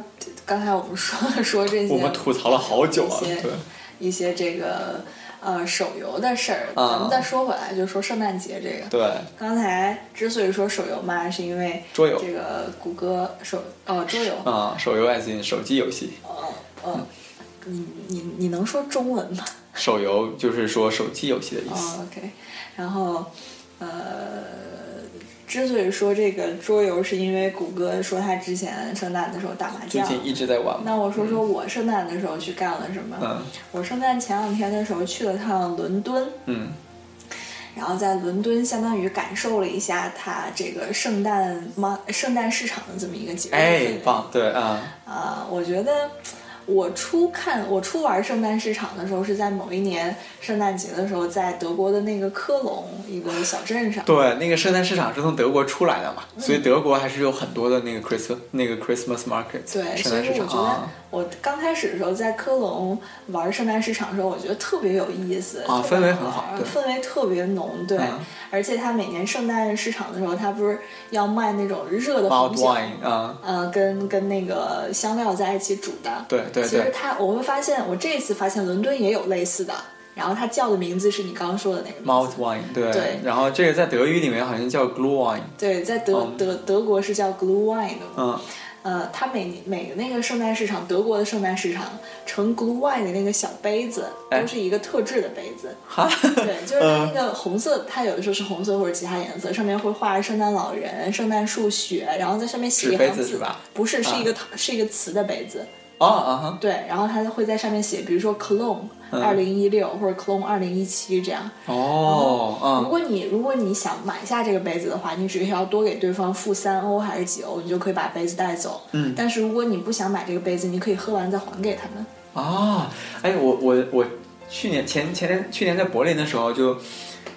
Speaker 4: 刚才我们说了说这些，
Speaker 5: 我们吐槽了好久啊，
Speaker 4: 一些
Speaker 5: 对，
Speaker 4: 一些这个呃手游的事儿，
Speaker 5: 啊
Speaker 4: 咱们再说回来，就说圣诞节这个。
Speaker 5: 对，
Speaker 4: 刚才之所以说手游嘛，是因为
Speaker 5: 桌游
Speaker 4: 这个谷歌手哦桌游，
Speaker 5: 啊、手游 as in 手机游戏，
Speaker 4: 嗯，你你你能说中文吗？
Speaker 5: 手游就是说手机游戏的意
Speaker 4: 哦
Speaker 5: 思，
Speaker 4: ，OK，然后呃，之所以说这个桌游，是因为谷歌说他之前圣诞的时候打麻
Speaker 5: 最
Speaker 4: 将。
Speaker 5: 近一直在玩嘛，
Speaker 4: 那我说说我圣诞的时候去干了什么？
Speaker 5: 嗯
Speaker 4: 我圣诞前两天的时候去了趟伦敦，
Speaker 5: 嗯
Speaker 4: 然后在伦敦相当于感受了一下它这个圣诞吗？圣诞市场的这么一个节日氛
Speaker 5: 哎
Speaker 4: 围，
Speaker 5: 棒，对啊。
Speaker 4: 啊、我觉得我初看我初玩圣诞市场的时候是在某一年圣诞节的时候，在德国的那个科隆一个小镇上。
Speaker 5: 对，那个圣诞市场是从德国出来的嘛，
Speaker 4: 嗯
Speaker 5: 所以德国还是有很多的那个 Christmas 那个 Christmas market
Speaker 4: 对，
Speaker 5: 圣
Speaker 4: 所以
Speaker 5: 诞市
Speaker 4: 说我
Speaker 5: 场
Speaker 4: 觉得
Speaker 5: 啊
Speaker 4: 我刚开始的时候在科隆玩圣诞市场的时候，我觉得特别有意思
Speaker 5: 啊
Speaker 4: 特别
Speaker 5: 氛围
Speaker 4: 好
Speaker 5: 很好
Speaker 4: 玩
Speaker 5: 对
Speaker 4: 氛围特别浓，对。
Speaker 5: 嗯
Speaker 4: 而且它每年圣诞市场的时候，它不是要卖那种热的
Speaker 5: Mild
Speaker 4: 红酒，
Speaker 5: wine 啊、
Speaker 4: 呃，跟跟那个香料在一起煮的。
Speaker 5: 对对
Speaker 4: 其实
Speaker 5: 对，
Speaker 4: 它我会发现，我这次发现伦敦也有类似的，然后它叫的名字是你刚刚说的那个
Speaker 5: m
Speaker 4: 名
Speaker 5: u
Speaker 4: 字
Speaker 5: t。wine 对，
Speaker 4: 对
Speaker 5: 然后这个在德语里面好像叫 glue wine，
Speaker 4: 对，在德、
Speaker 5: 嗯
Speaker 4: 德德国是叫 glue wine 的。
Speaker 5: 嗯，
Speaker 4: 呃，它每每个那个圣诞市场，德国的圣诞市场盛 glue wine 的那个小杯子，
Speaker 5: 哎
Speaker 4: 都是一个特制的杯子。
Speaker 5: 哈，呃
Speaker 4: 对，就是它那个红色，它有的时候是红色或者其他颜色，上面会画圣诞老人、圣诞树雪，然后在上面写一
Speaker 5: 纸杯
Speaker 4: 行
Speaker 5: 子
Speaker 4: 字
Speaker 5: 是吧
Speaker 4: 不是，是
Speaker 5: 啊
Speaker 4: 一个、是一个瓷的杯子。
Speaker 5: 哦啊哈，
Speaker 4: 对，然后它会在上面写，比如说 cologne
Speaker 5: 嗯
Speaker 4: 二零一六或者 cologne 二零一七这样。如
Speaker 5: 哦，
Speaker 4: 果你如果你想买下这个杯子的话，你只需要多给对方付三欧还是几欧，你就可以把杯子带走。
Speaker 5: 嗯
Speaker 4: 但是如果你不想买这个杯子，你可以喝完再还给他们。
Speaker 5: 嗯，啊，哎，我我我去年前前年去年在柏林的时候就。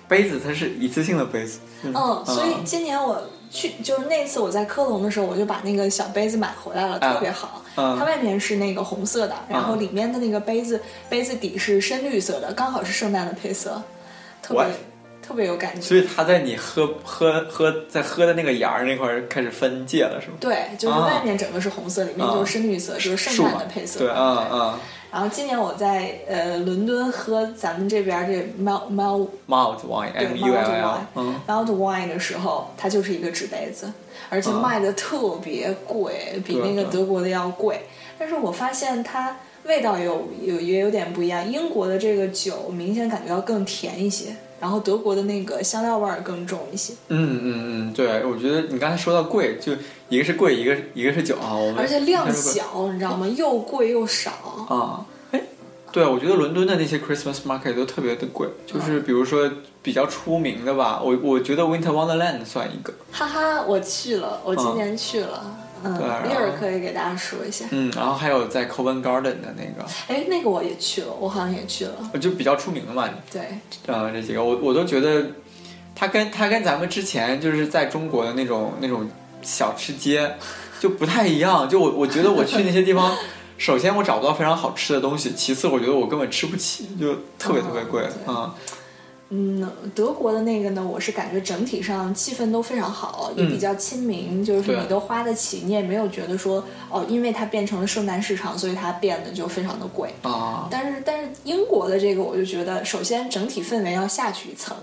Speaker 5: 杯子它是一次性的杯子，嗯
Speaker 4: 嗯，所以今年我去就是那次我在科隆的时候，我就把那个小杯子买回来了，
Speaker 5: 啊
Speaker 4: 特别好。
Speaker 5: 嗯
Speaker 4: 它外面是那个红色的，然后里面的那个杯子杯子底是深绿色的，刚好是圣诞的配色，特别
Speaker 5: What？
Speaker 4: 特别有感觉。
Speaker 5: 所以它在你喝喝喝在喝的那个芽儿那块儿开始分界了，是吗？
Speaker 4: 对，就是
Speaker 5: 啊
Speaker 4: 外面整个是红色，里面就是深绿色，就是
Speaker 5: 树
Speaker 4: 圣诞
Speaker 5: 嘛
Speaker 4: 的配，色。
Speaker 5: 对，啊啊
Speaker 4: 然后今年我在呃伦敦喝咱们这边儿这 Mel Mel
Speaker 5: ，malt wine
Speaker 4: 对
Speaker 5: M U L
Speaker 4: Mild
Speaker 5: L，嗯
Speaker 4: Wine，Mild Wine 的时候，它就是一个纸杯子，而且
Speaker 5: 嗯
Speaker 4: 卖的特别贵，比
Speaker 5: 对
Speaker 4: 那个
Speaker 5: 对
Speaker 4: 德国的要贵。但是我发现它味道有有也有点不一样，英国的这个酒明显感觉到更甜一些，然后德国的那个香料味儿更重一些，
Speaker 5: 嗯嗯嗯，对，我觉得你刚才说到贵，就一个是贵，一个一个是酒啊，我们
Speaker 4: 而且量
Speaker 5: 还是贵
Speaker 4: 小，你知道吗？又贵又少。
Speaker 5: 啊，哎，对，我觉得伦敦的那些 Christmas market 都特别的贵，就是
Speaker 4: 嗯
Speaker 5: 比如说比较出名的吧，我我觉得 Winter Wonderland 算一个，
Speaker 4: 哈哈，我去了，我今
Speaker 5: 嗯
Speaker 4: 年去了。嗯，
Speaker 5: 对然
Speaker 4: 一会儿
Speaker 5: 后
Speaker 4: 可以给大家说一下。
Speaker 5: 嗯，然后还有在 Covent Garden 的那个，
Speaker 4: 哎，那个我也去了，我好像也去了。
Speaker 5: 就比较出名的嘛，
Speaker 4: 对，
Speaker 5: 啊、这几个我我都觉得，它跟它跟咱们之前就是在中国的那种那种小吃街就不太一样。就我我觉得我去那些地 方，首先我找不到非常好吃的东西，其次我觉得我根本吃不起，就特别特别贵
Speaker 4: 哦对
Speaker 5: 啊、
Speaker 4: 嗯，德国的那个呢，我是感觉整体上气氛都非常好，也比较亲民，就是
Speaker 5: 对
Speaker 4: 你都花得起，你也没有觉得说哦，因为它变成了圣诞市场，所以它变得就非常的贵。
Speaker 5: 啊
Speaker 4: 但是但是英国的这个，我就觉得首先整体氛围要下去一层，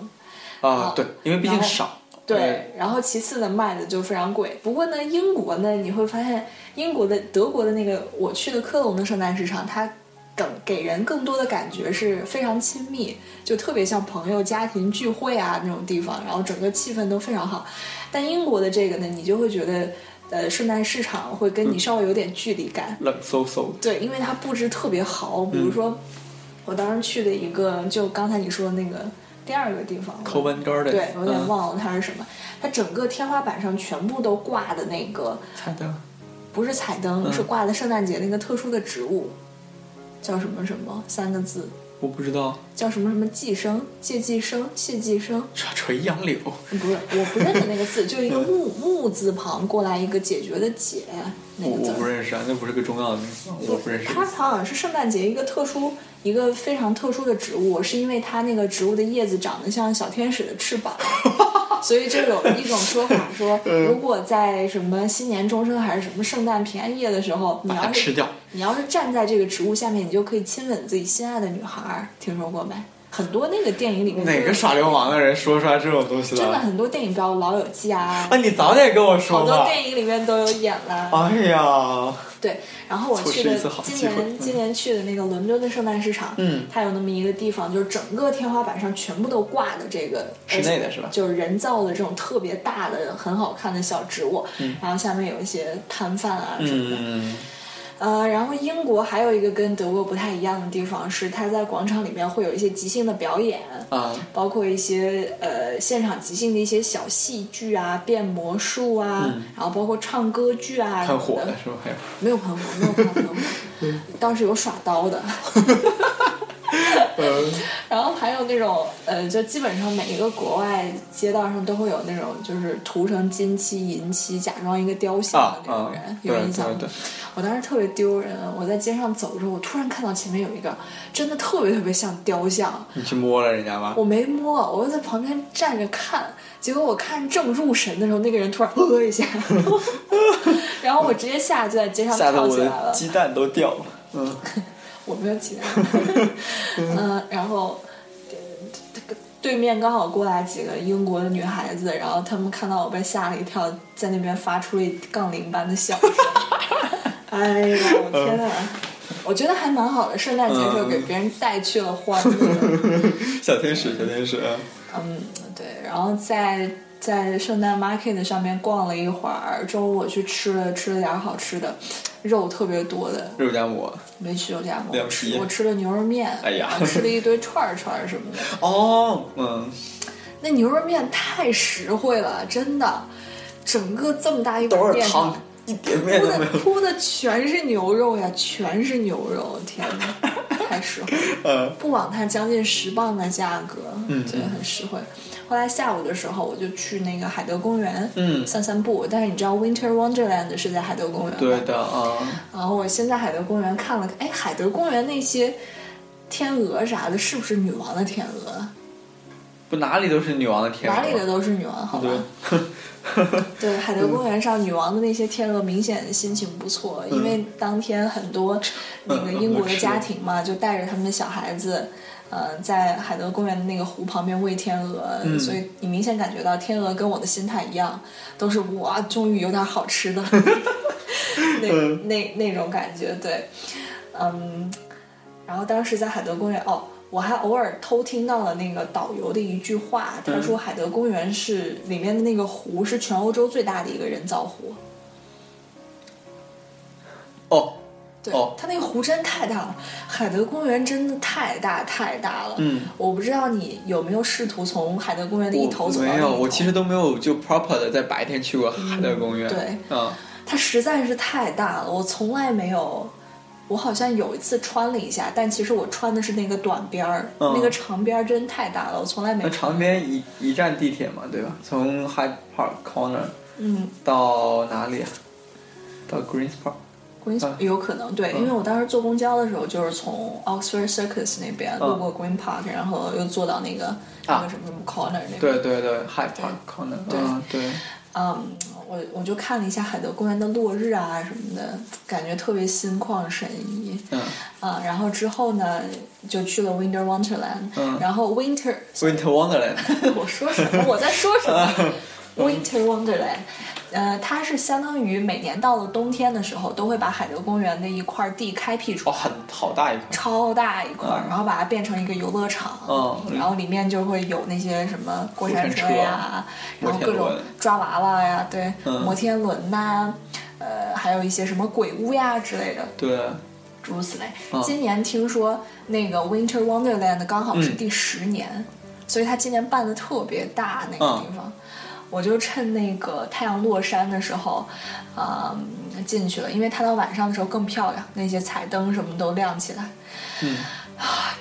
Speaker 5: 啊！对，因为毕竟
Speaker 4: 哦然后
Speaker 5: 少。
Speaker 4: 对，然后其次呢，卖的就非常贵。不过呢，英国呢，你会发现英国的、德国的那个我去的科隆的圣诞市场，它更给人更多的感觉是非常亲密，就特别像朋友、家庭聚会啊那种地方，然后整个气氛都非常好。但英国的这个呢，你就会觉得，呃，圣诞市场会跟你稍微有点距离感。
Speaker 5: 冷飕飕。
Speaker 4: 对，因为它布置特别好，比如说我当时去的一个，就刚才你说的那个第二个地方
Speaker 5: Covent Garden，
Speaker 4: 对，我有点
Speaker 5: 嗯
Speaker 4: 忘了它是什么。它整个天花板上全部都挂的那个
Speaker 5: 猜的
Speaker 4: 不是彩灯，
Speaker 5: 嗯
Speaker 4: 是挂的圣诞节那个特殊的植物，叫什么什么三个字，
Speaker 5: 我不知道，
Speaker 4: 叫什么什么寄生，借寄生，谢寄生，嗯
Speaker 5: 垂杨柳
Speaker 4: 不是，我不认得那个字，就是一
Speaker 5: 嗯
Speaker 4: 个木木字旁过来一个解决的解那
Speaker 5: 我
Speaker 4: 个字
Speaker 5: 我
Speaker 4: 儿。
Speaker 5: 不认识啊，那不是个重要的名字，我不认识。
Speaker 4: 它好像是圣诞节一个特殊、一个非常特殊的植物，是因为它那个植物的叶子长得像小天使的翅 膀，所以就有一种说法说，
Speaker 5: 嗯
Speaker 4: 如果在什么新年钟声还是什么圣诞平安夜的时候，你
Speaker 5: 把它
Speaker 4: 要
Speaker 5: 吃
Speaker 4: 是
Speaker 5: 掉，
Speaker 4: 你要是站在这个植物下面，你就可以亲吻自己心爱的女孩儿，听说过没？很多那个电影里面
Speaker 5: 哪
Speaker 4: 都
Speaker 5: 个
Speaker 4: 有
Speaker 5: 耍流氓的人说出来这种东西
Speaker 4: 真的
Speaker 5: 来？
Speaker 4: 很多电影，比如《老友记》啊
Speaker 5: 啊，，你早点跟我说
Speaker 4: 好
Speaker 5: 吧。
Speaker 4: 多电影里面都有演啦。
Speaker 5: 哎呀，
Speaker 4: 对，然后我
Speaker 5: 错
Speaker 4: 去
Speaker 5: 失一
Speaker 4: 的
Speaker 5: 次好
Speaker 4: 今
Speaker 5: 机会
Speaker 4: 年
Speaker 5: 嗯
Speaker 4: 今年去的那个伦敦的圣诞市场，
Speaker 5: 嗯
Speaker 4: 它有那么一个地方，就是整个天花板上全部都挂的这个
Speaker 5: 室内的是吧
Speaker 4: 就是人造的这种特别大的、很好看的小植物，然后下面有一些摊贩啊什么的。
Speaker 5: 嗯，
Speaker 4: 呃，然后英国还有一个跟德国不太一样的地方是，它在广场里面会有一些即兴的表演。
Speaker 5: 啊，
Speaker 4: 包括一些呃现场即兴的一些小戏剧啊，变魔术啊，然后包括唱歌剧啊，
Speaker 5: 很嗯火的是吧？还有
Speaker 4: 没有喷火，没有看到喷火，倒是有耍刀的。
Speaker 5: 嗯
Speaker 4: 然后还有那种呃，就基本上每一个国外街道上都会有那种，就是涂成金漆、银漆，假装一个雕像
Speaker 5: 啊
Speaker 4: 的那种
Speaker 5: 啊
Speaker 4: 人，，有
Speaker 5: 对
Speaker 4: 印象吗？
Speaker 5: 对对，
Speaker 4: 我当时特别丢人，我在街上走着，我突然看到前面有一个真的特别特别像雕像，
Speaker 5: 你去摸了人家吗？
Speaker 4: 我没摸，我就在旁边站着看，结果我看正入神的时候，那个人突然呃一下， 然后我直接下来就在街上
Speaker 5: 吓得
Speaker 4: 跳
Speaker 5: 我
Speaker 4: 起来
Speaker 5: 的
Speaker 4: 了，
Speaker 5: 鸡蛋都掉了。嗯，
Speaker 4: 我没有起来， 嗯，然后。呃这个对面刚好过来几个英国的女孩子，然后她们看到我被吓了一跳，在那边发出了一杠铃般的笑声。哎呀，我天哪！我觉得还蛮好的，圣诞节时候给别人带去了欢乐。
Speaker 5: 小天使，小天使，嗯
Speaker 4: 嗯，对，然后在在圣诞 market 上面逛了一会儿，中午我去吃了吃了点儿好吃的，肉特别多的，
Speaker 5: 肉夹馍。
Speaker 4: 没去肉夹馍，
Speaker 5: 两
Speaker 4: 我吃
Speaker 5: 皮
Speaker 4: 我吃了牛肉面，
Speaker 5: 哎呀
Speaker 4: 然后吃了一堆串儿串儿什 么的，
Speaker 5: 哦，嗯，
Speaker 4: 那牛肉面太实惠了，真的，整个这么大一
Speaker 5: 都
Speaker 4: 碗
Speaker 5: 是
Speaker 4: 面
Speaker 5: 汤
Speaker 4: 上。，
Speaker 5: 一点面
Speaker 4: 铺
Speaker 5: 都没
Speaker 4: 的
Speaker 5: 有。
Speaker 4: 铺的全是牛肉呀，全是牛肉！天哪，太实惠了。
Speaker 5: 嗯
Speaker 4: 不枉它将近十磅的价格，
Speaker 5: 嗯
Speaker 4: 觉得很实惠。后来下午的时候，我就去那个海德公园，
Speaker 5: 嗯
Speaker 4: 散散步。但是你知道 Winter Wonderland 是在海德公园，
Speaker 5: 对。的啊，
Speaker 4: 然后我先在海德公园看了看，哎，海德公园那些天鹅啥的，是不是女王的天鹅？
Speaker 5: 不哪里都是女王的天鹅啊吗，
Speaker 4: 哪里的都是女王，好吧？
Speaker 5: 对，
Speaker 4: 对，海德公园上女王的那些天鹅明显心情不错，
Speaker 5: 嗯
Speaker 4: 因为当天很多那个英国的家庭嘛，就带着他们的小孩子，呃，在海德公园的那个湖旁边喂天鹅，
Speaker 5: 嗯
Speaker 4: 所以你明显感觉到天鹅跟我的心态一样，都是哇，终于有点好吃的，那那那种感觉，对，嗯，然后当时在海德公园，哦，我还偶尔偷听到了那个导游的一句话，他说海德公园是里面的那个湖是全欧洲最大的一个人造湖。
Speaker 5: 哦，
Speaker 4: 对，
Speaker 5: 哦
Speaker 4: 它那个湖真太大了，海德公园真的太大太大了。
Speaker 5: 嗯，
Speaker 4: 我不知道你有没有试图从海德公园的一头
Speaker 5: 我
Speaker 4: 走到
Speaker 5: 没
Speaker 4: 另一
Speaker 5: 有，
Speaker 4: 头
Speaker 5: 我其实都没有就 proper 的在白天去过海德公园。
Speaker 4: 嗯
Speaker 5: 啊，
Speaker 4: 它实在是太大了，我从来没有。我好像有一次穿了一下，但其实我穿的是那个短边儿，
Speaker 5: 嗯
Speaker 4: 那个长边儿真太大了，我从来没
Speaker 5: 那
Speaker 4: 穿。
Speaker 5: 长边一一站地铁嘛，对吧？从 Hyde Park Corner
Speaker 4: 嗯，
Speaker 5: 到哪里啊？到 Greens Park。
Speaker 4: Green
Speaker 5: 啊
Speaker 4: 有可能对，因为我当时坐公交的时候，就是从 Oxford Circus 那边
Speaker 5: 嗯啊
Speaker 4: 路过 Green Park，然后又坐到那个那个什么什么 corner 那边
Speaker 5: 对。对对，Hyde Park Corner。
Speaker 4: 对
Speaker 5: 嗯，对。
Speaker 4: 嗯，我我就看了一下海德公园的落日啊什么的，感觉特别心旷神怡。
Speaker 5: 嗯
Speaker 4: 啊，然后之后呢，就去了 Winter Wonderland，、
Speaker 5: 嗯
Speaker 4: 然后 Winter，
Speaker 5: ，Winter Wonderland。
Speaker 4: 我说什么？我在说什 么？Winter Wonderland，呃，它是相当于每年到了冬天的时候，都会把海德公园的一块地开辟出
Speaker 5: 哦，
Speaker 4: 来。
Speaker 5: 很好大一块。
Speaker 4: 超大一块儿，
Speaker 5: 嗯
Speaker 4: 然后把它变成一个游乐场，
Speaker 5: 嗯嗯
Speaker 4: 然后里面就会有那些什么过山车呀，
Speaker 5: 过
Speaker 4: 然后
Speaker 5: 山车
Speaker 4: 各种
Speaker 5: 嗯摩天轮
Speaker 4: 抓娃娃呀，对，
Speaker 5: 嗯
Speaker 4: 摩天轮呐、呃，还有一些什么鬼屋呀之类的，
Speaker 5: 对。啊
Speaker 4: 诸如此类。
Speaker 5: 嗯
Speaker 4: 今年听说那个 Winter Wonderland 刚好是
Speaker 5: 嗯
Speaker 4: 第十年，所以它今年办的特别大那个
Speaker 5: 嗯
Speaker 4: 地方。我就趁那个太阳落山的时候，啊、进去了，因为它到晚上的时候更漂亮，那些彩灯什么都亮起来。啊
Speaker 5: 嗯，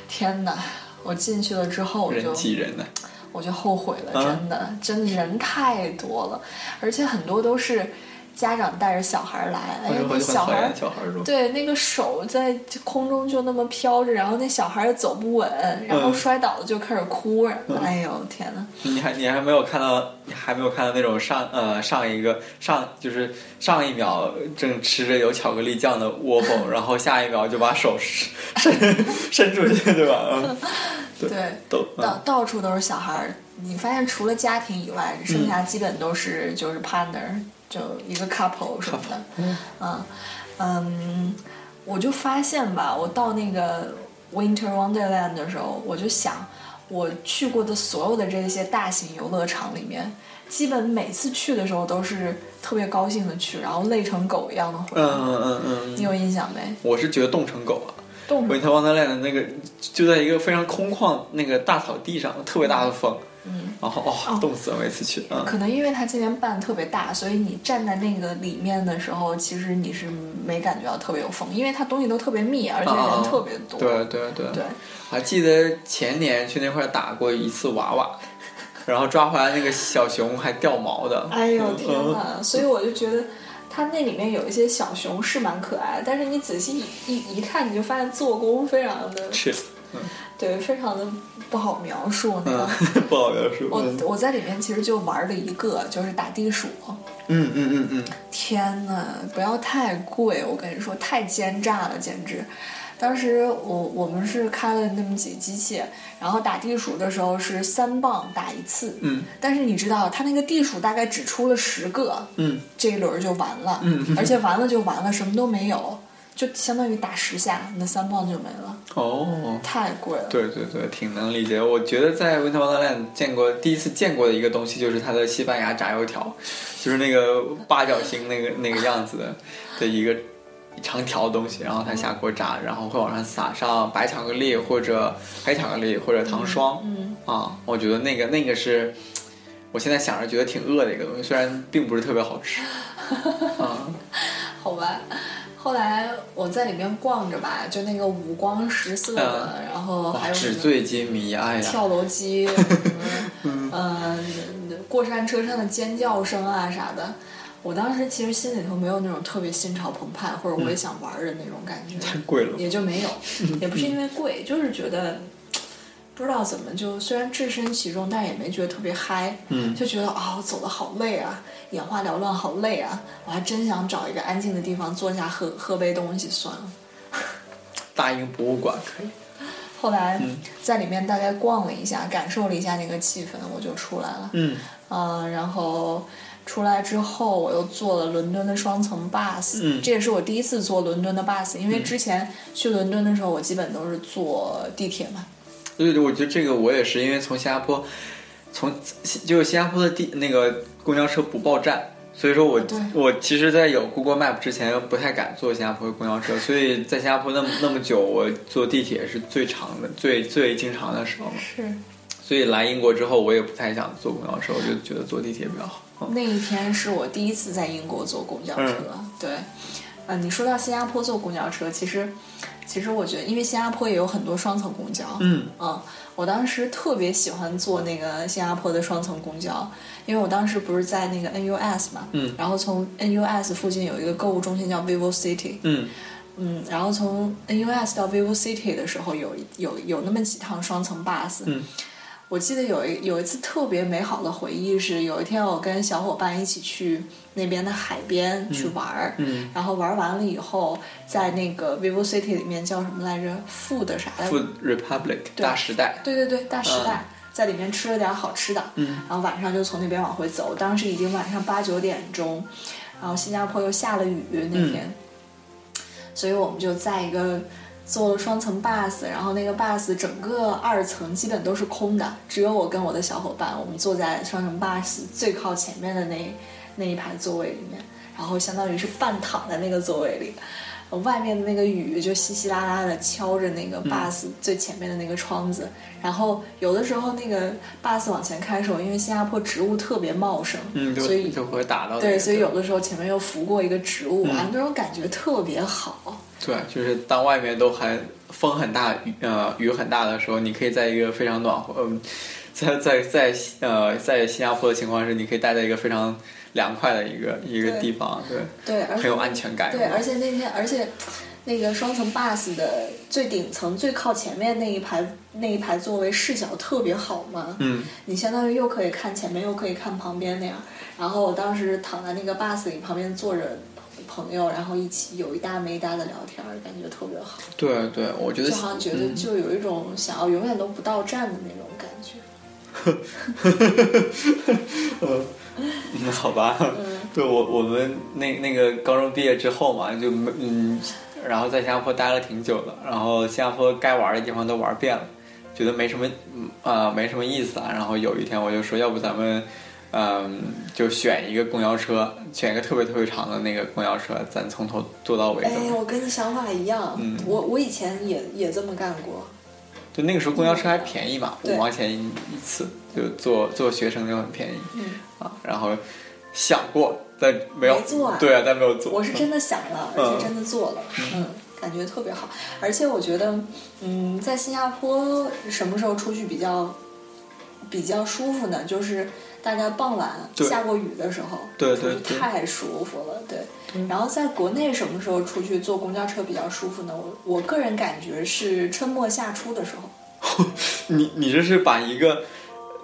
Speaker 4: 天哪！我进去了之后，我
Speaker 5: 人
Speaker 4: 就
Speaker 5: 挤人呢。
Speaker 4: 我就后悔了，
Speaker 5: 啊
Speaker 4: 真的，真的人太多了，而且很多都是家长带着小孩来，哎
Speaker 5: 我
Speaker 4: 呀
Speaker 5: 就，
Speaker 4: 那
Speaker 5: 很
Speaker 4: 小
Speaker 5: 讨
Speaker 4: 孩儿
Speaker 5: 厌小孩儿说。
Speaker 4: 对，那个手在空中就那么飘着，然后那小孩也走不稳，然后
Speaker 5: 嗯
Speaker 4: 摔倒了就开始哭，哎呦天呐，
Speaker 5: 你还你还没有看到，你还没有看到那种上呃上一个上就是上一秒正吃着有巧克力酱的窝蜂，然后下一秒就把手伸 伸伸出去，对吧？嗯， 对
Speaker 4: 对，
Speaker 5: 都
Speaker 4: 到
Speaker 5: 嗯
Speaker 4: 到处都是小孩儿，你发现除了家庭以外，剩下基本都是就是 partner，就一个 couple 什么的，嗯嗯，我就发现吧，我到那个 Winter Wonderland 的时候，我就想，我去过的所有的这些大型游乐场里面，基本每次去的时候都是特别高兴的去，然后累成狗一样的回来。
Speaker 5: 嗯嗯嗯
Speaker 4: 你
Speaker 5: 嗯，
Speaker 4: 有印象没？
Speaker 5: 我是觉得冻成狗啊。
Speaker 4: 动
Speaker 5: Winter Wonderland 的那个就在一个非常空旷那个大草地上，特别大的风，嗯，然后哦，冻死了，每次去，嗯，
Speaker 4: 可能因为它今年办得特别大，所以你站在那个里面的时候，其实你是没感觉到特别有风，因为它东西都特别密，而且人特别多。
Speaker 5: 啊哦对对对
Speaker 4: 对，
Speaker 5: 还记得前年去那块儿打过一次娃娃，然后抓回来那个小熊还掉毛的。
Speaker 4: 哎呦
Speaker 5: 嗯
Speaker 4: 天哪！所以我就觉得。它那里面有一些小熊是蛮可爱，但是你仔细一一一看，你就发现做工非常的
Speaker 5: 嗯是，
Speaker 4: 对，非常的不好描述那个。
Speaker 5: 嗯， 不好描述。
Speaker 4: 我
Speaker 5: 嗯
Speaker 4: 我在里面其实就玩了一个，就是打地鼠。
Speaker 5: 嗯嗯嗯
Speaker 4: 天呐，不要太贵，我跟你说，太奸诈了，简直！当时我我们是开了那么几机器，然后打地鼠的时候是三棒打一次，
Speaker 5: 嗯
Speaker 4: 但是你知道，它那个地鼠大概只出了十个，
Speaker 5: 嗯
Speaker 4: 这一轮儿就完了，
Speaker 5: 嗯嗯
Speaker 4: 而且完了就完了，什么都没有，就相当于打十下，你的三棒就没了，
Speaker 5: 嗯，哦。
Speaker 4: 太贵了。
Speaker 5: 对对对，挺能理解。我觉得在《Winter Wonderland》见过第一次见过的一个东西，就是它的西班牙炸油条，就是那个八角星那个那个样子的的一个一长条的东西，然后它下锅炸，然后会往上撒上白巧克力或者黑巧克力或者糖霜。
Speaker 4: 嗯，
Speaker 5: 啊，我觉得那个那个是我现在想着觉得挺饿的一个东西，虽然嗯并不是特别好吃。啊，
Speaker 4: 好吧。后来我在里面逛着吧，就那个五光十色的，然后还
Speaker 5: 嗯哇，
Speaker 4: 有什
Speaker 5: 纸
Speaker 4: 么
Speaker 5: 醉金迷，哎呀，
Speaker 4: 跳楼 机，嗯、呃，过山车上的尖叫声啊啥的。我当时其实心里头没有那种特别心潮澎湃，或者我也想玩儿的那种感觉，
Speaker 5: 太贵了。
Speaker 4: 也就没有， 也不是因为贵，就是觉得不知道怎么就虽然置身其中，但也没觉得特别嗨，
Speaker 5: 嗯
Speaker 4: 就觉得啊、我走的好累啊，眼花缭乱好累啊，我还真想找一个安静的地方坐下喝喝杯东西算了。
Speaker 5: 大英博物馆可以。
Speaker 4: 后来
Speaker 5: 嗯
Speaker 4: 在里面大概逛了一下，感受了一下那个气氛，我就出来了。
Speaker 5: 嗯
Speaker 4: 嗯、然后出来之后，我又坐了伦敦的双层 bus，、
Speaker 5: 嗯
Speaker 4: 这也是我第一次坐伦敦的 bus，因为之前去伦敦的时候，我基本都是坐地铁嘛。
Speaker 5: 对对，我觉得这个我也是，因为从新加坡，从就是新加坡的地那个公交车不报站，所以说我
Speaker 4: 对
Speaker 5: 我其实，在有 Google Map 之前不太敢坐新加坡的公交车，所以在新加坡那么那么久，我坐地铁是最长的、最最经常的时候嘛。
Speaker 4: 是
Speaker 5: 所以来英国之后，我也不太想坐公交车，我就觉得坐地铁比较好。嗯
Speaker 4: 那一天是我第一次在英国坐公交车。对，呃，你说到新加坡坐公交车，其实其实我觉得，因为新加坡也有很多双层公交，
Speaker 5: 嗯
Speaker 4: 嗯，我当时特别喜欢坐那个新加坡的双层公交，因为我当时不是在那个 NUS 嘛，
Speaker 5: 嗯
Speaker 4: 然后从 NUS 附近有一个购物中心叫 Vivo City，
Speaker 5: 嗯
Speaker 4: 嗯，然后从 NUS 到 Vivo City 的时候有，有有那么几趟双层 bus，
Speaker 5: 嗯
Speaker 4: 我记得有一有一次特别美好的回忆是，有一天我跟小伙伴一起去那边的海边去玩儿，
Speaker 5: 嗯，
Speaker 4: 然后玩完了以后，在那个 vivo city 里面叫什么来着？Food 啥来着
Speaker 5: Food Republic
Speaker 4: 对
Speaker 5: 大时代，
Speaker 4: 对对对，大时代。在里面吃了点好吃的，
Speaker 5: 嗯
Speaker 4: 然后晚上就从那边往回走。当时已经晚上八九点钟，然后新加坡又下了雨那天，所以我们就在一个坐双层 bus，然后那个 bus 整个二层基本都是空的，只有我跟我的小伙伴，我们坐在双层 bus 最靠前面的那那一排座位里面，然后相当于是半躺在那个座位里，外面的那个雨就稀稀拉拉的敲着那个
Speaker 5: 嗯
Speaker 4: bus 最前面的那个窗子，然后有的时候那个 bus 往前开的时候，因为新加坡植物特别茂盛，
Speaker 5: 嗯，
Speaker 4: 所以
Speaker 5: 就就会打到那
Speaker 4: 对，
Speaker 5: 个
Speaker 4: 所以有的时候前面又拂过一个植物啊，
Speaker 5: 嗯
Speaker 4: 那种感觉特别好。
Speaker 5: 对，就是当外面都还风很大、雨呃雨很大的时候，你可以在一个非常暖和，嗯、在在在呃在新加坡的情况是，你可以待在一个非常凉快的一个一个
Speaker 4: 对
Speaker 5: 地方，对，
Speaker 4: 对，而
Speaker 5: 很有安全感。
Speaker 4: 对，而且那天，而且那个双层 bus 的最顶层最靠前面那一排那一排座位视角特别好嘛，
Speaker 5: 嗯
Speaker 4: 你相当于又可以看前面，又可以看旁边那样。然后我当时躺在那个 bus 里，旁边坐着朋友，然后一起有一搭没一搭的聊天儿，感觉特别好，
Speaker 5: 对对，我觉得
Speaker 4: 就好像觉得
Speaker 5: 嗯
Speaker 4: 就有一种想要永远都不到站的那种感觉。
Speaker 5: 嗯， 好吧，对我我们那那个高中毕业之后嘛，就没嗯，然后在新加坡待了挺久的，然后新加坡该玩的地方都玩遍了，觉得没什么嗯啊、没什么意思啊。然后有一天我就说，要不咱们嗯就选一个公交车，选一个特别特别长的那个公交车，咱从头坐到尾怎
Speaker 4: 哎，
Speaker 5: 么？
Speaker 4: 我跟你想法一样，
Speaker 5: 嗯
Speaker 4: 我我以前也也这么干过。
Speaker 5: 就那个时候公交车还便宜嘛，
Speaker 4: 对
Speaker 5: 五毛钱一一次，就坐坐学生就很便宜。
Speaker 4: 嗯
Speaker 5: 啊，然后想过，但没有
Speaker 4: 没做啊
Speaker 5: 对啊，但没有做。
Speaker 4: 我是真的想了，而
Speaker 5: 嗯
Speaker 4: 且真的做了，嗯，感觉特别好。而且我觉得，嗯，在新加坡什么时候出去比较比较舒服呢？就是大概傍晚
Speaker 5: 对
Speaker 4: 下过雨的时候，
Speaker 5: 对
Speaker 4: 出去
Speaker 5: 对对
Speaker 4: 太舒服了，对。然后在国内什么时候出去坐公交车比较舒服呢？我我个人感觉是春末夏初的时候。
Speaker 5: 你你这是把一个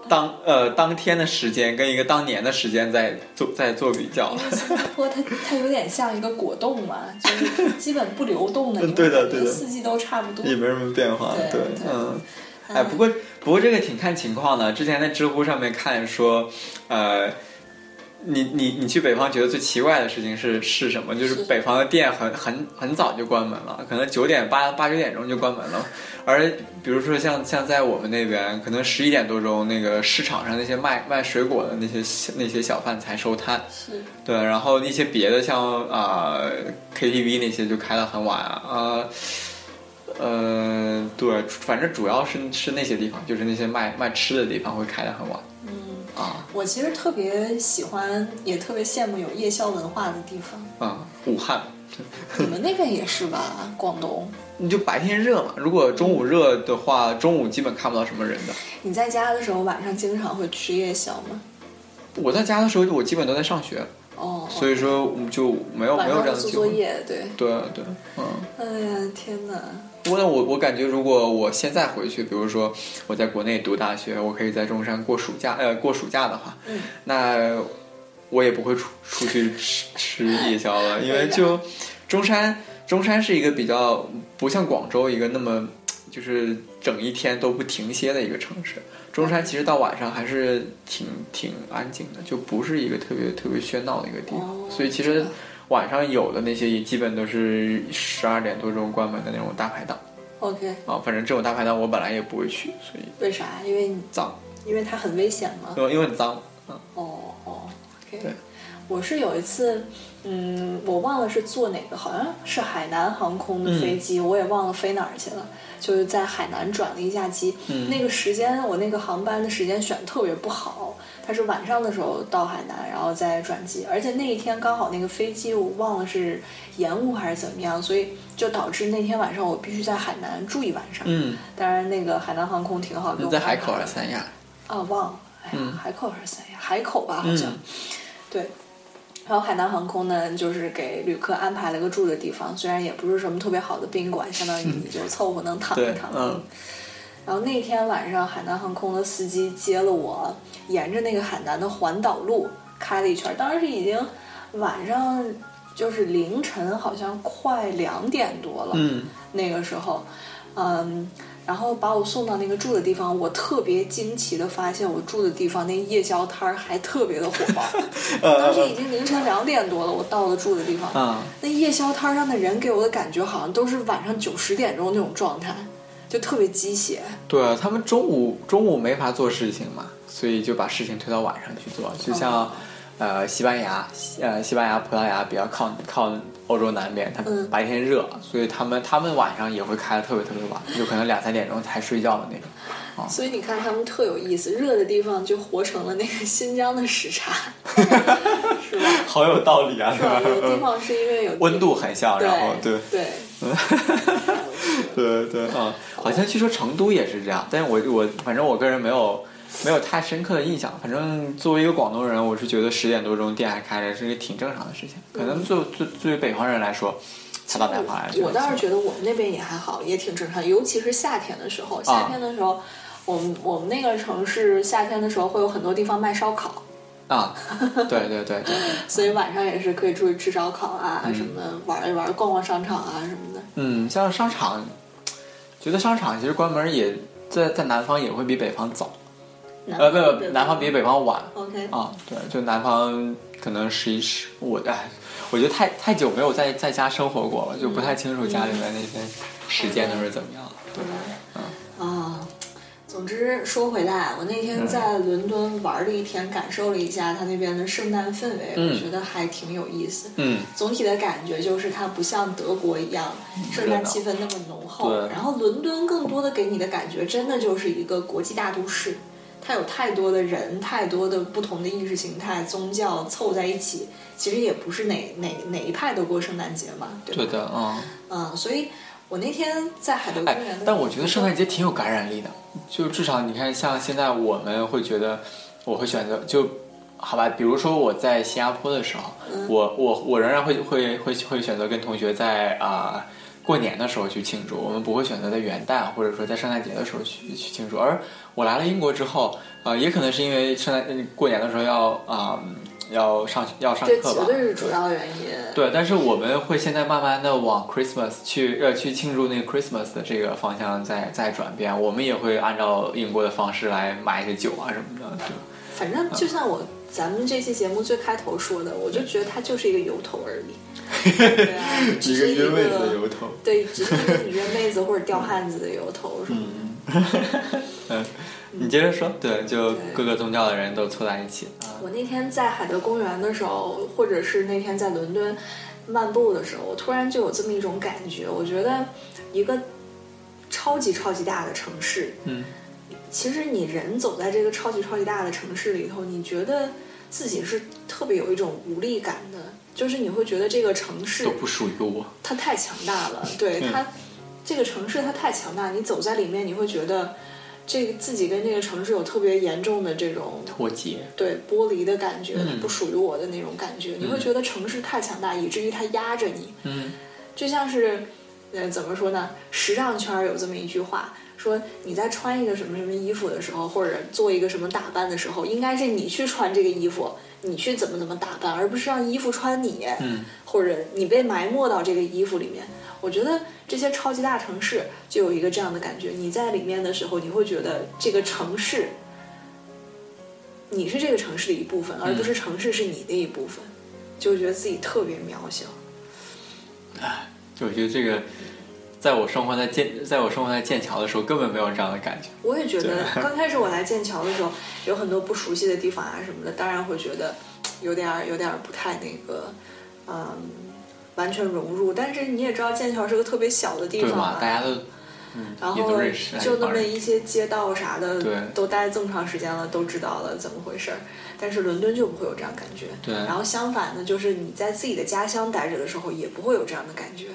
Speaker 5: 当呃当天的时间跟一个当年的时间在做在做比较了。
Speaker 4: 新加坡 它它有点像一个果冻嘛，就是基本不流动的，你
Speaker 5: 对的
Speaker 4: 感觉
Speaker 5: 对的
Speaker 4: 四季都差不多。
Speaker 5: 也没什么变化。
Speaker 4: 对对
Speaker 5: 嗯，哎，不过不过这个挺看情况的。之前在知乎上面看说，呃，你你你去北方觉得最奇怪的事情是是什么？就是
Speaker 4: 是
Speaker 5: 北方的店很很很早就关门了，可能九点八八九点钟就关门了。而比如说像像在我们那边，可能十一点多钟，那个市场上那些卖卖水果的那些小那些小贩才收摊。
Speaker 4: 是
Speaker 5: 对，然后一些别的像啊、呃 KTV 那些就开的很晚啊，呃呃，对，反正主要是是那些地方，就是那些卖卖吃的地方会开的很晚
Speaker 4: 嗯，
Speaker 5: 啊
Speaker 4: 我其实特别喜欢，也特别羡慕有夜宵文化的地方。
Speaker 5: 啊、武汉，
Speaker 4: 你们那边也是吧？广东，
Speaker 5: 你就白天热嘛，如果中午热的话，中午基本看不到什么人的。
Speaker 4: 你在家的时候晚上经常会吃夜宵吗？
Speaker 5: 我在家的时候，我基本都在上学，
Speaker 4: 哦，
Speaker 5: 所以说我们就没有
Speaker 4: 晚
Speaker 5: 没有
Speaker 4: 上会
Speaker 5: 这样的
Speaker 4: 做
Speaker 5: 机
Speaker 4: 作
Speaker 5: 会。
Speaker 4: 业，对。
Speaker 5: 对对，嗯。
Speaker 4: 哎呀，天哪！
Speaker 5: 不过呢，我我感觉，如果我现在回去，比如说我在国内读大学，我可以在中山过暑假，呃，过暑假的话，
Speaker 4: 嗯
Speaker 5: 那我也不会出出去吃吃夜宵 了，因为就中山中山是一个比较不像广州一个那么就是整一天都不停歇的一个城市。中山其实到晚上还是挺挺安静的，就不是一个特别特别喧闹的一个地方，
Speaker 4: 哦
Speaker 5: 所以其实晚上有的那些也基本都是十二点多钟关门的那种大排档。
Speaker 4: OK，
Speaker 5: 啊，反正这种大排档我本来也不会去，所以
Speaker 4: 为啥？因为你
Speaker 5: 脏，
Speaker 4: 因为它很危险吗？
Speaker 5: 因为因为很脏。嗯
Speaker 4: 哦哦，OK
Speaker 5: 对。
Speaker 4: 我是有一次，嗯，我忘了是坐哪个，好像是海南航空
Speaker 5: 嗯
Speaker 4: 的飞机，我也忘了飞哪儿去了。就是在海南转了一下机，
Speaker 5: 嗯
Speaker 4: 那个时间我那个航班的时间选得特别不好，它是晚上的时候到海南，然后再转机，而且那一天刚好那个飞机我忘了是延误还是怎么样，所以就导致那天晚上我必须在海南住一晚上。
Speaker 5: 嗯，
Speaker 4: 当然那个海南航空挺好，给
Speaker 5: 那
Speaker 4: 我
Speaker 5: 在
Speaker 4: 安
Speaker 5: 海
Speaker 4: 排
Speaker 5: 口还
Speaker 4: 了
Speaker 5: 是三亚？
Speaker 4: 啊，忘了，哎呀，
Speaker 5: 嗯
Speaker 4: 海口还是三亚，海口吧，好像，
Speaker 5: 嗯
Speaker 4: 对。然后海南航空呢，就是给旅客安排了个住的地方，虽然也不是什么特别好的宾馆，相当于你就凑合能躺一
Speaker 5: 嗯对
Speaker 4: 躺。
Speaker 5: 嗯
Speaker 4: 然后那天晚上，海南航空的司机接了我，沿着那个海南的环岛路开了一圈儿。当时已经晚上，就是凌晨，好像快两点多了。
Speaker 5: 嗯，
Speaker 4: 那个时候，嗯，然后把我送到那个住的地方，我特别惊奇的发现，我住的地方那夜宵摊儿还特别的火 爆。
Speaker 5: 嗯
Speaker 4: 当时已经凌晨两点多了，我到了住的地方，
Speaker 5: 啊，
Speaker 4: 那夜宵摊儿上的人给我的感觉好像都是晚上九十点钟那种状态，就特别鸡血。
Speaker 5: 对啊他们中午中午没法做事情嘛，所以就把事情推到晚上去做，就像。呃，西班牙，西呃，西班牙、葡萄牙比较靠靠欧洲南边，他们
Speaker 4: 嗯
Speaker 5: 白天热，所以他们他们晚上也会开的特别特别晚，有可能两三点钟才睡觉的那种。
Speaker 4: 所以你看，他们特有意思，热的地方就活成了那个新疆的时差， 是吧？
Speaker 5: 好有道理啊，
Speaker 4: 是吧？有地方是因为有地
Speaker 5: 温度很像，
Speaker 4: 对
Speaker 5: 然后对，
Speaker 4: 对，
Speaker 5: 对对啊，好像据说成都也是这样，但是我我反正我个人没有没有太深刻的印象。反正作为一个广东人，我是觉得十点多钟店还开着是一个挺正常的事情。可能作作作为北方人来说，他到南方来
Speaker 4: 我倒是觉
Speaker 5: 得
Speaker 4: 得我们那边也还好，也挺正常，尤其是夏天的时
Speaker 5: 啊
Speaker 4: 候。夏天的时候，我们我们那个城市夏天的时候会有很多地方卖烧烤，
Speaker 5: 啊，对对对对，
Speaker 4: 所以晚上也是可以出去吃烧烤啊，
Speaker 5: 嗯
Speaker 4: 什么玩一玩、逛逛商场啊什么的。
Speaker 5: 嗯，像商场，觉得商场其实关门也在在南方也会比北方早，呃，不不，南方比北方晚，
Speaker 4: OK，
Speaker 5: 啊，对，就南方可能十一十，我哎，我觉得太太久没有在在家生活过了，就不嗯太清楚家里面那些时间都是怎么样。对，
Speaker 4: 啊，总之说回来，我那
Speaker 5: 嗯
Speaker 4: 天在伦敦玩了一天，感受了一下他那边的圣诞氛围，
Speaker 5: 嗯
Speaker 4: 我觉得还挺有意思。
Speaker 5: 嗯，
Speaker 4: 总体的感觉就是它不像德国一样圣
Speaker 5: 热
Speaker 4: 诞
Speaker 5: 闹
Speaker 4: 气氛那么浓厚，
Speaker 5: 对
Speaker 4: 然后伦敦更多的给你的感觉真的就是一个国际大都市，它有太多的人，太多的不同的意识形态、宗教凑在一起，其实也不是哪哪哪一派都过圣诞节嘛，对吧？
Speaker 5: 对的，嗯，
Speaker 4: 嗯，所以我那天在海德公
Speaker 5: 哎
Speaker 4: 园的时候，，
Speaker 5: 但我觉得圣诞节挺有感染力的，就至少你看，像现在我们会觉得，我会选择就，好吧，比如说我在新加坡的时候，
Speaker 4: 嗯
Speaker 5: 我我我仍然会会会会选择跟同学在啊、过年的时候去庆祝，我们不会选择在元旦或者说在圣诞节的时候去去庆祝。而我来了英国之后，啊，也可能是因为圣诞嗯过年的时候要啊、要上要上
Speaker 4: 这
Speaker 5: 课吧
Speaker 4: 绝，对是主要原因。
Speaker 5: 对，但是我们会现在慢慢的往 Christmas 去呃去庆祝那个 Christmas 的这个方向在在转变，我们也会按照英国的方式来买一些酒啊什么的，对，
Speaker 4: 反正就像我咱们这期节目最开头说的，我就觉得它就是一个由头 而已。对啊，只是一个
Speaker 5: 头。
Speaker 4: 对，只是一个你约妹子或者钓汉子的由头，是吧？
Speaker 5: 嗯，你接着说，对，就
Speaker 4: 对
Speaker 5: 各个宗教的人都凑在一起啊，
Speaker 4: 我那天在海德公园的时候，或者是那天在伦敦漫步的时候，我突然就有这么一种感觉，我觉得一个超级超级大的城市，
Speaker 5: 嗯，
Speaker 4: 其实你人走在这个超级超级大的城市里头，你觉得自己是特别有一种无力感的，就是你会觉得这个城市
Speaker 5: 都不属于我。
Speaker 4: 它太强大了，对
Speaker 5: 嗯
Speaker 4: 它这个城市它太强大，你走在里面你会觉得这个自己跟这个城市有特别严重的这种
Speaker 5: 脱节，
Speaker 4: 对剥离的感觉，
Speaker 5: 嗯
Speaker 4: 不属于我的那种感觉，你会觉得城市太强大，以至于它压着你，
Speaker 5: 嗯，
Speaker 4: 就像是，呃，怎么说呢？时尚圈儿有这么一句话，说你在穿一个什么什么衣服的时候，或者做一个什么打扮的时候，应该是你去穿这个衣服，你去怎么怎么打扮，而不是让衣服穿你，
Speaker 5: 嗯，
Speaker 4: 或者你被埋没到这个衣服里面。我觉得这些超级大城市就有一个这样的感觉，你在里面的时候，你会觉得这个城市，你是这个城市的一部分，而不是
Speaker 5: 嗯
Speaker 4: 城市是你的一部分，就觉得自己特别渺小。
Speaker 5: 我觉得这个，在我生活在剑，在我生活在剑桥的时候，根本没有这样的感觉。
Speaker 4: 我也觉得，
Speaker 5: 对
Speaker 4: 刚开始我来剑桥的时候，有很多不熟悉的地方啊什么的，当然会觉得有点儿有点儿不太那个，嗯，完全融入。但是你也知道，剑桥是个特别小的地
Speaker 5: 对
Speaker 4: 方啊
Speaker 5: 嘛，
Speaker 4: 嘛，
Speaker 5: 大家都，嗯，
Speaker 4: 然
Speaker 5: 也
Speaker 4: 后
Speaker 5: 都认识，
Speaker 4: 就那
Speaker 5: 帮
Speaker 4: 么
Speaker 5: 人
Speaker 4: 一些街道啥的
Speaker 5: 对，
Speaker 4: 都待这么长时间了，都知道了怎么回事儿。但是伦敦就不会有这样感觉。
Speaker 5: 对
Speaker 4: 然后相反呢，就是你在自己的家乡待着的时候，也不会有这样的感觉。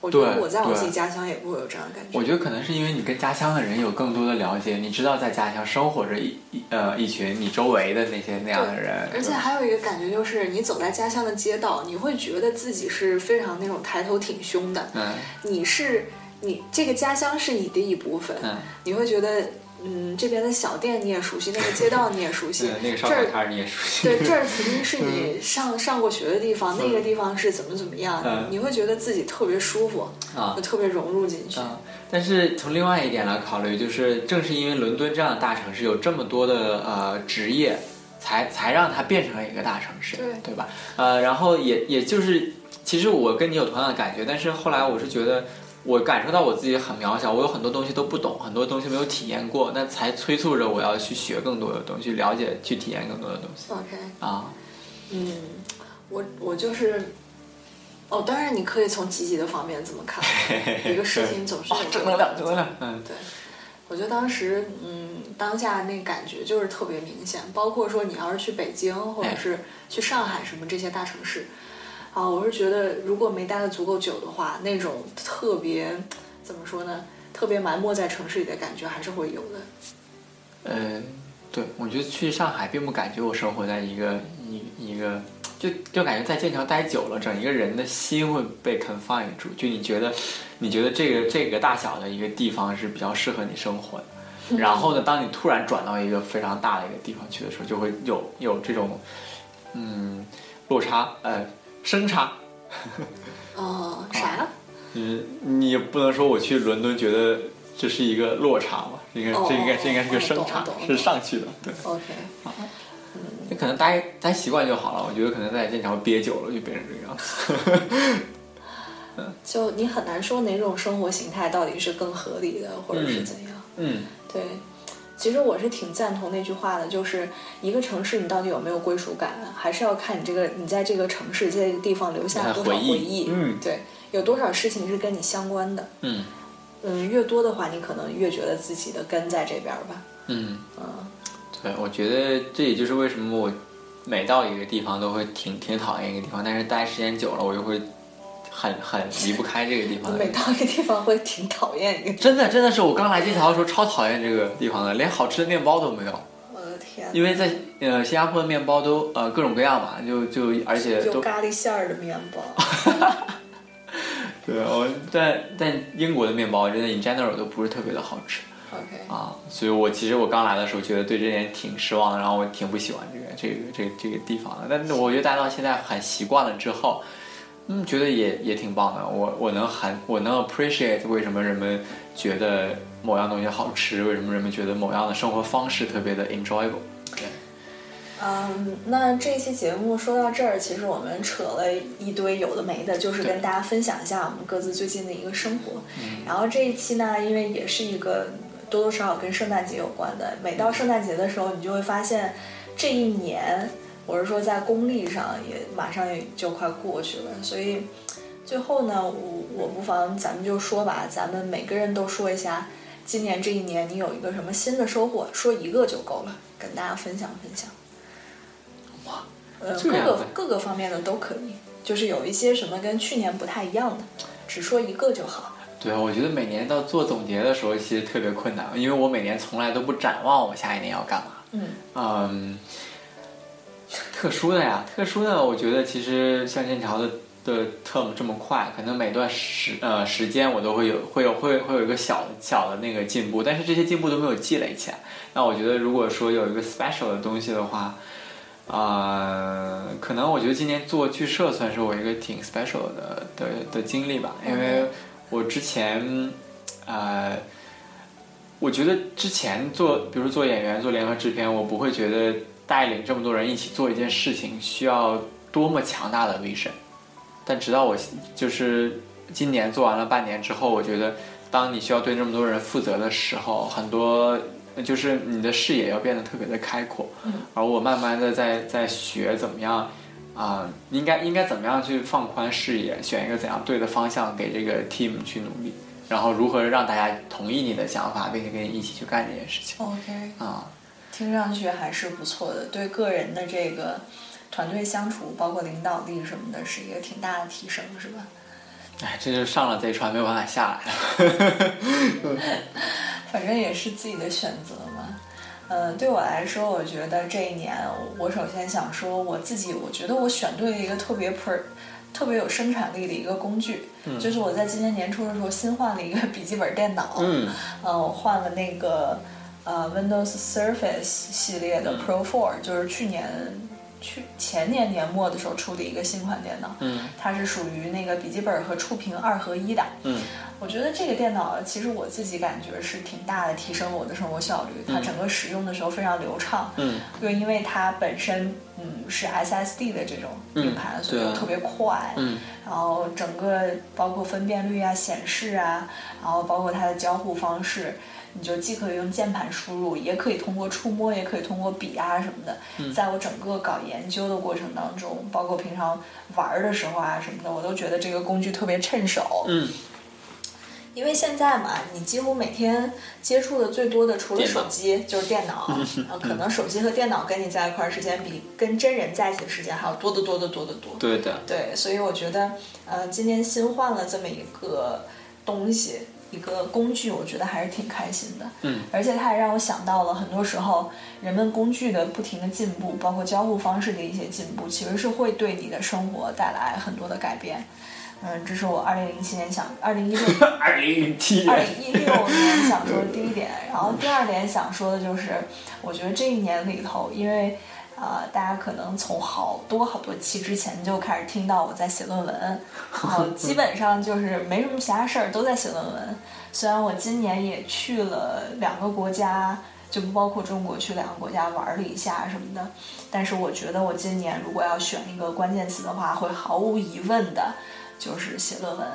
Speaker 4: 我觉得
Speaker 5: 对
Speaker 4: 我在我
Speaker 5: 对
Speaker 4: 自己家乡也不会有这样的感觉。
Speaker 5: 我觉得可能是因为你跟家乡的人有更多的了解，你知道在家乡生活着一一呃一群你周围的那些那样的人，
Speaker 4: 而且还有一个感觉就是，你走在家乡的街道，你会觉得自己是非常那种抬头挺胸的。
Speaker 5: 嗯
Speaker 4: 你是你这个家乡是你的一部分，
Speaker 5: 嗯，
Speaker 4: 你会觉得，嗯，这边的小店你也熟悉，那个街道你也熟悉
Speaker 5: 对，那
Speaker 4: 这
Speaker 5: 个烧烤
Speaker 4: 儿
Speaker 5: 摊儿你也熟悉，
Speaker 4: 对，这儿曾经是你上上过学的地方，那个地方是怎么怎么样，
Speaker 5: 嗯
Speaker 4: 你会觉得自己特别舒服，
Speaker 5: 啊
Speaker 4: 就特别融入进去。
Speaker 5: 啊，但是从另外一点来考虑，就是正是因为伦敦这样的大城市有这么多的呃职业，才才让它变成了一个大城市，
Speaker 4: 对
Speaker 5: 吧？呃，然后也也就是，其实我跟你有同样的感觉，但是后来我是觉得。我感受到我自己很渺小，我有很多东西都不懂，很多东西没有体验过，那才催促着我要去学更多的东西，去了解、去体验更多的东西
Speaker 4: OK，
Speaker 5: 啊。
Speaker 4: 嗯，我我就是。哦，当然，你可以从积极的方面这么 看，一个事情总是有
Speaker 5: 哦，正能量，正能量，嗯，
Speaker 4: 对，我觉得当时，嗯，当下那感觉就是特别明显，包括说你要是去北京或者
Speaker 5: 哎
Speaker 4: 是去上海什么这些大城市，啊，我是觉得如果没待的足够久的话，那种特别怎么说呢，特别埋没在城市里的感觉还是会有的。
Speaker 5: 呃，对，我觉得去上海并不感觉我生活在一个一一个，就就感觉在剑桥待久了，整一个人的心会被 confine 住。就你觉得，你觉得这个这个大小的一个地方是比较适合你生活的。然后呢，当你突然转到一个非常大的一个地方去的时候，就会有有这种，嗯，落差，呃，生差。
Speaker 4: 哦、啥呀？
Speaker 5: 嗯，你也不能说我去伦敦觉得这是一个落差吧，应该
Speaker 4: 哦
Speaker 5: 这应该这应该是个
Speaker 4: 哦
Speaker 5: 升
Speaker 4: 懂
Speaker 5: 差
Speaker 4: 懂，
Speaker 5: 是
Speaker 4: 懂
Speaker 5: 上去的，对。
Speaker 4: OK，
Speaker 5: 那可能待待习惯就好了。我觉得可能在剑桥憋久了就变成这个样子。
Speaker 4: 就你很难说哪种生活形态到底是更合理的，或者是
Speaker 5: 嗯
Speaker 4: 怎样。
Speaker 5: 嗯，
Speaker 4: 对，其实我是挺赞同那句话的，就是一个城市你到底有没有归属感啊，还是要看你这个你在这个城市在这个地方留下
Speaker 5: 看
Speaker 4: 多少
Speaker 5: 回忆
Speaker 4: 回忆，
Speaker 5: 嗯
Speaker 4: 对，有多少事情是跟你相关的，
Speaker 5: 嗯
Speaker 4: 嗯，越多的话，你可能越觉得自己的根在这边儿吧，
Speaker 5: 嗯，
Speaker 4: 嗯，
Speaker 5: 对，我觉得这也就是为什么我每到一个地方都会挺挺讨厌一个地方，但是待时间久了，我就会很很离不开这个地方的
Speaker 4: 每到一个地方会挺讨厌一个，
Speaker 5: 真的真的是我刚来这条的时候超讨厌这个地方的，连好吃的面包都没有。
Speaker 4: 我的天，
Speaker 5: 因为在呃新加坡的面包都呃各种各样嘛，就就而且
Speaker 4: 有
Speaker 5: 都
Speaker 4: 咖喱馅儿的面 包，
Speaker 5: 对我但但英国的面包真的 in general 都不是特别的好吃
Speaker 4: OK，
Speaker 5: 啊，所以我其实我刚来的时候觉得对这点挺失望的，然后我挺不喜欢这个这个这个、这个地方的，但是我觉得待到现在很习惯了之后。嗯，觉得也也挺棒的。我我能很我能 appreciate 为什么人们觉得某样东西好吃，为什么人们觉得某样的生活方式特别的 enjoyable。对，
Speaker 4: 嗯，那这期节目说到这儿，其实我们扯了一堆有的没的，就是
Speaker 5: 对
Speaker 4: 跟大家分享一下我们各自最近的一个生活。然后这一期呢，因为也是一个多多少少跟圣诞节有关的，每到圣诞节的时候，你就会发现这一年，我是说在公历上也马上也就快过去了，所以最后呢，我我不妨咱们就说吧，咱们每个人都说一下。今年这一年，你有一个什么新的收获？说一个就够了，跟大家分享分享。呃，
Speaker 5: 这
Speaker 4: 各
Speaker 5: 样
Speaker 4: 个
Speaker 5: 子
Speaker 4: 各个方面的都可以，就是有一些什么跟去年不太一样的，只说一个就好。
Speaker 5: 对，我觉得每年到做总结的时候，其实特别困难，因为我每年从来都不展望我下一年要干嘛。
Speaker 4: 嗯
Speaker 5: 嗯， 特殊的呀，特殊的，我觉得其实像剑桥的的 term 这么快，可能每段时呃时间我都会有会有会有会有一个小小的那个进步，但是这些进步都没有积累起来。那我觉得如果说有一个 special 的东西的话，啊、可能我觉得今年做剧社算是我一个挺 special 的的的经历吧，因为我之前，呃，我觉得之前做，比如做演员、做联合制片，我不会觉得带领这么多人一起做一件事情需要多么强大的 vision，但直到我就是今年做完了半年之后，我觉得当你需要对这么多人负责的时候，很多就是你的视野要变得特别的开阔。而我慢慢的在在学怎么样啊、应该应该怎么样去放宽视野，选一个怎样对的方向给这个 team 去努力，然后如何让大家同意你的想法，并且跟你一起去干这件事情
Speaker 4: ，OK，
Speaker 5: 啊、
Speaker 4: 听上去还是不错的，对个人的这个团队相处，包括领导力什么的，是一个挺大的提升，是吧？
Speaker 5: 哎，这就上了贼船，没有办法下来。
Speaker 4: 反正也是自己的选择嘛。呃，对我来说，我觉得这一年，我首先想说我自己，我觉得我选对了一个特别 per 特别有生产力的一个工具，就是我在今年年初的时候新换了一个笔记本电脑，
Speaker 5: 嗯，
Speaker 4: 呃，我换了那个呃 Windows Surface 系列
Speaker 5: 嗯
Speaker 4: 的 Pro 4，、就是去年去前年年末的时候出的一个新款电脑，
Speaker 5: 嗯
Speaker 4: 它是属于那个笔记本和触屏二合一的，
Speaker 5: 嗯
Speaker 4: 我觉得这个电脑其实我自己感觉是挺大的提升了我的生活效率，它整个使用的时候非常流畅，
Speaker 5: 嗯，
Speaker 4: 又因为它本身嗯是 SSD 的这种硬盘，
Speaker 5: 嗯
Speaker 4: 所以
Speaker 5: 对
Speaker 4: 就
Speaker 5: 啊
Speaker 4: 特别快，
Speaker 5: 嗯
Speaker 4: 然后整个包括分辨率啊、显示啊，然后包括它的交互方式，你就既可以用键盘输入，也可以通过触摸，也可以通过笔啊什么的。
Speaker 5: 嗯
Speaker 4: 在我整个搞研究的过程当中，包括平常玩儿的时候啊什么的，我都觉得这个工具特别趁手。
Speaker 5: 嗯，
Speaker 4: 因为现在嘛，你几乎每天接触的最多的除了
Speaker 5: 电脑
Speaker 4: 手机就是电脑，
Speaker 5: 嗯
Speaker 4: 啊可能手机和电脑跟你在一块儿时间比跟真人在一起的时间还要多得多得多得多。
Speaker 5: 对的，
Speaker 4: 对，所以我觉得，呃，今年新换了这么一个东西，一个工具，我觉得还是挺开心的。
Speaker 5: 嗯，
Speaker 4: 而且它也让我想到了，很多时候人们工具的不停的进步，包括交互方式的一些进步，其实是会对你的生活带来很多的改变。嗯，这是我二零零七年想，二零一六
Speaker 5: 二零零七
Speaker 4: 二零一六 年想说的第一点，然后第二点想说的就是，我觉得这一年里头，因为呃，大家可能从好多好多期之前就开始听到我在写论文，然 后基本上就是没什么其他事儿，都在写论文。虽然我今年也去了两个国家，就不包括中国，去两个国家玩了一下什么的，但是我觉得我今年如果要选一个关键词的话，会毫无疑问的，就是写论文。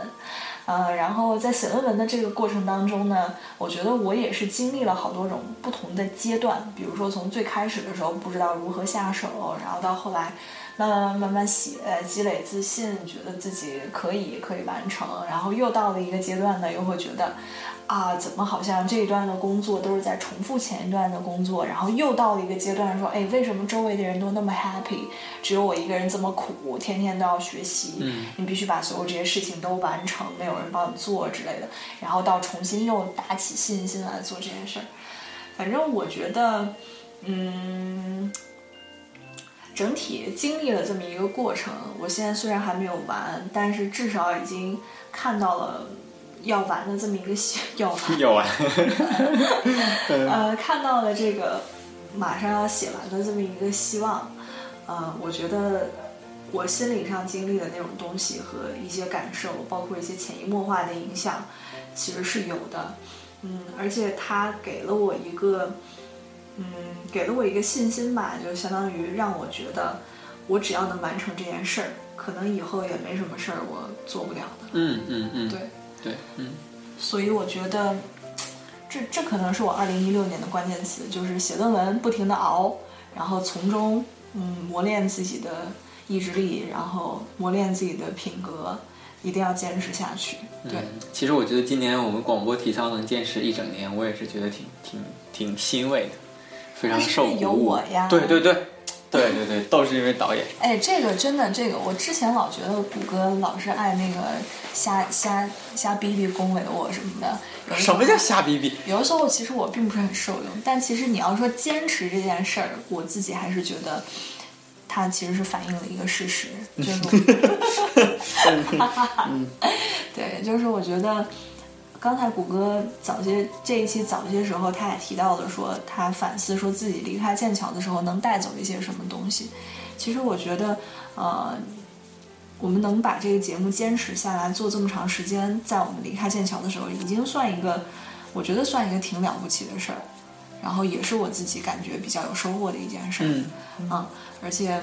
Speaker 4: 呃，然后在写论文的这个过程当中呢，我觉得我也是经历了好多种不同的阶段，比如说从最开始的时候不知道如何下手，然后到后来慢慢慢慢写，积累自信，觉得自己可以可以完成，然后又到了一个阶段呢，又会觉得。啊，怎么好像这一段的工作都是在重复前一段的工作，然后又到了一个阶段说，哎，为什么周围的人都那么 happy，只有我一个人这么苦，天天都要学习，你必须把所有这些事情都完成，没有人帮你做之类的，然后到重新又打起信心来做这件事儿。反正我觉得，嗯，整体经历了这么一个过程，我现在虽然还没有完，但是至少已经看到了要完的这么一个 希要完。
Speaker 5: 有啊，
Speaker 4: 呃，看到了这个马上要写完的这么一个希望，呃，我觉得我心理上经历的那种东西和一些感受，包括一些潜移默化的影响，其实是有的。嗯，而且它给了我一个，嗯，给了我一个信心吧，就相当于让我觉得，我只要能完成这件事儿，可能以后也没什么事儿我做不了的。
Speaker 5: 嗯嗯嗯，
Speaker 4: 对。
Speaker 5: 对，嗯
Speaker 4: 所以我觉得，这这可能是我二零一六年的关键词，就是写论文，不停的熬，然后从中嗯磨练自己的意志力，然后磨练自己的品格，一定要坚持下去。对，
Speaker 5: 嗯。其实我觉得今年我们广播体操能坚持一整年，我也是觉得挺挺挺欣慰的，非常
Speaker 4: 哎那是
Speaker 5: 受
Speaker 4: 因
Speaker 5: 鼓
Speaker 4: 为
Speaker 5: 舞。
Speaker 4: 有我呀
Speaker 5: 对对对，对对对，都是因为导演。
Speaker 4: 哎，这个真的，这个我之前老觉得谷歌老是爱那个瞎瞎瞎逼逼恭维我什么的，有的时
Speaker 5: 什
Speaker 4: 候
Speaker 5: 么叫瞎逼逼？
Speaker 4: 有的时候其实我并不是很受用，但其实你要说坚持这件事儿，我自己还是觉得它其实是反映了一个事实，就是我，对，就是我觉得刚才谷歌早些这一期早些时候他也提到了说，他反思说自己离开剑桥的时候能带走一些什么东西。其实我觉得，呃，我们能把这个节目坚持下来做这么长时间，在我们离开剑桥的时候，已经算一个，我觉得算一个挺了不起的事儿，然后也是我自己感觉比较有收获的一件事儿。
Speaker 5: 嗯
Speaker 4: 啊，而且，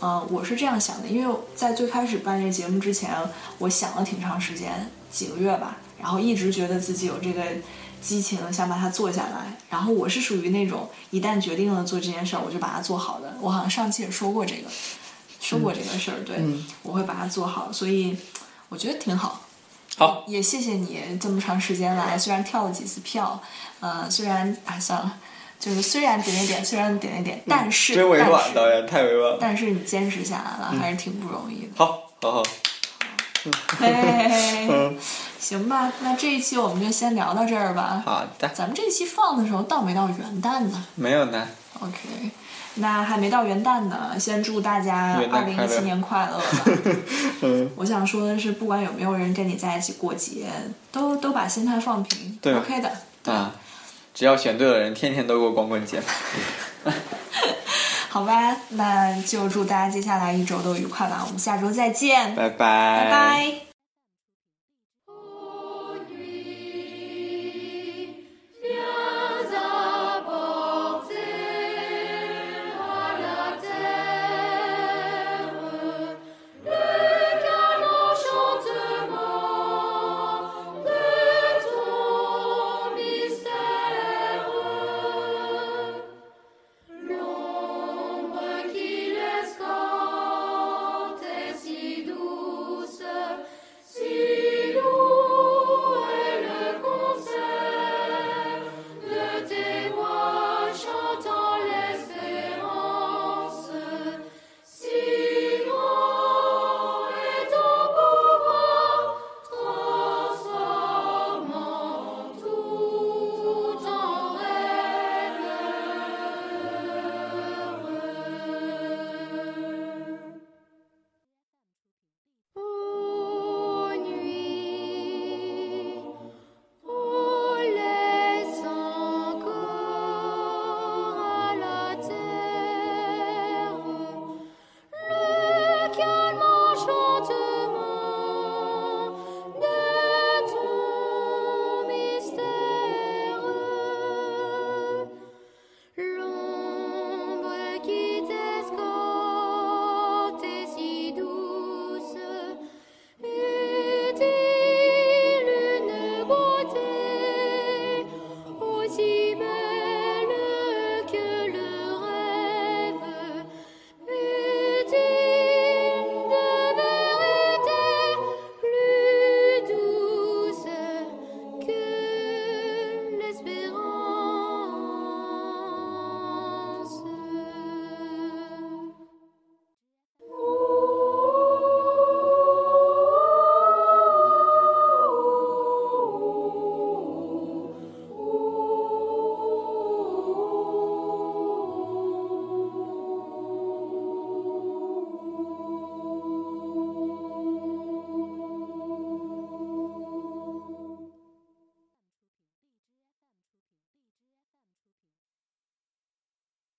Speaker 4: 呃，我是这样想的，因为在最开始办这个节目之前，我想了挺长时间，几个月吧，然后一直觉得自己有这个激情，想把它做下来。然后我是属于那种一旦决定了做这件事儿，我就把它做好的。我好像上期也说过这个，说过这个事儿，对、
Speaker 5: 嗯
Speaker 4: 我会把它做好，所以我觉得挺好。
Speaker 5: 好，
Speaker 4: 也谢谢你这么长时间来，虽然跳了几次票，呃，虽然啊算了，就是虽然点点点，虽然点点点，但是
Speaker 5: 嗯真委婉，
Speaker 4: 但
Speaker 5: 导
Speaker 4: 是
Speaker 5: 演太委婉了。
Speaker 4: 但是你坚持下来
Speaker 5: 嗯
Speaker 4: 了，还是挺不容易的。
Speaker 5: 好，好好，
Speaker 4: 嘿嘿嘿嘿
Speaker 5: 嗯，
Speaker 4: 行吧，那这一期我们就先聊到这儿吧。
Speaker 5: 好的，
Speaker 4: 咱们这一期放的时候到没到元旦呢
Speaker 5: 没有呢。
Speaker 4: ？OK，那还没到元旦呢，先祝大家
Speaker 5: 元
Speaker 4: 二
Speaker 5: 旦
Speaker 4: 零
Speaker 5: 快
Speaker 4: 一
Speaker 5: 乐
Speaker 4: 七年快乐 吧。我想说的是，不管有没有人跟你在一起过节，都都把心态放平
Speaker 5: 对
Speaker 4: ，OK 的。
Speaker 5: 啊，只要选对了人，天天都过光棍节。
Speaker 4: 好吧，那就祝大家接下来一周都愉快吧，我们下周再见，
Speaker 5: 拜拜，
Speaker 4: 拜
Speaker 5: 拜
Speaker 4: 拜。